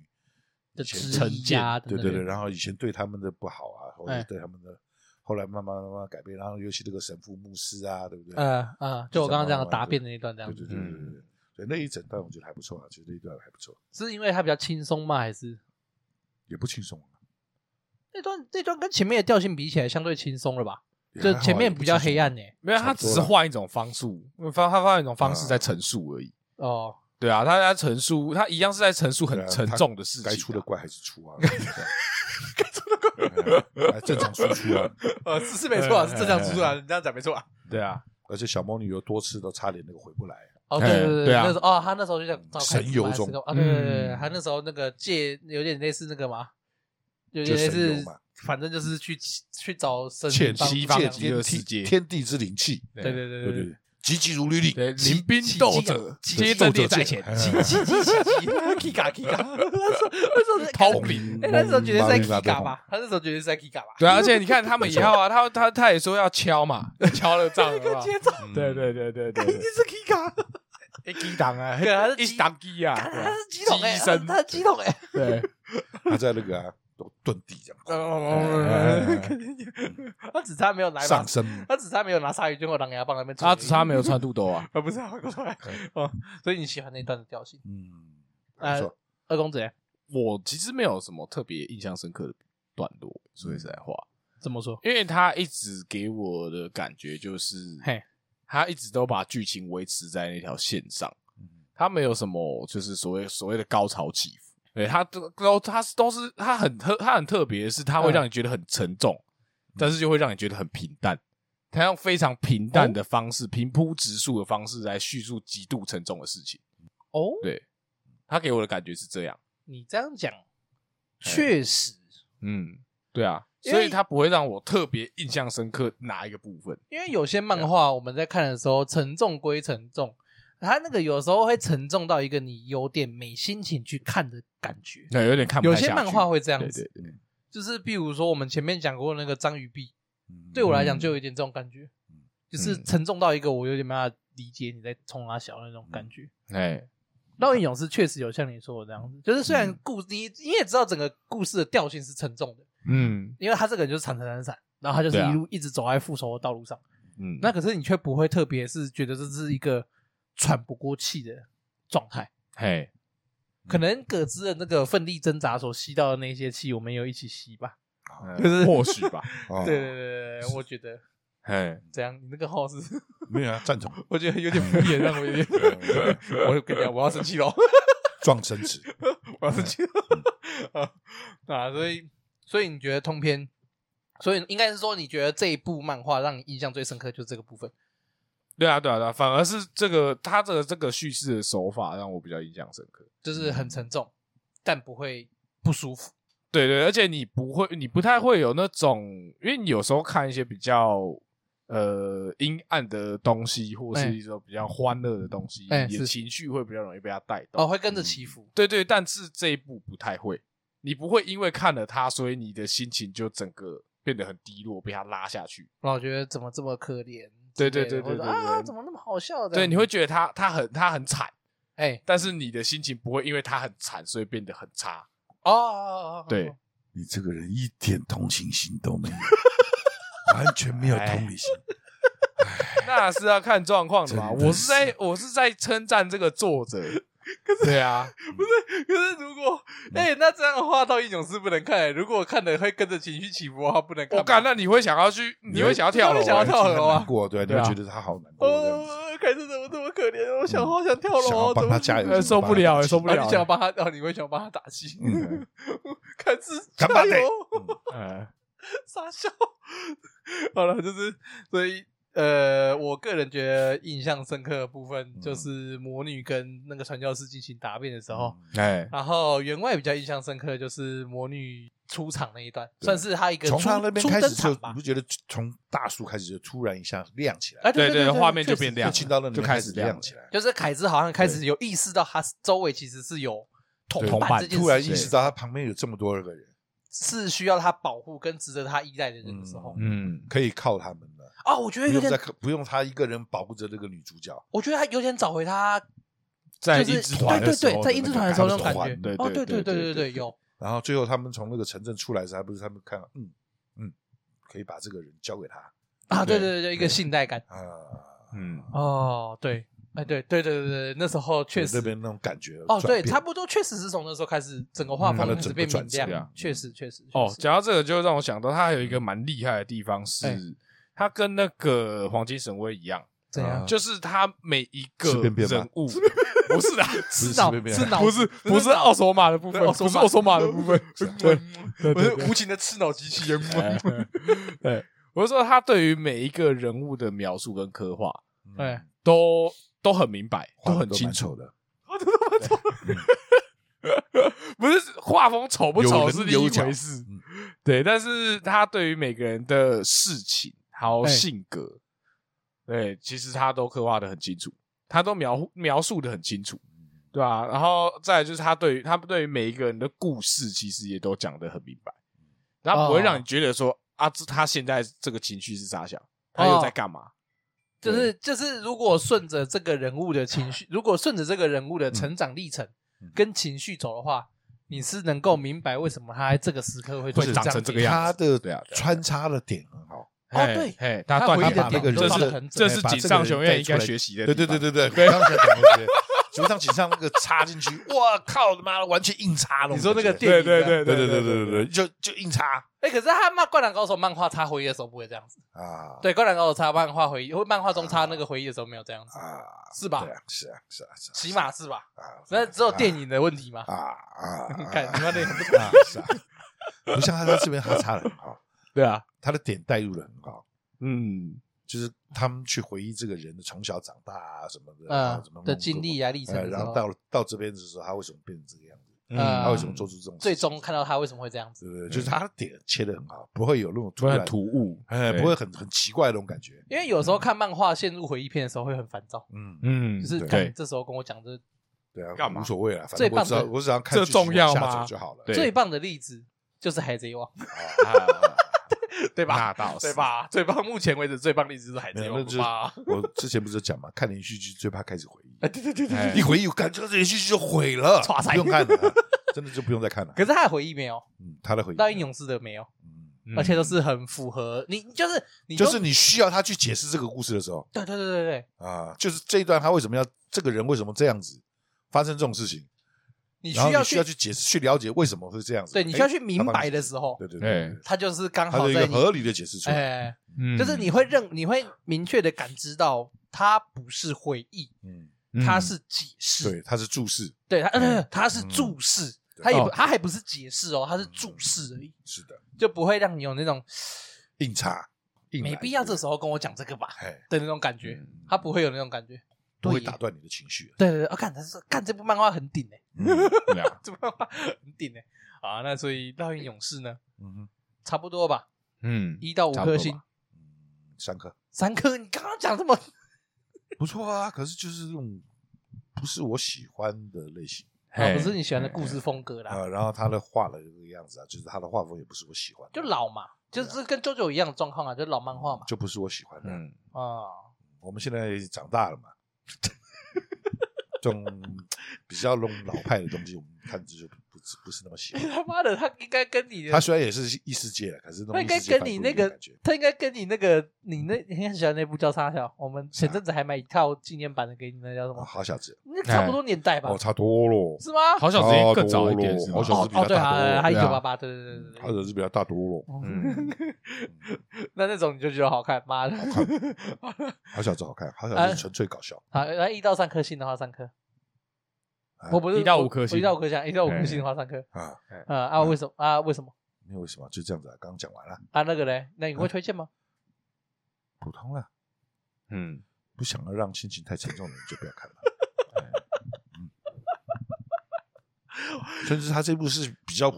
Speaker 1: 的
Speaker 3: 以前
Speaker 1: 质
Speaker 3: 成
Speaker 1: 疑啊
Speaker 3: 见对
Speaker 1: 等等
Speaker 3: 对对，然后以前对他们的不好啊，或者
Speaker 1: 哎
Speaker 3: 是对他们的，后来慢慢慢慢改变，然后尤其这个神父牧师啊，对不对？
Speaker 1: 呃啊，就我刚刚这样答辩的那一段，这样
Speaker 3: 对
Speaker 1: 子
Speaker 3: 对对对对
Speaker 2: 嗯
Speaker 3: 对，对那一整段我觉得还不错啊，其实那一段还不错，
Speaker 1: 是因为他比较轻松吗？还是
Speaker 3: 也不轻松啊，
Speaker 1: 那段那段跟前面的调性比起来，相对轻松了吧？
Speaker 3: 也
Speaker 1: 就
Speaker 3: 还好
Speaker 1: 前面比较黑暗，
Speaker 3: 也
Speaker 1: 呢。
Speaker 2: 没有，
Speaker 3: 差
Speaker 2: 他
Speaker 3: 不
Speaker 2: 只
Speaker 3: 多
Speaker 2: 是
Speaker 3: 了嗯
Speaker 2: 换一种方术，方他换一种方式在陈述而已。
Speaker 1: 哦，
Speaker 2: 对啊，他在陈述，他一样是在陈述
Speaker 3: 不轻松对啊
Speaker 2: 很沉
Speaker 3: 他
Speaker 2: 重的事情啊。
Speaker 3: 该出的怪还是出啊，该 *laughs* 出的怪，还正常输出啊，
Speaker 1: 呃，是是没错啊，是正常出出来的，你这样讲没错啊。
Speaker 2: 对啊，
Speaker 3: 而且小魔女有多次都差点那个回不来，
Speaker 1: 哦，对对
Speaker 2: 哎
Speaker 1: 对
Speaker 2: 对啊
Speaker 1: 那时候哦，他那时候就想
Speaker 3: 神游中
Speaker 1: 啊，对对对对，
Speaker 2: 嗯
Speaker 1: 他那时候那个借有点类似那个嘛，有点类
Speaker 3: 就神
Speaker 1: 似
Speaker 3: 游嘛，
Speaker 1: 反正就是去去找神
Speaker 2: 窃
Speaker 1: 帮
Speaker 2: 妻
Speaker 1: 帮忙
Speaker 3: 借
Speaker 2: 放妻这
Speaker 3: 天
Speaker 2: 个世
Speaker 3: 地
Speaker 2: 界
Speaker 3: 天地之灵气，
Speaker 2: 对
Speaker 1: 对对对
Speaker 3: 对
Speaker 1: 对
Speaker 3: 对
Speaker 1: 对。
Speaker 3: 对，急急如律令，
Speaker 2: 对，临兵斗者，皆阵列在
Speaker 3: 哎
Speaker 2: 前，
Speaker 1: 奇奇奇奇奇 Kika Kika，为什么是
Speaker 2: 掏？兵
Speaker 1: 哎，。那时候绝对是在 Kika 吧？他那时候绝对是在 Kika 吧？
Speaker 2: *laughs* 对啊，而且你看他们也要啊，他他他也说要敲嘛，敲 *laughs* 了仗了嘛。
Speaker 1: 接招
Speaker 3: 嗯
Speaker 2: 对对对对对
Speaker 1: 肯定
Speaker 2: 对，
Speaker 1: 是 Kika，
Speaker 2: *laughs* 一击档啊，
Speaker 1: 对啊他是
Speaker 2: *laughs* 一
Speaker 1: 鸡
Speaker 2: 档机啊，对
Speaker 1: 他
Speaker 2: 啊
Speaker 1: 是鸡桶哎，
Speaker 2: 鸡
Speaker 1: 他
Speaker 2: 身
Speaker 1: 他是鸡桶哎，
Speaker 2: 对，
Speaker 3: 他在那个啊，都遁地这样，
Speaker 2: 嗯
Speaker 1: 他只差没有拿一把
Speaker 3: 上身
Speaker 1: *laughs* 他只差没有拿鲨鱼剑或狼牙棒在那边。
Speaker 2: 他只差没有嗯穿肚兜啊。
Speaker 1: 啊，不是啊，过来哦。所以你喜欢那段的调性？
Speaker 3: 嗯，
Speaker 1: 呃
Speaker 3: 没错，
Speaker 1: 二公子
Speaker 2: 我其实没有什么特别印象深刻的段落，说句实在话，
Speaker 1: 怎么说？
Speaker 2: 因为他一直给我的感觉就是，
Speaker 1: 嘿，
Speaker 2: 他一直都把剧情维持在那条线上，
Speaker 3: 嗯
Speaker 2: 他没有什么就是所谓所谓的高潮起伏。对他都都他是都是他很特他很特别，是他会
Speaker 1: 嗯
Speaker 2: 让你觉得很沉重，但是就会让你觉得很平淡。他用非常平淡的方式、平铺直述的方式来叙述极度沉重的事情。
Speaker 1: 哦，
Speaker 2: 对他给我的感觉是这样。
Speaker 1: 你这样讲确实，
Speaker 2: 嗯，对啊，
Speaker 1: 因为
Speaker 2: 所以它不会让我特别印象深刻哪一个部分。
Speaker 1: 因为有些漫画我们在看的时候，沉重归沉重，它那个有时候会沉重到一个你有点没心情去看的感觉。
Speaker 2: 对，有点看不
Speaker 1: 有
Speaker 2: 太
Speaker 1: 些
Speaker 2: 下
Speaker 1: 漫
Speaker 2: 去
Speaker 1: 画会这样
Speaker 2: 对
Speaker 1: 子，
Speaker 2: 对对，
Speaker 1: 就是比如说我们前面讲过那个章鱼臂，
Speaker 3: 嗯
Speaker 1: 对我来讲就有一点这种感觉，就是
Speaker 2: 嗯
Speaker 1: 沉重到一个我有点没办法理解你在冲他小的那种感觉。
Speaker 2: 哎，
Speaker 1: 烙印勇士确实有像你说的这样子，就是虽然故你你也知道整个故事的调性是沉重的，
Speaker 2: 嗯
Speaker 1: 因为他这个人就是闪闪闪闪，然后他就是
Speaker 2: 对啊
Speaker 1: 一路一直走在复仇的道路上。
Speaker 2: 嗯，
Speaker 1: 那可是你却不会特别是觉得这是一个喘不过气的状态，
Speaker 2: 嘿，
Speaker 1: 可能葛兹的那个奋力挣扎所吸到的那些气，我们也有一起吸吧。
Speaker 2: 呃
Speaker 1: 就是
Speaker 2: 或
Speaker 1: *laughs*
Speaker 2: 许吧，
Speaker 3: 哦
Speaker 1: 对对对对对，我觉得
Speaker 2: 嘿，
Speaker 1: 这样，你那个号是， *laughs*
Speaker 3: 没有啊，赞同
Speaker 1: 我觉得有点敷衍，让我有点，我跟你讲，我要生气喽。
Speaker 3: 撞生词，
Speaker 1: *laughs*
Speaker 2: 嗯
Speaker 1: 我要去啊啊！所以，所以你觉得通篇，所以应该是说，你觉得这一部漫画让你印象最深刻就是这个部分。
Speaker 2: 对啊对啊对啊，反而是这个他这个这个叙事的手法让我比较印象深刻。
Speaker 1: 就是
Speaker 2: 嗯
Speaker 1: 很沉重，但不会不舒服。
Speaker 2: 对对，而且你不会，你不太会有那种，因为你有时候看一些比较呃阴暗的东西，或
Speaker 1: 哎
Speaker 2: 是一种比较欢乐的东西，
Speaker 1: 哎
Speaker 2: 你
Speaker 1: 是
Speaker 2: 的情绪会比较容易被它带动
Speaker 1: 哦，。会跟着起伏。
Speaker 2: 对对，但是这一部不太会，你不会因为看了它，所以你的心情就整个变得很低落，被它拉下去。
Speaker 1: 然后我觉得怎么这么可怜之类
Speaker 2: 对
Speaker 1: 的？
Speaker 2: 对对对
Speaker 1: 或者
Speaker 2: 对
Speaker 1: 啊，
Speaker 2: 对
Speaker 1: 怎么那么好笑的？
Speaker 2: 对，你会觉得它它很它很惨，
Speaker 1: 哎
Speaker 2: 但是你的心情不会因为它很惨，所以变得很差。
Speaker 1: 哦哦，哦
Speaker 2: 对，
Speaker 3: 你这个人一点同情心都没有，完全没有同理心。
Speaker 2: 那是要看状况的吧。
Speaker 3: 真的
Speaker 2: 我是在我是在称赞这个作者，对啊，
Speaker 1: 可是如果
Speaker 2: 嗯
Speaker 1: 哎、那这样的话，到英勇是不能看、欸如果看了会跟着情绪起伏的话，不能看吧。
Speaker 2: 我干，那你会想要去，你会想要跳
Speaker 1: 你
Speaker 2: 楼
Speaker 1: 会想要
Speaker 2: 欸？
Speaker 1: 跳
Speaker 2: *laughs*
Speaker 1: 楼啊
Speaker 3: 难过，对，你
Speaker 2: 对啊
Speaker 3: 会觉得他好难过，这样子
Speaker 1: 哦，凯子怎么这么可怜？我想
Speaker 3: 嗯
Speaker 1: 好想跳楼、
Speaker 3: 想要帮他
Speaker 1: 加
Speaker 3: 加
Speaker 1: 油。
Speaker 3: 油，
Speaker 2: 呃受不了欸受不
Speaker 1: 啊、
Speaker 2: 了
Speaker 1: 你想要帮他，哦，你会想帮他打气。 *laughs*
Speaker 3: 嗯
Speaker 1: 凯子加
Speaker 3: 干巴得
Speaker 1: 油，
Speaker 2: 嗯，
Speaker 1: 傻笑。 *laughs* 好了，就是所以呃，我个人觉得印象深刻的部分
Speaker 3: 嗯
Speaker 1: 就是魔女跟那个传教士进行答辩的哦时
Speaker 3: 嗯
Speaker 1: 候，
Speaker 2: 哎，
Speaker 1: 然后员外比较印象深刻的就是魔女出场那一段，
Speaker 3: 对
Speaker 1: 算是他一个出
Speaker 3: 从他那边
Speaker 1: 出
Speaker 3: 开
Speaker 1: 登
Speaker 3: 始就，
Speaker 1: 场
Speaker 3: 你
Speaker 1: 吧
Speaker 3: 不。觉得从大叔开始就突然一下亮起来，
Speaker 1: 哎，*laughs*
Speaker 2: 对
Speaker 1: 对
Speaker 2: 对画面就
Speaker 1: 确实
Speaker 2: 变亮
Speaker 3: 就
Speaker 2: 了
Speaker 3: 进到那里面
Speaker 2: 就开
Speaker 3: 开
Speaker 2: 始
Speaker 3: 始
Speaker 2: 亮
Speaker 3: 亮起来，
Speaker 1: 就是凯子好像开始有意识到他周围其实是有同
Speaker 3: 同
Speaker 1: 伴
Speaker 2: 伴
Speaker 1: 这件事情，
Speaker 3: 突然意识到他旁边有这么多个人
Speaker 1: 是需要他保护跟值得他依赖的人的时候，
Speaker 2: 嗯，
Speaker 3: 可以靠他们了，
Speaker 1: 啊，我觉得
Speaker 3: 不
Speaker 1: 有
Speaker 3: 用再
Speaker 1: 点，
Speaker 3: 靠不用他一个人保护着那个女主角，
Speaker 1: 我觉得他有点找回他，
Speaker 2: 在
Speaker 1: 就是
Speaker 2: 一支团
Speaker 1: 对
Speaker 2: 的时
Speaker 1: 对
Speaker 2: 候
Speaker 1: 对，
Speaker 2: 的
Speaker 1: 在
Speaker 2: 那
Speaker 1: 英之
Speaker 2: 个
Speaker 1: 团的
Speaker 2: 感
Speaker 1: 时候那种
Speaker 2: 觉
Speaker 1: 感觉
Speaker 3: 团，
Speaker 2: 对
Speaker 1: 哦，对对
Speaker 2: 对
Speaker 1: 对
Speaker 2: 对
Speaker 1: 对，有，
Speaker 3: 然后最后他们从那个城镇出来时，还不是他们看到，嗯嗯，可以把这个人交给他
Speaker 1: 啊，对
Speaker 2: 对
Speaker 1: 对对对，一个信赖感，
Speaker 3: 啊，
Speaker 2: 嗯，
Speaker 1: 哦，对，哎，对对对对对，那时候确
Speaker 3: 那
Speaker 1: 实。
Speaker 3: 边那种感觉
Speaker 1: 哦，对，
Speaker 3: 转变
Speaker 1: 差不多，确实是从那时候开始，整个画
Speaker 2: 嗯它
Speaker 1: 风
Speaker 2: 的
Speaker 1: 开始
Speaker 3: 整个
Speaker 1: 变明
Speaker 3: 转折
Speaker 1: 亮
Speaker 2: 啊，
Speaker 1: 确实，确实。
Speaker 2: 哦
Speaker 1: 确，实
Speaker 2: 讲到这个就让我想到，他还有一个蛮厉害的地方
Speaker 1: 哎
Speaker 2: 是，他跟那个黄金神威一样，
Speaker 1: 怎样
Speaker 3: 啊？
Speaker 2: 就是他每一个
Speaker 3: 吃便便吗
Speaker 2: 人物不是啊，
Speaker 1: 是
Speaker 3: 是
Speaker 1: 脑
Speaker 3: 便便
Speaker 1: 是
Speaker 3: 啊
Speaker 1: 脑
Speaker 2: 不是不是奥手马的部分，
Speaker 1: 对
Speaker 2: 不
Speaker 1: 奥手马
Speaker 2: 是奥手马的部分，对对
Speaker 1: 我
Speaker 2: 对
Speaker 1: 是无情的吃脑机器人。
Speaker 2: 哎
Speaker 3: *laughs*
Speaker 2: 对，我是说他对于每一个人物的描述跟刻画
Speaker 1: 哎，
Speaker 2: 都都很明白，
Speaker 3: 画得
Speaker 2: 都很
Speaker 3: 蛮
Speaker 2: 清楚，
Speaker 3: 丑的，
Speaker 2: 不是画风丑不
Speaker 3: 有
Speaker 2: 丑
Speaker 3: 棱
Speaker 2: 是另一
Speaker 3: 有角
Speaker 2: 回事
Speaker 3: 嗯，
Speaker 2: 对，但是他对于每个人的事情还有
Speaker 1: 哎
Speaker 2: 性格，
Speaker 3: 哎
Speaker 2: 对，其实他都刻画的很清楚，他都描描述的很清楚，对吧、然后再来就是他对于他对于每一个人的故事，其实也都讲得很明白，
Speaker 3: 哦
Speaker 2: 他不会让你觉得说、啊，这他现在这个情绪是啥想，他又在干嘛？
Speaker 1: 就是就是，如果顺着这个人物的情绪，如果顺着这个人物的成长历程
Speaker 3: 嗯
Speaker 1: 跟情绪走的话，你是能够明白为什么他在这个时刻会
Speaker 2: 会
Speaker 1: 做
Speaker 2: 长
Speaker 1: 样
Speaker 2: 成这个
Speaker 1: 子
Speaker 2: 样
Speaker 3: 他
Speaker 2: 子
Speaker 3: 的
Speaker 2: 对啊对啊
Speaker 3: 穿插的点很好，
Speaker 1: 哦
Speaker 2: 嘿
Speaker 1: 对
Speaker 2: 嘿，他
Speaker 1: 他
Speaker 2: 断
Speaker 1: 回
Speaker 2: 点
Speaker 1: 忆的
Speaker 3: 把那个
Speaker 1: 点
Speaker 3: 人
Speaker 1: 都
Speaker 2: 这
Speaker 1: 画的
Speaker 2: 是
Speaker 1: 很整，
Speaker 2: 这是
Speaker 3: 哎把
Speaker 2: 井
Speaker 3: 这个
Speaker 2: 上
Speaker 3: 人
Speaker 2: 雄彦
Speaker 3: 带
Speaker 2: 应
Speaker 3: 出
Speaker 2: 该
Speaker 3: 来
Speaker 2: 学习的地
Speaker 3: 对
Speaker 2: 方，
Speaker 3: 对对对对，我刚才讲的对。九上井上那个插进去，哇靠他妈的完全硬插了！
Speaker 1: 你说那个
Speaker 3: 我感觉
Speaker 1: 电影啊
Speaker 2: 对
Speaker 3: 对
Speaker 2: 对对
Speaker 3: 对对对对对，就就硬插
Speaker 1: 哎，可是他漫《灌篮高手》漫画插回忆的时候不会这样子，
Speaker 3: 啊！
Speaker 1: 对，《灌篮高手》插漫画回忆，或漫画中插那个回忆的时候没有这样子，
Speaker 3: 啊，
Speaker 1: 是吧
Speaker 3: 对？啊，是啊是啊是啊，
Speaker 1: 起码是吧？
Speaker 3: 啊，
Speaker 1: 那只有电影的问题嘛？
Speaker 3: 啊啊，
Speaker 1: 看你妈的，
Speaker 3: 啊是啊，不像他在这边他插的很好，
Speaker 2: 对啊，
Speaker 3: 他的点带入的很好，
Speaker 2: 嗯，
Speaker 3: 就是他们去回忆这个人的从小长大啊什么的，然
Speaker 1: 嗯
Speaker 3: 后什么梦
Speaker 1: 的
Speaker 3: 中
Speaker 1: 经历啊历程
Speaker 3: 呃
Speaker 1: 的时
Speaker 3: 然后
Speaker 1: 候
Speaker 3: 到了到这边的时候，他为什么变成这个样子？
Speaker 2: 嗯
Speaker 1: 呃
Speaker 3: 他为什么做出这种事情？
Speaker 1: 最终看到他为什么会这样子？
Speaker 3: 对不对？就是他的点切的很好，不会有那种
Speaker 2: 不
Speaker 3: 突
Speaker 2: 会
Speaker 3: 然
Speaker 2: 很突兀，
Speaker 3: 哎，
Speaker 2: 对
Speaker 3: 不会很很奇怪的那种感觉。
Speaker 1: 因为有时候看漫画陷入回忆片的时候会很烦躁，
Speaker 3: 嗯，
Speaker 2: 嗯，
Speaker 1: 就是干
Speaker 2: 对，
Speaker 1: 这时候跟我讲这
Speaker 3: 对啊，
Speaker 2: 干嘛
Speaker 3: 无所谓了，反
Speaker 1: 最
Speaker 3: 正
Speaker 1: 棒
Speaker 3: 我只要
Speaker 1: 的
Speaker 3: 我只要看
Speaker 2: 这
Speaker 3: 剧情
Speaker 2: 重要
Speaker 3: 往
Speaker 2: 吗
Speaker 3: 下走就好了。
Speaker 2: 对
Speaker 1: 最棒的例子就是《海贼王》。
Speaker 2: 啊
Speaker 1: *laughs* 对吧？
Speaker 2: 那倒
Speaker 1: *laughs*
Speaker 2: 是
Speaker 1: 对吧？最棒，目前为止最棒例子就是海
Speaker 3: 没
Speaker 1: 贼
Speaker 3: 有，那
Speaker 1: 王
Speaker 3: 就是 *laughs*
Speaker 1: 吧？
Speaker 3: 我之前不是讲嘛，看连续剧最怕开始回忆，
Speaker 1: 哎，对对对对。
Speaker 2: 哎
Speaker 3: 一回忆我感觉连续剧就毁了，
Speaker 1: 唰塞 *laughs*
Speaker 3: 不用看了，啊真的就不用再看了
Speaker 1: 可。是他的回忆没有，
Speaker 3: 嗯，他的回忆，
Speaker 1: 到英勇士的没有，
Speaker 3: 嗯，
Speaker 2: 嗯
Speaker 1: 而且都是很符合你，就是你都
Speaker 3: 就是你需要他去解释这个故事的时候
Speaker 1: 对对对对对，
Speaker 3: 啊，就是这一段他为什么要这个人为什么这样子发生这种事情，
Speaker 1: 你
Speaker 3: 然后
Speaker 1: 需要
Speaker 3: 你
Speaker 1: 去
Speaker 3: 需要去解释去了解为什么会这样子，
Speaker 1: 对你需要去
Speaker 3: 哎
Speaker 1: 明白的时候，
Speaker 3: 对对
Speaker 2: 哎
Speaker 3: 对，
Speaker 1: 他就是刚
Speaker 3: 他
Speaker 1: 好
Speaker 3: 有一
Speaker 1: 在
Speaker 3: 个
Speaker 1: 你
Speaker 3: 合理的解释出来，
Speaker 1: 哎，
Speaker 2: 嗯
Speaker 1: 就是你会认你会明确的感知到他不是回忆，
Speaker 3: 嗯，
Speaker 1: 他是解释，
Speaker 3: 对，他嗯是注释，
Speaker 1: 对他
Speaker 3: 哎
Speaker 1: 嗯，他是注释，他也不
Speaker 2: 哦
Speaker 1: 他还不是解释哦，他是注释而已，
Speaker 3: 是的，
Speaker 1: 就不会让你有那种
Speaker 3: 硬插，硬来
Speaker 1: 没必要这时候跟我讲这个吧
Speaker 3: *laughs* 哎，
Speaker 1: 的那种感觉，他不会有那种感觉。
Speaker 3: 不会
Speaker 1: 对耶
Speaker 3: 打断你的
Speaker 1: *laughs*
Speaker 3: 情绪。嗯
Speaker 1: 对对对，啊，看他是看这部漫画很顶哎、
Speaker 2: 对啊
Speaker 1: 这部漫画 *laughs* 很顶哎、啊，那所以《烙印勇士》呢，
Speaker 3: 嗯哼，
Speaker 1: 差不多吧， *laughs*
Speaker 2: 嗯，
Speaker 1: 一到五颗星，
Speaker 3: 嗯三颗
Speaker 1: 三颗。你刚刚讲这么，
Speaker 3: 不错啊，可是就是那种不是我喜欢的类型
Speaker 1: 啊、
Speaker 2: 嘿
Speaker 1: 不是你喜欢的故事风格啦，
Speaker 3: 啊。然后他的画的这个样子啊，就是他的画风也不是我喜欢的，
Speaker 1: 就老嘛，
Speaker 3: 啊
Speaker 1: 就是跟 JoJo 一样的状况啊，就老漫画嘛。
Speaker 3: 就不是我喜欢的。
Speaker 2: 嗯，
Speaker 1: 啊，
Speaker 3: 我们现在长大了嘛， *laughs* 这种比较那种老派的东西，我们看着就不是不是那么喜欢。
Speaker 1: 他妈的，他应该跟你的，
Speaker 3: 他虽然也是异世界，可是
Speaker 1: 他
Speaker 3: 那种
Speaker 1: 应
Speaker 3: 异
Speaker 1: 该
Speaker 3: 世界
Speaker 1: 跟
Speaker 3: 反
Speaker 1: 你
Speaker 3: 骨
Speaker 1: 那
Speaker 3: 力的
Speaker 1: 个
Speaker 3: 感觉，
Speaker 1: 他应该跟你那个，你那你很喜欢那部叫《啥小》，我们前阵子还买一套纪念版的给你，那叫什
Speaker 3: 啊
Speaker 1: 么？
Speaker 3: 好小子
Speaker 1: 那差不多年代吧
Speaker 3: 哦，？差多咯。
Speaker 1: 是吗？
Speaker 2: 好小子已经更早一点是吗
Speaker 3: 好？小
Speaker 1: 哦
Speaker 3: 子比
Speaker 1: 哦，
Speaker 3: 较
Speaker 1: 对
Speaker 3: 大多
Speaker 1: 啊，
Speaker 3: 咯，
Speaker 1: 他一
Speaker 2: 对啊
Speaker 1: 九八八，对对对哦对
Speaker 3: 他
Speaker 1: 对。
Speaker 3: 人是比较大多咯。
Speaker 2: 嗯，
Speaker 1: *laughs* 那那种你就觉得好看，妈的！
Speaker 3: 好小子好看，好小
Speaker 1: 哎
Speaker 3: 子纯粹搞笑。
Speaker 1: *laughs* 好，那一到三颗星的话，三颗
Speaker 3: 哎。
Speaker 1: 我不是
Speaker 2: 一到
Speaker 1: 我
Speaker 2: 五颗星
Speaker 1: 我一到五颗星啊，一到五颗星的话，三颗。
Speaker 3: 啊，
Speaker 1: 呃啊，为什么啊？为什么
Speaker 3: 没有为什么，就这样子啊。刚刚讲完了，
Speaker 1: 啊？那个嘞，那你会推荐吗？
Speaker 3: 普通了，
Speaker 2: 嗯，
Speaker 3: 不想要让心情太沉重的人就不要看了。哎嗯，甚至他这部是比较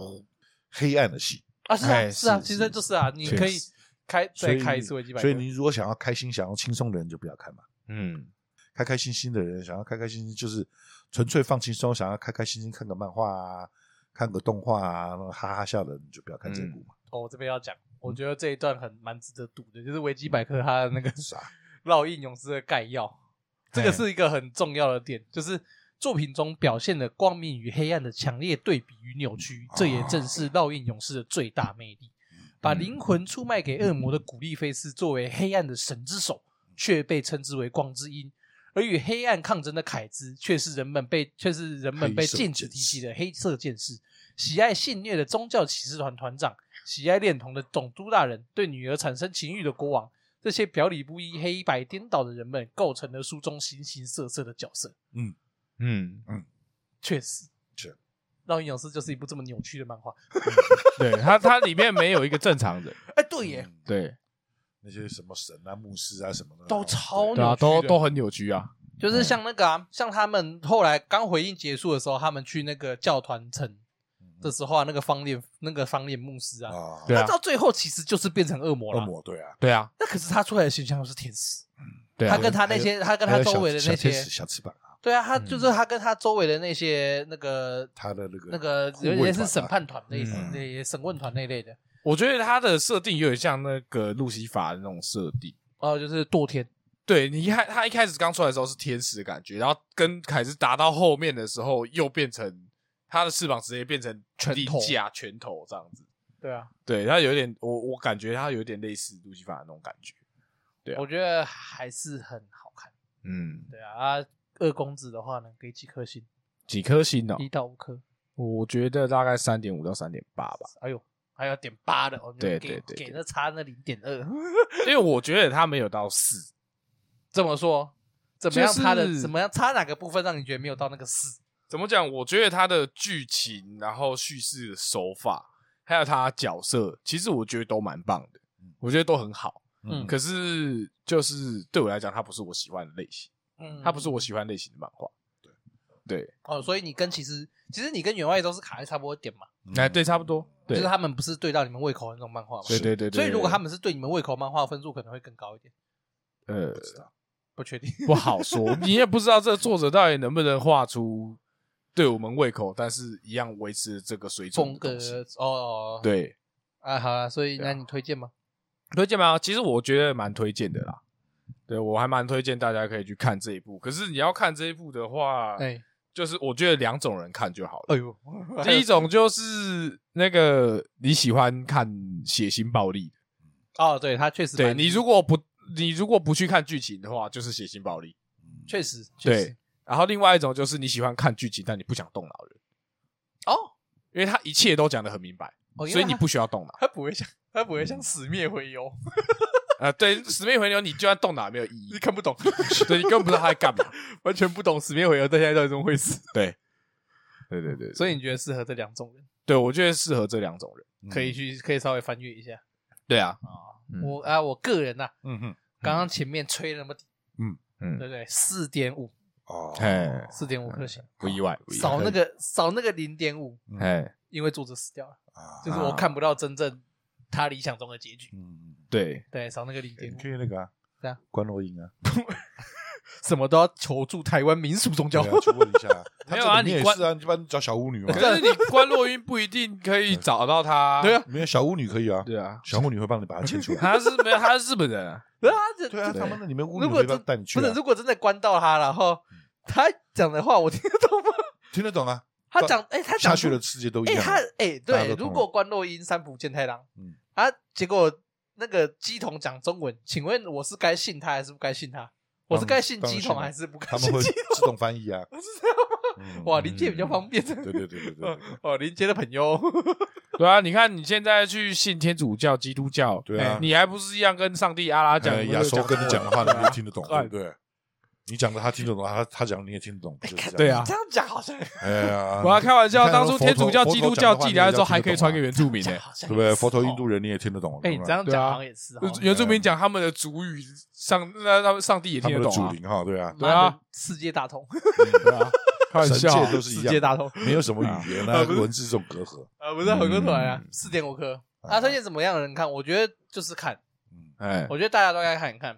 Speaker 3: 黑暗的戏，
Speaker 1: 啊，是啊，
Speaker 2: 哎
Speaker 1: 是啊，
Speaker 2: 是
Speaker 1: 其实就是啊，你
Speaker 3: 确
Speaker 1: 可以
Speaker 3: 实
Speaker 1: 开
Speaker 3: 所
Speaker 1: 再
Speaker 3: 以
Speaker 1: 开一次维基百科，
Speaker 3: 所以你如果想要开心、想要轻松的人就不要看嘛。
Speaker 2: 嗯，
Speaker 3: 开开心心的人想要开开心心，就是纯粹放轻松，想要开开心心看个漫画啊，看个动画啊，那种哈哈笑的，你就不要看这部嘛。
Speaker 1: 哦，我这边要讲，我觉得这一段很蛮值得读的，就是维基百科它的那个
Speaker 3: 是啊，
Speaker 1: 烙印勇士的概要，这个是一个很重要的点，就是作品中表现的光明与黑暗的强烈对比与扭曲，这也正是烙印勇士的最大魅力。 *laughs*
Speaker 3: 嗯
Speaker 1: 把灵魂出卖给恶魔的古丽菲斯作为黑暗的神之手，却被称之为光之鹰；而与黑暗抗争的凯兹，却是人们被却是人们被
Speaker 3: 黑色
Speaker 1: 禁止
Speaker 3: 剑
Speaker 1: 提
Speaker 3: 士
Speaker 1: 起的黑色剑士。喜爱性虐的宗教骑士团团长，喜爱恋童的总督大人，对女儿产生情欲的国王，这些表里不一、黑白颠倒的人们，构成了书中形形色色的角色。
Speaker 2: 嗯，
Speaker 1: 确实，
Speaker 3: 是
Speaker 1: 《烙印勇士》就是一部这么扭曲的漫画。
Speaker 2: 对他，他里面没有一个正常人，
Speaker 1: 哎，对耶，
Speaker 3: 嗯
Speaker 2: 对
Speaker 3: 那些什么神啊、牧师啊什么的，
Speaker 1: 都超
Speaker 2: 对啊，
Speaker 1: 扭曲的
Speaker 2: 都都很扭曲啊，
Speaker 3: 嗯
Speaker 1: 就是像那个、啊，像他们后来刚回应结束的时候，他们去那个教团城的时候啊，那个方脸那个方脸牧师啊，
Speaker 3: 嗯啊，
Speaker 2: 对
Speaker 1: 他
Speaker 2: 啊，
Speaker 1: 到最后其实就是变成恶魔
Speaker 3: 恶
Speaker 1: 了。
Speaker 3: 魔对啊，
Speaker 2: 对啊，
Speaker 1: 那可是他出来的形象又是天使，
Speaker 2: 对啊
Speaker 1: 他，跟他那些，他跟他
Speaker 3: 还有
Speaker 1: 周
Speaker 3: 小
Speaker 1: 围的那
Speaker 3: 小天
Speaker 1: 些
Speaker 3: 使，小翅膀啊，
Speaker 1: 对啊，他就是他跟他周围的那些那个
Speaker 3: 他的那个
Speaker 1: 那个
Speaker 3: 护
Speaker 1: 有
Speaker 3: 卫
Speaker 1: 点
Speaker 3: 团
Speaker 1: 是
Speaker 3: 啊
Speaker 1: 审判团类似
Speaker 2: 嗯，
Speaker 1: 那些审问团那一类的，
Speaker 2: 我觉得他的设定有点像那个路西法的那种设定。
Speaker 1: 哦，就是堕天，
Speaker 2: 对你一开他一开始刚出来的时候是天使的感觉，然后跟凯斯打到后面的时候，又变成他的翅膀直接变成
Speaker 1: 拳
Speaker 2: 力
Speaker 1: 头
Speaker 2: 架拳头这样子。
Speaker 1: 对啊，
Speaker 2: 对他有点，我我感觉他有点类似路西法的那种感觉。对啊
Speaker 1: 我觉得还是很好看，
Speaker 2: 嗯，
Speaker 1: 对啊，啊，二公子的话呢，给几颗星，
Speaker 2: 几颗星哦呢、
Speaker 1: 一到五颗，
Speaker 2: 我觉得大概三点五到三点八吧，
Speaker 1: 哎呦，还有点八的，哦，
Speaker 2: 对
Speaker 1: 给
Speaker 2: 对对
Speaker 1: 给
Speaker 2: 对
Speaker 1: 那差那零点二。 *laughs*
Speaker 2: 因为我觉得他没有到四。
Speaker 1: 这么说，怎么样
Speaker 2: 就是
Speaker 1: 差的？怎么样差哪个部分让你觉得没有到那个四？
Speaker 2: 怎么讲？我觉得他的剧情，然后叙事的手法，还有他的角色，其实我觉得都蛮棒的，我觉得都很好。
Speaker 1: 嗯
Speaker 2: 可是就是对我来讲，它不是我喜欢的类型，
Speaker 1: 嗯，
Speaker 2: 它不是我喜欢类型的漫画。对
Speaker 1: 哦，所以你跟其实其实你跟员外都是卡在差不多点嘛，
Speaker 3: 嗯
Speaker 2: 对，哎，对，差不多，
Speaker 1: 就
Speaker 2: 对
Speaker 1: 是，他们不是对到你们胃口的那种漫画嘛。
Speaker 2: 对对对对。
Speaker 1: 所以如果他
Speaker 2: 们
Speaker 1: 们是对你们胃口漫画，分数可能会更高一点，
Speaker 2: 呃
Speaker 1: 不确定。
Speaker 2: 不好说， *laughs* 你也不知道这个作者到底能不能画出对我们胃口，但是一样维持这个水准
Speaker 1: 风
Speaker 2: 的
Speaker 1: 格
Speaker 2: 东西。
Speaker 1: 哦，
Speaker 2: 对，
Speaker 1: 啊，好了，所以
Speaker 2: 对啊
Speaker 1: 那你推荐吗？
Speaker 2: 推荐吗？其实我觉得蛮推荐的啦。对我还蛮推荐大家可以去看这一部。可是你要看这一部的话，
Speaker 1: 哎，
Speaker 2: 就是我觉得两种人看就好了。
Speaker 1: 哎呦， *laughs*
Speaker 2: 第一种就是那个你喜欢看血腥暴力的，
Speaker 1: 哦，对他确实蛮，
Speaker 2: 对你如果不你如果不去看剧情的话，就是血腥暴力。
Speaker 1: 确实确
Speaker 2: 对
Speaker 1: 实，
Speaker 2: 然后另外一种就是你喜欢看剧情，但你不想动脑的人，
Speaker 1: 哦，
Speaker 2: 因为他一切都讲得很明白，
Speaker 1: 哦因为
Speaker 2: 所以你
Speaker 1: 他
Speaker 2: 不需要动脑。
Speaker 1: 他不会像他不会像死灭回游，
Speaker 2: 啊，对，死命回流你就算动脑也没有意
Speaker 1: 你
Speaker 2: 义，
Speaker 1: 看不懂，
Speaker 2: 对你根本不知道他在干嘛。
Speaker 1: *laughs* 完全不懂死灭回游，到现在到底怎么回事？
Speaker 2: 对，对对对，
Speaker 1: 所以你觉得适合这两种人，
Speaker 2: 对我觉得适合这两种人。
Speaker 3: 嗯
Speaker 1: 可以，去可以稍微翻阅一下
Speaker 2: 对啊，
Speaker 1: 啊。
Speaker 2: 嗯
Speaker 1: 我啊，我个人呐、啊，
Speaker 3: 嗯哼，
Speaker 1: 刚刚前面吹了那么低，对
Speaker 2: 嗯，
Speaker 1: 不对？四点五，
Speaker 3: 哦，
Speaker 2: 哎，
Speaker 1: 四点五颗星，
Speaker 2: 不意外，不意外
Speaker 1: 少那个少那个零点五，
Speaker 2: 哎，
Speaker 1: 因为作者死掉了，
Speaker 3: 啊
Speaker 1: 就是我看不到真正他理想中的结局。
Speaker 3: 嗯，
Speaker 1: *laughs*
Speaker 2: 对，
Speaker 1: 对，少那个零
Speaker 3: 你
Speaker 1: 点五
Speaker 3: 可，以那个啊
Speaker 1: 对啊，
Speaker 3: 关洛英啊，
Speaker 1: 什么都要求助台湾民俗宗
Speaker 3: 对
Speaker 1: 教。
Speaker 3: 啊，去问一下啊，他
Speaker 2: 没有
Speaker 3: 这个
Speaker 2: 啊
Speaker 3: 你
Speaker 2: 你
Speaker 3: 也
Speaker 2: 关啊
Speaker 3: 是啊，你一般找小巫女嘛，
Speaker 2: 可是你关洛音不一定可以找到他。
Speaker 1: 对啊，
Speaker 3: 没有小巫女可以啊，
Speaker 2: 对啊，
Speaker 3: 小巫女会帮你把它牵出
Speaker 2: *laughs*
Speaker 3: 来，
Speaker 2: 他是没有，他是日本人啊。
Speaker 1: *laughs* 对啊，这
Speaker 3: 啊对啊，
Speaker 1: 这
Speaker 3: 他们那里面巫
Speaker 1: 如
Speaker 3: 女
Speaker 1: 果
Speaker 3: 会帮
Speaker 1: 真
Speaker 3: 带你去
Speaker 1: 不
Speaker 3: 啊，嗯
Speaker 1: 是，如果真的关到他，然后他讲的话我听得懂吗？
Speaker 3: 听得懂啊，
Speaker 1: 他讲，哎、他讲
Speaker 3: 下去
Speaker 1: 出
Speaker 3: 的世界都一
Speaker 1: 哎、
Speaker 3: 样啊了。
Speaker 1: 他哎、
Speaker 3: 大家
Speaker 1: 对，
Speaker 3: 都
Speaker 1: 如
Speaker 3: 同
Speaker 1: 果
Speaker 3: 了
Speaker 1: 关洛英、三浦健太郎，
Speaker 3: 嗯
Speaker 1: 啊，结果那个鸡童讲中文，请问我是该信他还是不该信他？我是该信
Speaker 3: 当然
Speaker 1: 鸡童
Speaker 3: 信啊
Speaker 1: 还是不该
Speaker 3: 他们
Speaker 1: 信
Speaker 3: 会
Speaker 1: 鸡
Speaker 3: 自动翻译啊。
Speaker 1: 童？是这样吗？
Speaker 3: 嗯
Speaker 1: 哇，林杰比较方便。
Speaker 3: 对对对对对对对，
Speaker 1: 哦，林杰的朋友，
Speaker 2: 对啊，你看你现在去信天主教、基督教，
Speaker 3: 对啊
Speaker 2: 哎你还不是一样跟上帝阿拉讲
Speaker 3: 呃？亚
Speaker 2: 叔
Speaker 3: 洲跟你讲的话，你
Speaker 2: 对
Speaker 3: 就
Speaker 2: 啊
Speaker 3: 听得懂，
Speaker 2: 哎
Speaker 3: 对不对？你讲的他听得懂，他他讲的你也听得懂，不就是这样？
Speaker 2: 对啊
Speaker 1: *laughs* 这样讲好像
Speaker 3: 哎呀，
Speaker 2: 我要开玩笑，
Speaker 3: 你看
Speaker 2: 当初天主教、
Speaker 3: 佛陀
Speaker 2: 基督教寄来的时候，
Speaker 3: 佛陀讲的话
Speaker 2: 还可以传给原住民呢
Speaker 1: 讲。好像
Speaker 3: 对不对？佛陀、
Speaker 1: 也是
Speaker 3: 印度人你也听得懂，
Speaker 1: 哦哎、
Speaker 3: 对不
Speaker 1: 你
Speaker 3: 对
Speaker 1: 这样
Speaker 2: 对
Speaker 1: 讲
Speaker 2: 啊
Speaker 1: 好像也是哦，
Speaker 2: 原住民讲他们的族语，上那那上帝也
Speaker 3: 他
Speaker 2: 听
Speaker 3: 们
Speaker 2: 得
Speaker 3: 的
Speaker 2: 懂
Speaker 3: 祖
Speaker 2: 啊。
Speaker 3: 灵哈，对啊，
Speaker 2: 对啊
Speaker 1: 妈的，世界大同，
Speaker 2: 对啊，开玩
Speaker 3: 神
Speaker 2: 笑啊
Speaker 3: 界，都是一
Speaker 1: 世界
Speaker 3: 样，
Speaker 1: 大同，
Speaker 3: 没有什么语
Speaker 2: *laughs*
Speaker 3: 言啊，文字这种隔阂。
Speaker 1: 啊，不是回过头来啊
Speaker 3: 嗯，
Speaker 1: 四点五颗啊，推荐怎么样的人看？我觉得就是看，
Speaker 3: 嗯，
Speaker 2: 哎，
Speaker 1: 我觉得大家都该看一看，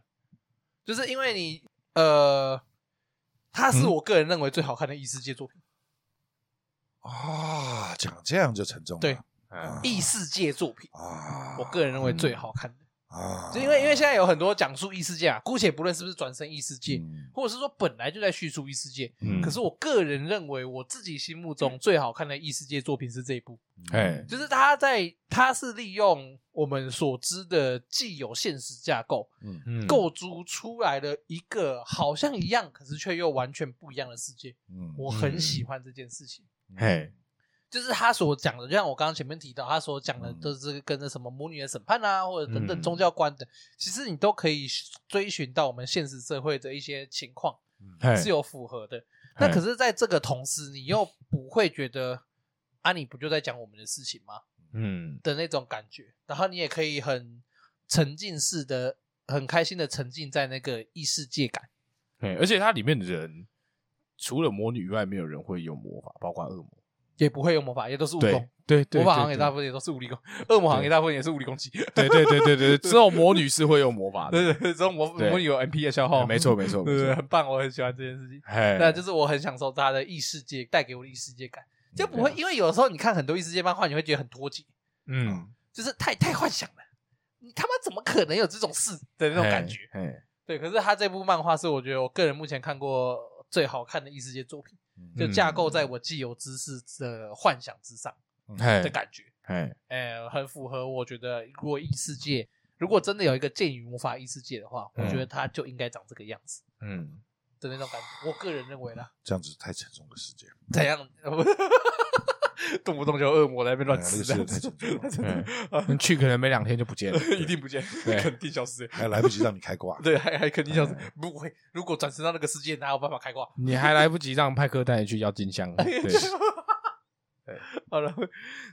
Speaker 1: 就是因为你呃，它是我个人认为最好看的异世界作品，
Speaker 2: 哦
Speaker 3: 啊，讲这样就沉重了。
Speaker 1: 对
Speaker 2: 啊
Speaker 3: 嗯
Speaker 1: 异世界作品，
Speaker 3: 啊，
Speaker 1: 我个人认为最好看的，
Speaker 3: 啊，
Speaker 1: 就因为因为现在有很多讲述异世界啊，姑且不论是不是转身异世界，
Speaker 3: 嗯
Speaker 1: 或者是说本来就在叙述异世界，
Speaker 2: 嗯
Speaker 1: 可是我个人认为我自己心目中最好看的异世界作品是这一部，
Speaker 3: 嗯
Speaker 2: 哎，
Speaker 1: 就是他在他是利用我们所知的既有现实架构。
Speaker 3: 嗯
Speaker 2: 嗯
Speaker 1: 构筑出来的一个好像一样，可是却又完全不一样的世界。
Speaker 3: 嗯
Speaker 1: 我很喜欢这件事情，
Speaker 2: 哎，
Speaker 1: 就是他所讲的，就像我刚刚前面提到，他所讲的都是跟着什么母女的审判啊，或者等等
Speaker 2: 嗯
Speaker 1: 宗教观的，其实你都可以追寻到我们现实社会的一些情况
Speaker 2: 哎
Speaker 1: 是有符合的。那可是，在这个同时，你又不会觉得啊，你不就在讲我们的事情吗？
Speaker 2: 嗯，
Speaker 1: 的那种感觉，然后你也可以很沉浸式的、很开心的沉浸在那个异世界感。
Speaker 2: 哎，而且它里面的人除了魔女以外，没有人会用魔法，包括恶魔。
Speaker 1: 也不会用魔法，也都是武
Speaker 2: 对
Speaker 1: 功。
Speaker 2: 对对，
Speaker 1: 魔法好像
Speaker 2: 对
Speaker 1: 也大部分也都是武力攻，恶魔好像也大部分也是武力攻击。
Speaker 2: 对对对对对，对只有魔女是会用魔法的。
Speaker 1: 对对，这种魔
Speaker 2: 对
Speaker 1: 魔女有 MP 的消
Speaker 2: 哎
Speaker 1: 耗，
Speaker 2: 没错没错
Speaker 1: 哦 *laughs* 对
Speaker 2: 没
Speaker 1: 对，对
Speaker 2: *laughs* 错。
Speaker 1: 很棒，我很喜欢这件事情。
Speaker 2: 哎，
Speaker 1: 那就是我很享受它的异世界带给我的异世界感，就不会
Speaker 2: 啊
Speaker 1: 因为有时候你看很多异世界漫画，你会觉得很脱节，
Speaker 2: 嗯
Speaker 1: 就是太太幻想了，你他妈怎么可能有这种事的那种感觉？
Speaker 2: 哎，哎
Speaker 1: 对，可是他这部漫画是我觉得我个人目前看过最好看的异世界作品，
Speaker 3: 嗯
Speaker 2: 嗯
Speaker 1: 就架构在我既有知识的幻想之上的
Speaker 2: 哎
Speaker 1: 嗯感觉。
Speaker 2: 哎，
Speaker 1: 呃，很符合我觉得，如果异世界如果真的有一个剑与魔法异世界的话，我觉得它就应该长这个样子
Speaker 2: 嗯，
Speaker 1: 的那种感觉。我个人认
Speaker 2: *laughs*
Speaker 1: 为啦，
Speaker 3: 这样子太沉重的世界，
Speaker 1: 怎样， *laughs* 动不动就恶魔在那边
Speaker 3: 哎
Speaker 1: 乱
Speaker 3: 呀那
Speaker 1: 吃
Speaker 3: 个世界太沉重了，
Speaker 1: 嗯
Speaker 2: 哎去可能没两天就不见了。
Speaker 1: *laughs* 一定不见，*laughs*
Speaker 2: 对哎
Speaker 1: 肯定消失。
Speaker 3: 还来不及让你
Speaker 1: *laughs*
Speaker 3: 开挂。
Speaker 1: 对，还还肯定消失，不会。如果转身到那个世界，哪有办法开挂？ *laughs*
Speaker 2: 你还来不及让派克带你去要金香，对，
Speaker 1: 好了，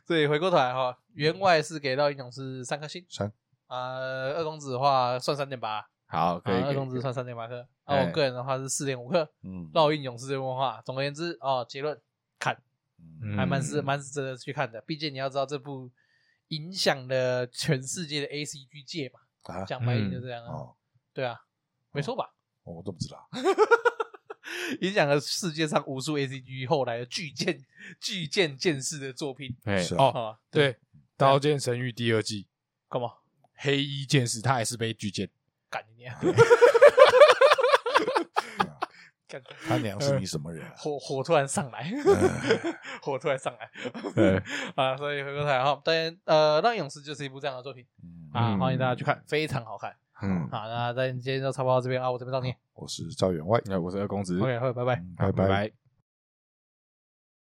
Speaker 1: 所以回过头来哈，员外是给到英勇是三颗星，
Speaker 3: 三
Speaker 1: 啊、二公子的话算三点八，
Speaker 2: 好，可以
Speaker 1: 啊，
Speaker 2: 可
Speaker 1: 二
Speaker 2: 以，
Speaker 1: 公
Speaker 2: 可
Speaker 1: 子
Speaker 2: 以
Speaker 1: 算三点八颗，啊，
Speaker 2: 哎
Speaker 1: 我个人的话是四点五颗。
Speaker 3: 嗯，
Speaker 1: 烙印勇士这部漫画，总而言之，哦，结论看，
Speaker 3: 嗯
Speaker 1: 还蛮值
Speaker 2: 嗯
Speaker 1: 蛮值得去看的。毕竟你要知道，这部影响了全世界的 A C G 界嘛，
Speaker 2: 嗯
Speaker 3: 啊，
Speaker 1: 讲白一点就这样啊，
Speaker 3: 哦，
Speaker 1: 对啊，没错吧？
Speaker 3: 我都不知道。
Speaker 1: 影响了世界上无数 A C G 后来的巨剑 *laughs* 巨剑剑士的作品，
Speaker 2: 哎
Speaker 3: 是啊
Speaker 2: 哦，
Speaker 1: 哦，
Speaker 2: 对，《刀剑神域》第二季，
Speaker 1: 干嘛？
Speaker 2: 黑衣剑士他也是被巨剑，
Speaker 1: 干你娘！干
Speaker 3: 他娘
Speaker 1: 嗯 *laughs*
Speaker 3: 是你什么人啊？
Speaker 1: 火火突然上来，
Speaker 2: *laughs*
Speaker 1: 火突然上来
Speaker 2: 对，
Speaker 1: *laughs* 啊！所以回过头来哈，当然呃，《让勇士》就是一部这样的作品
Speaker 3: 嗯
Speaker 1: 啊，
Speaker 2: 嗯
Speaker 1: 欢迎大家去看，非常好看。
Speaker 2: 嗯，
Speaker 1: 好，那咱今天就差不多到这边啊，我这边照念。
Speaker 3: 我是赵员外，
Speaker 2: 那我是二公子，
Speaker 1: OK，好，拜拜。
Speaker 3: 嗯
Speaker 2: 好
Speaker 3: 拜
Speaker 2: 拜。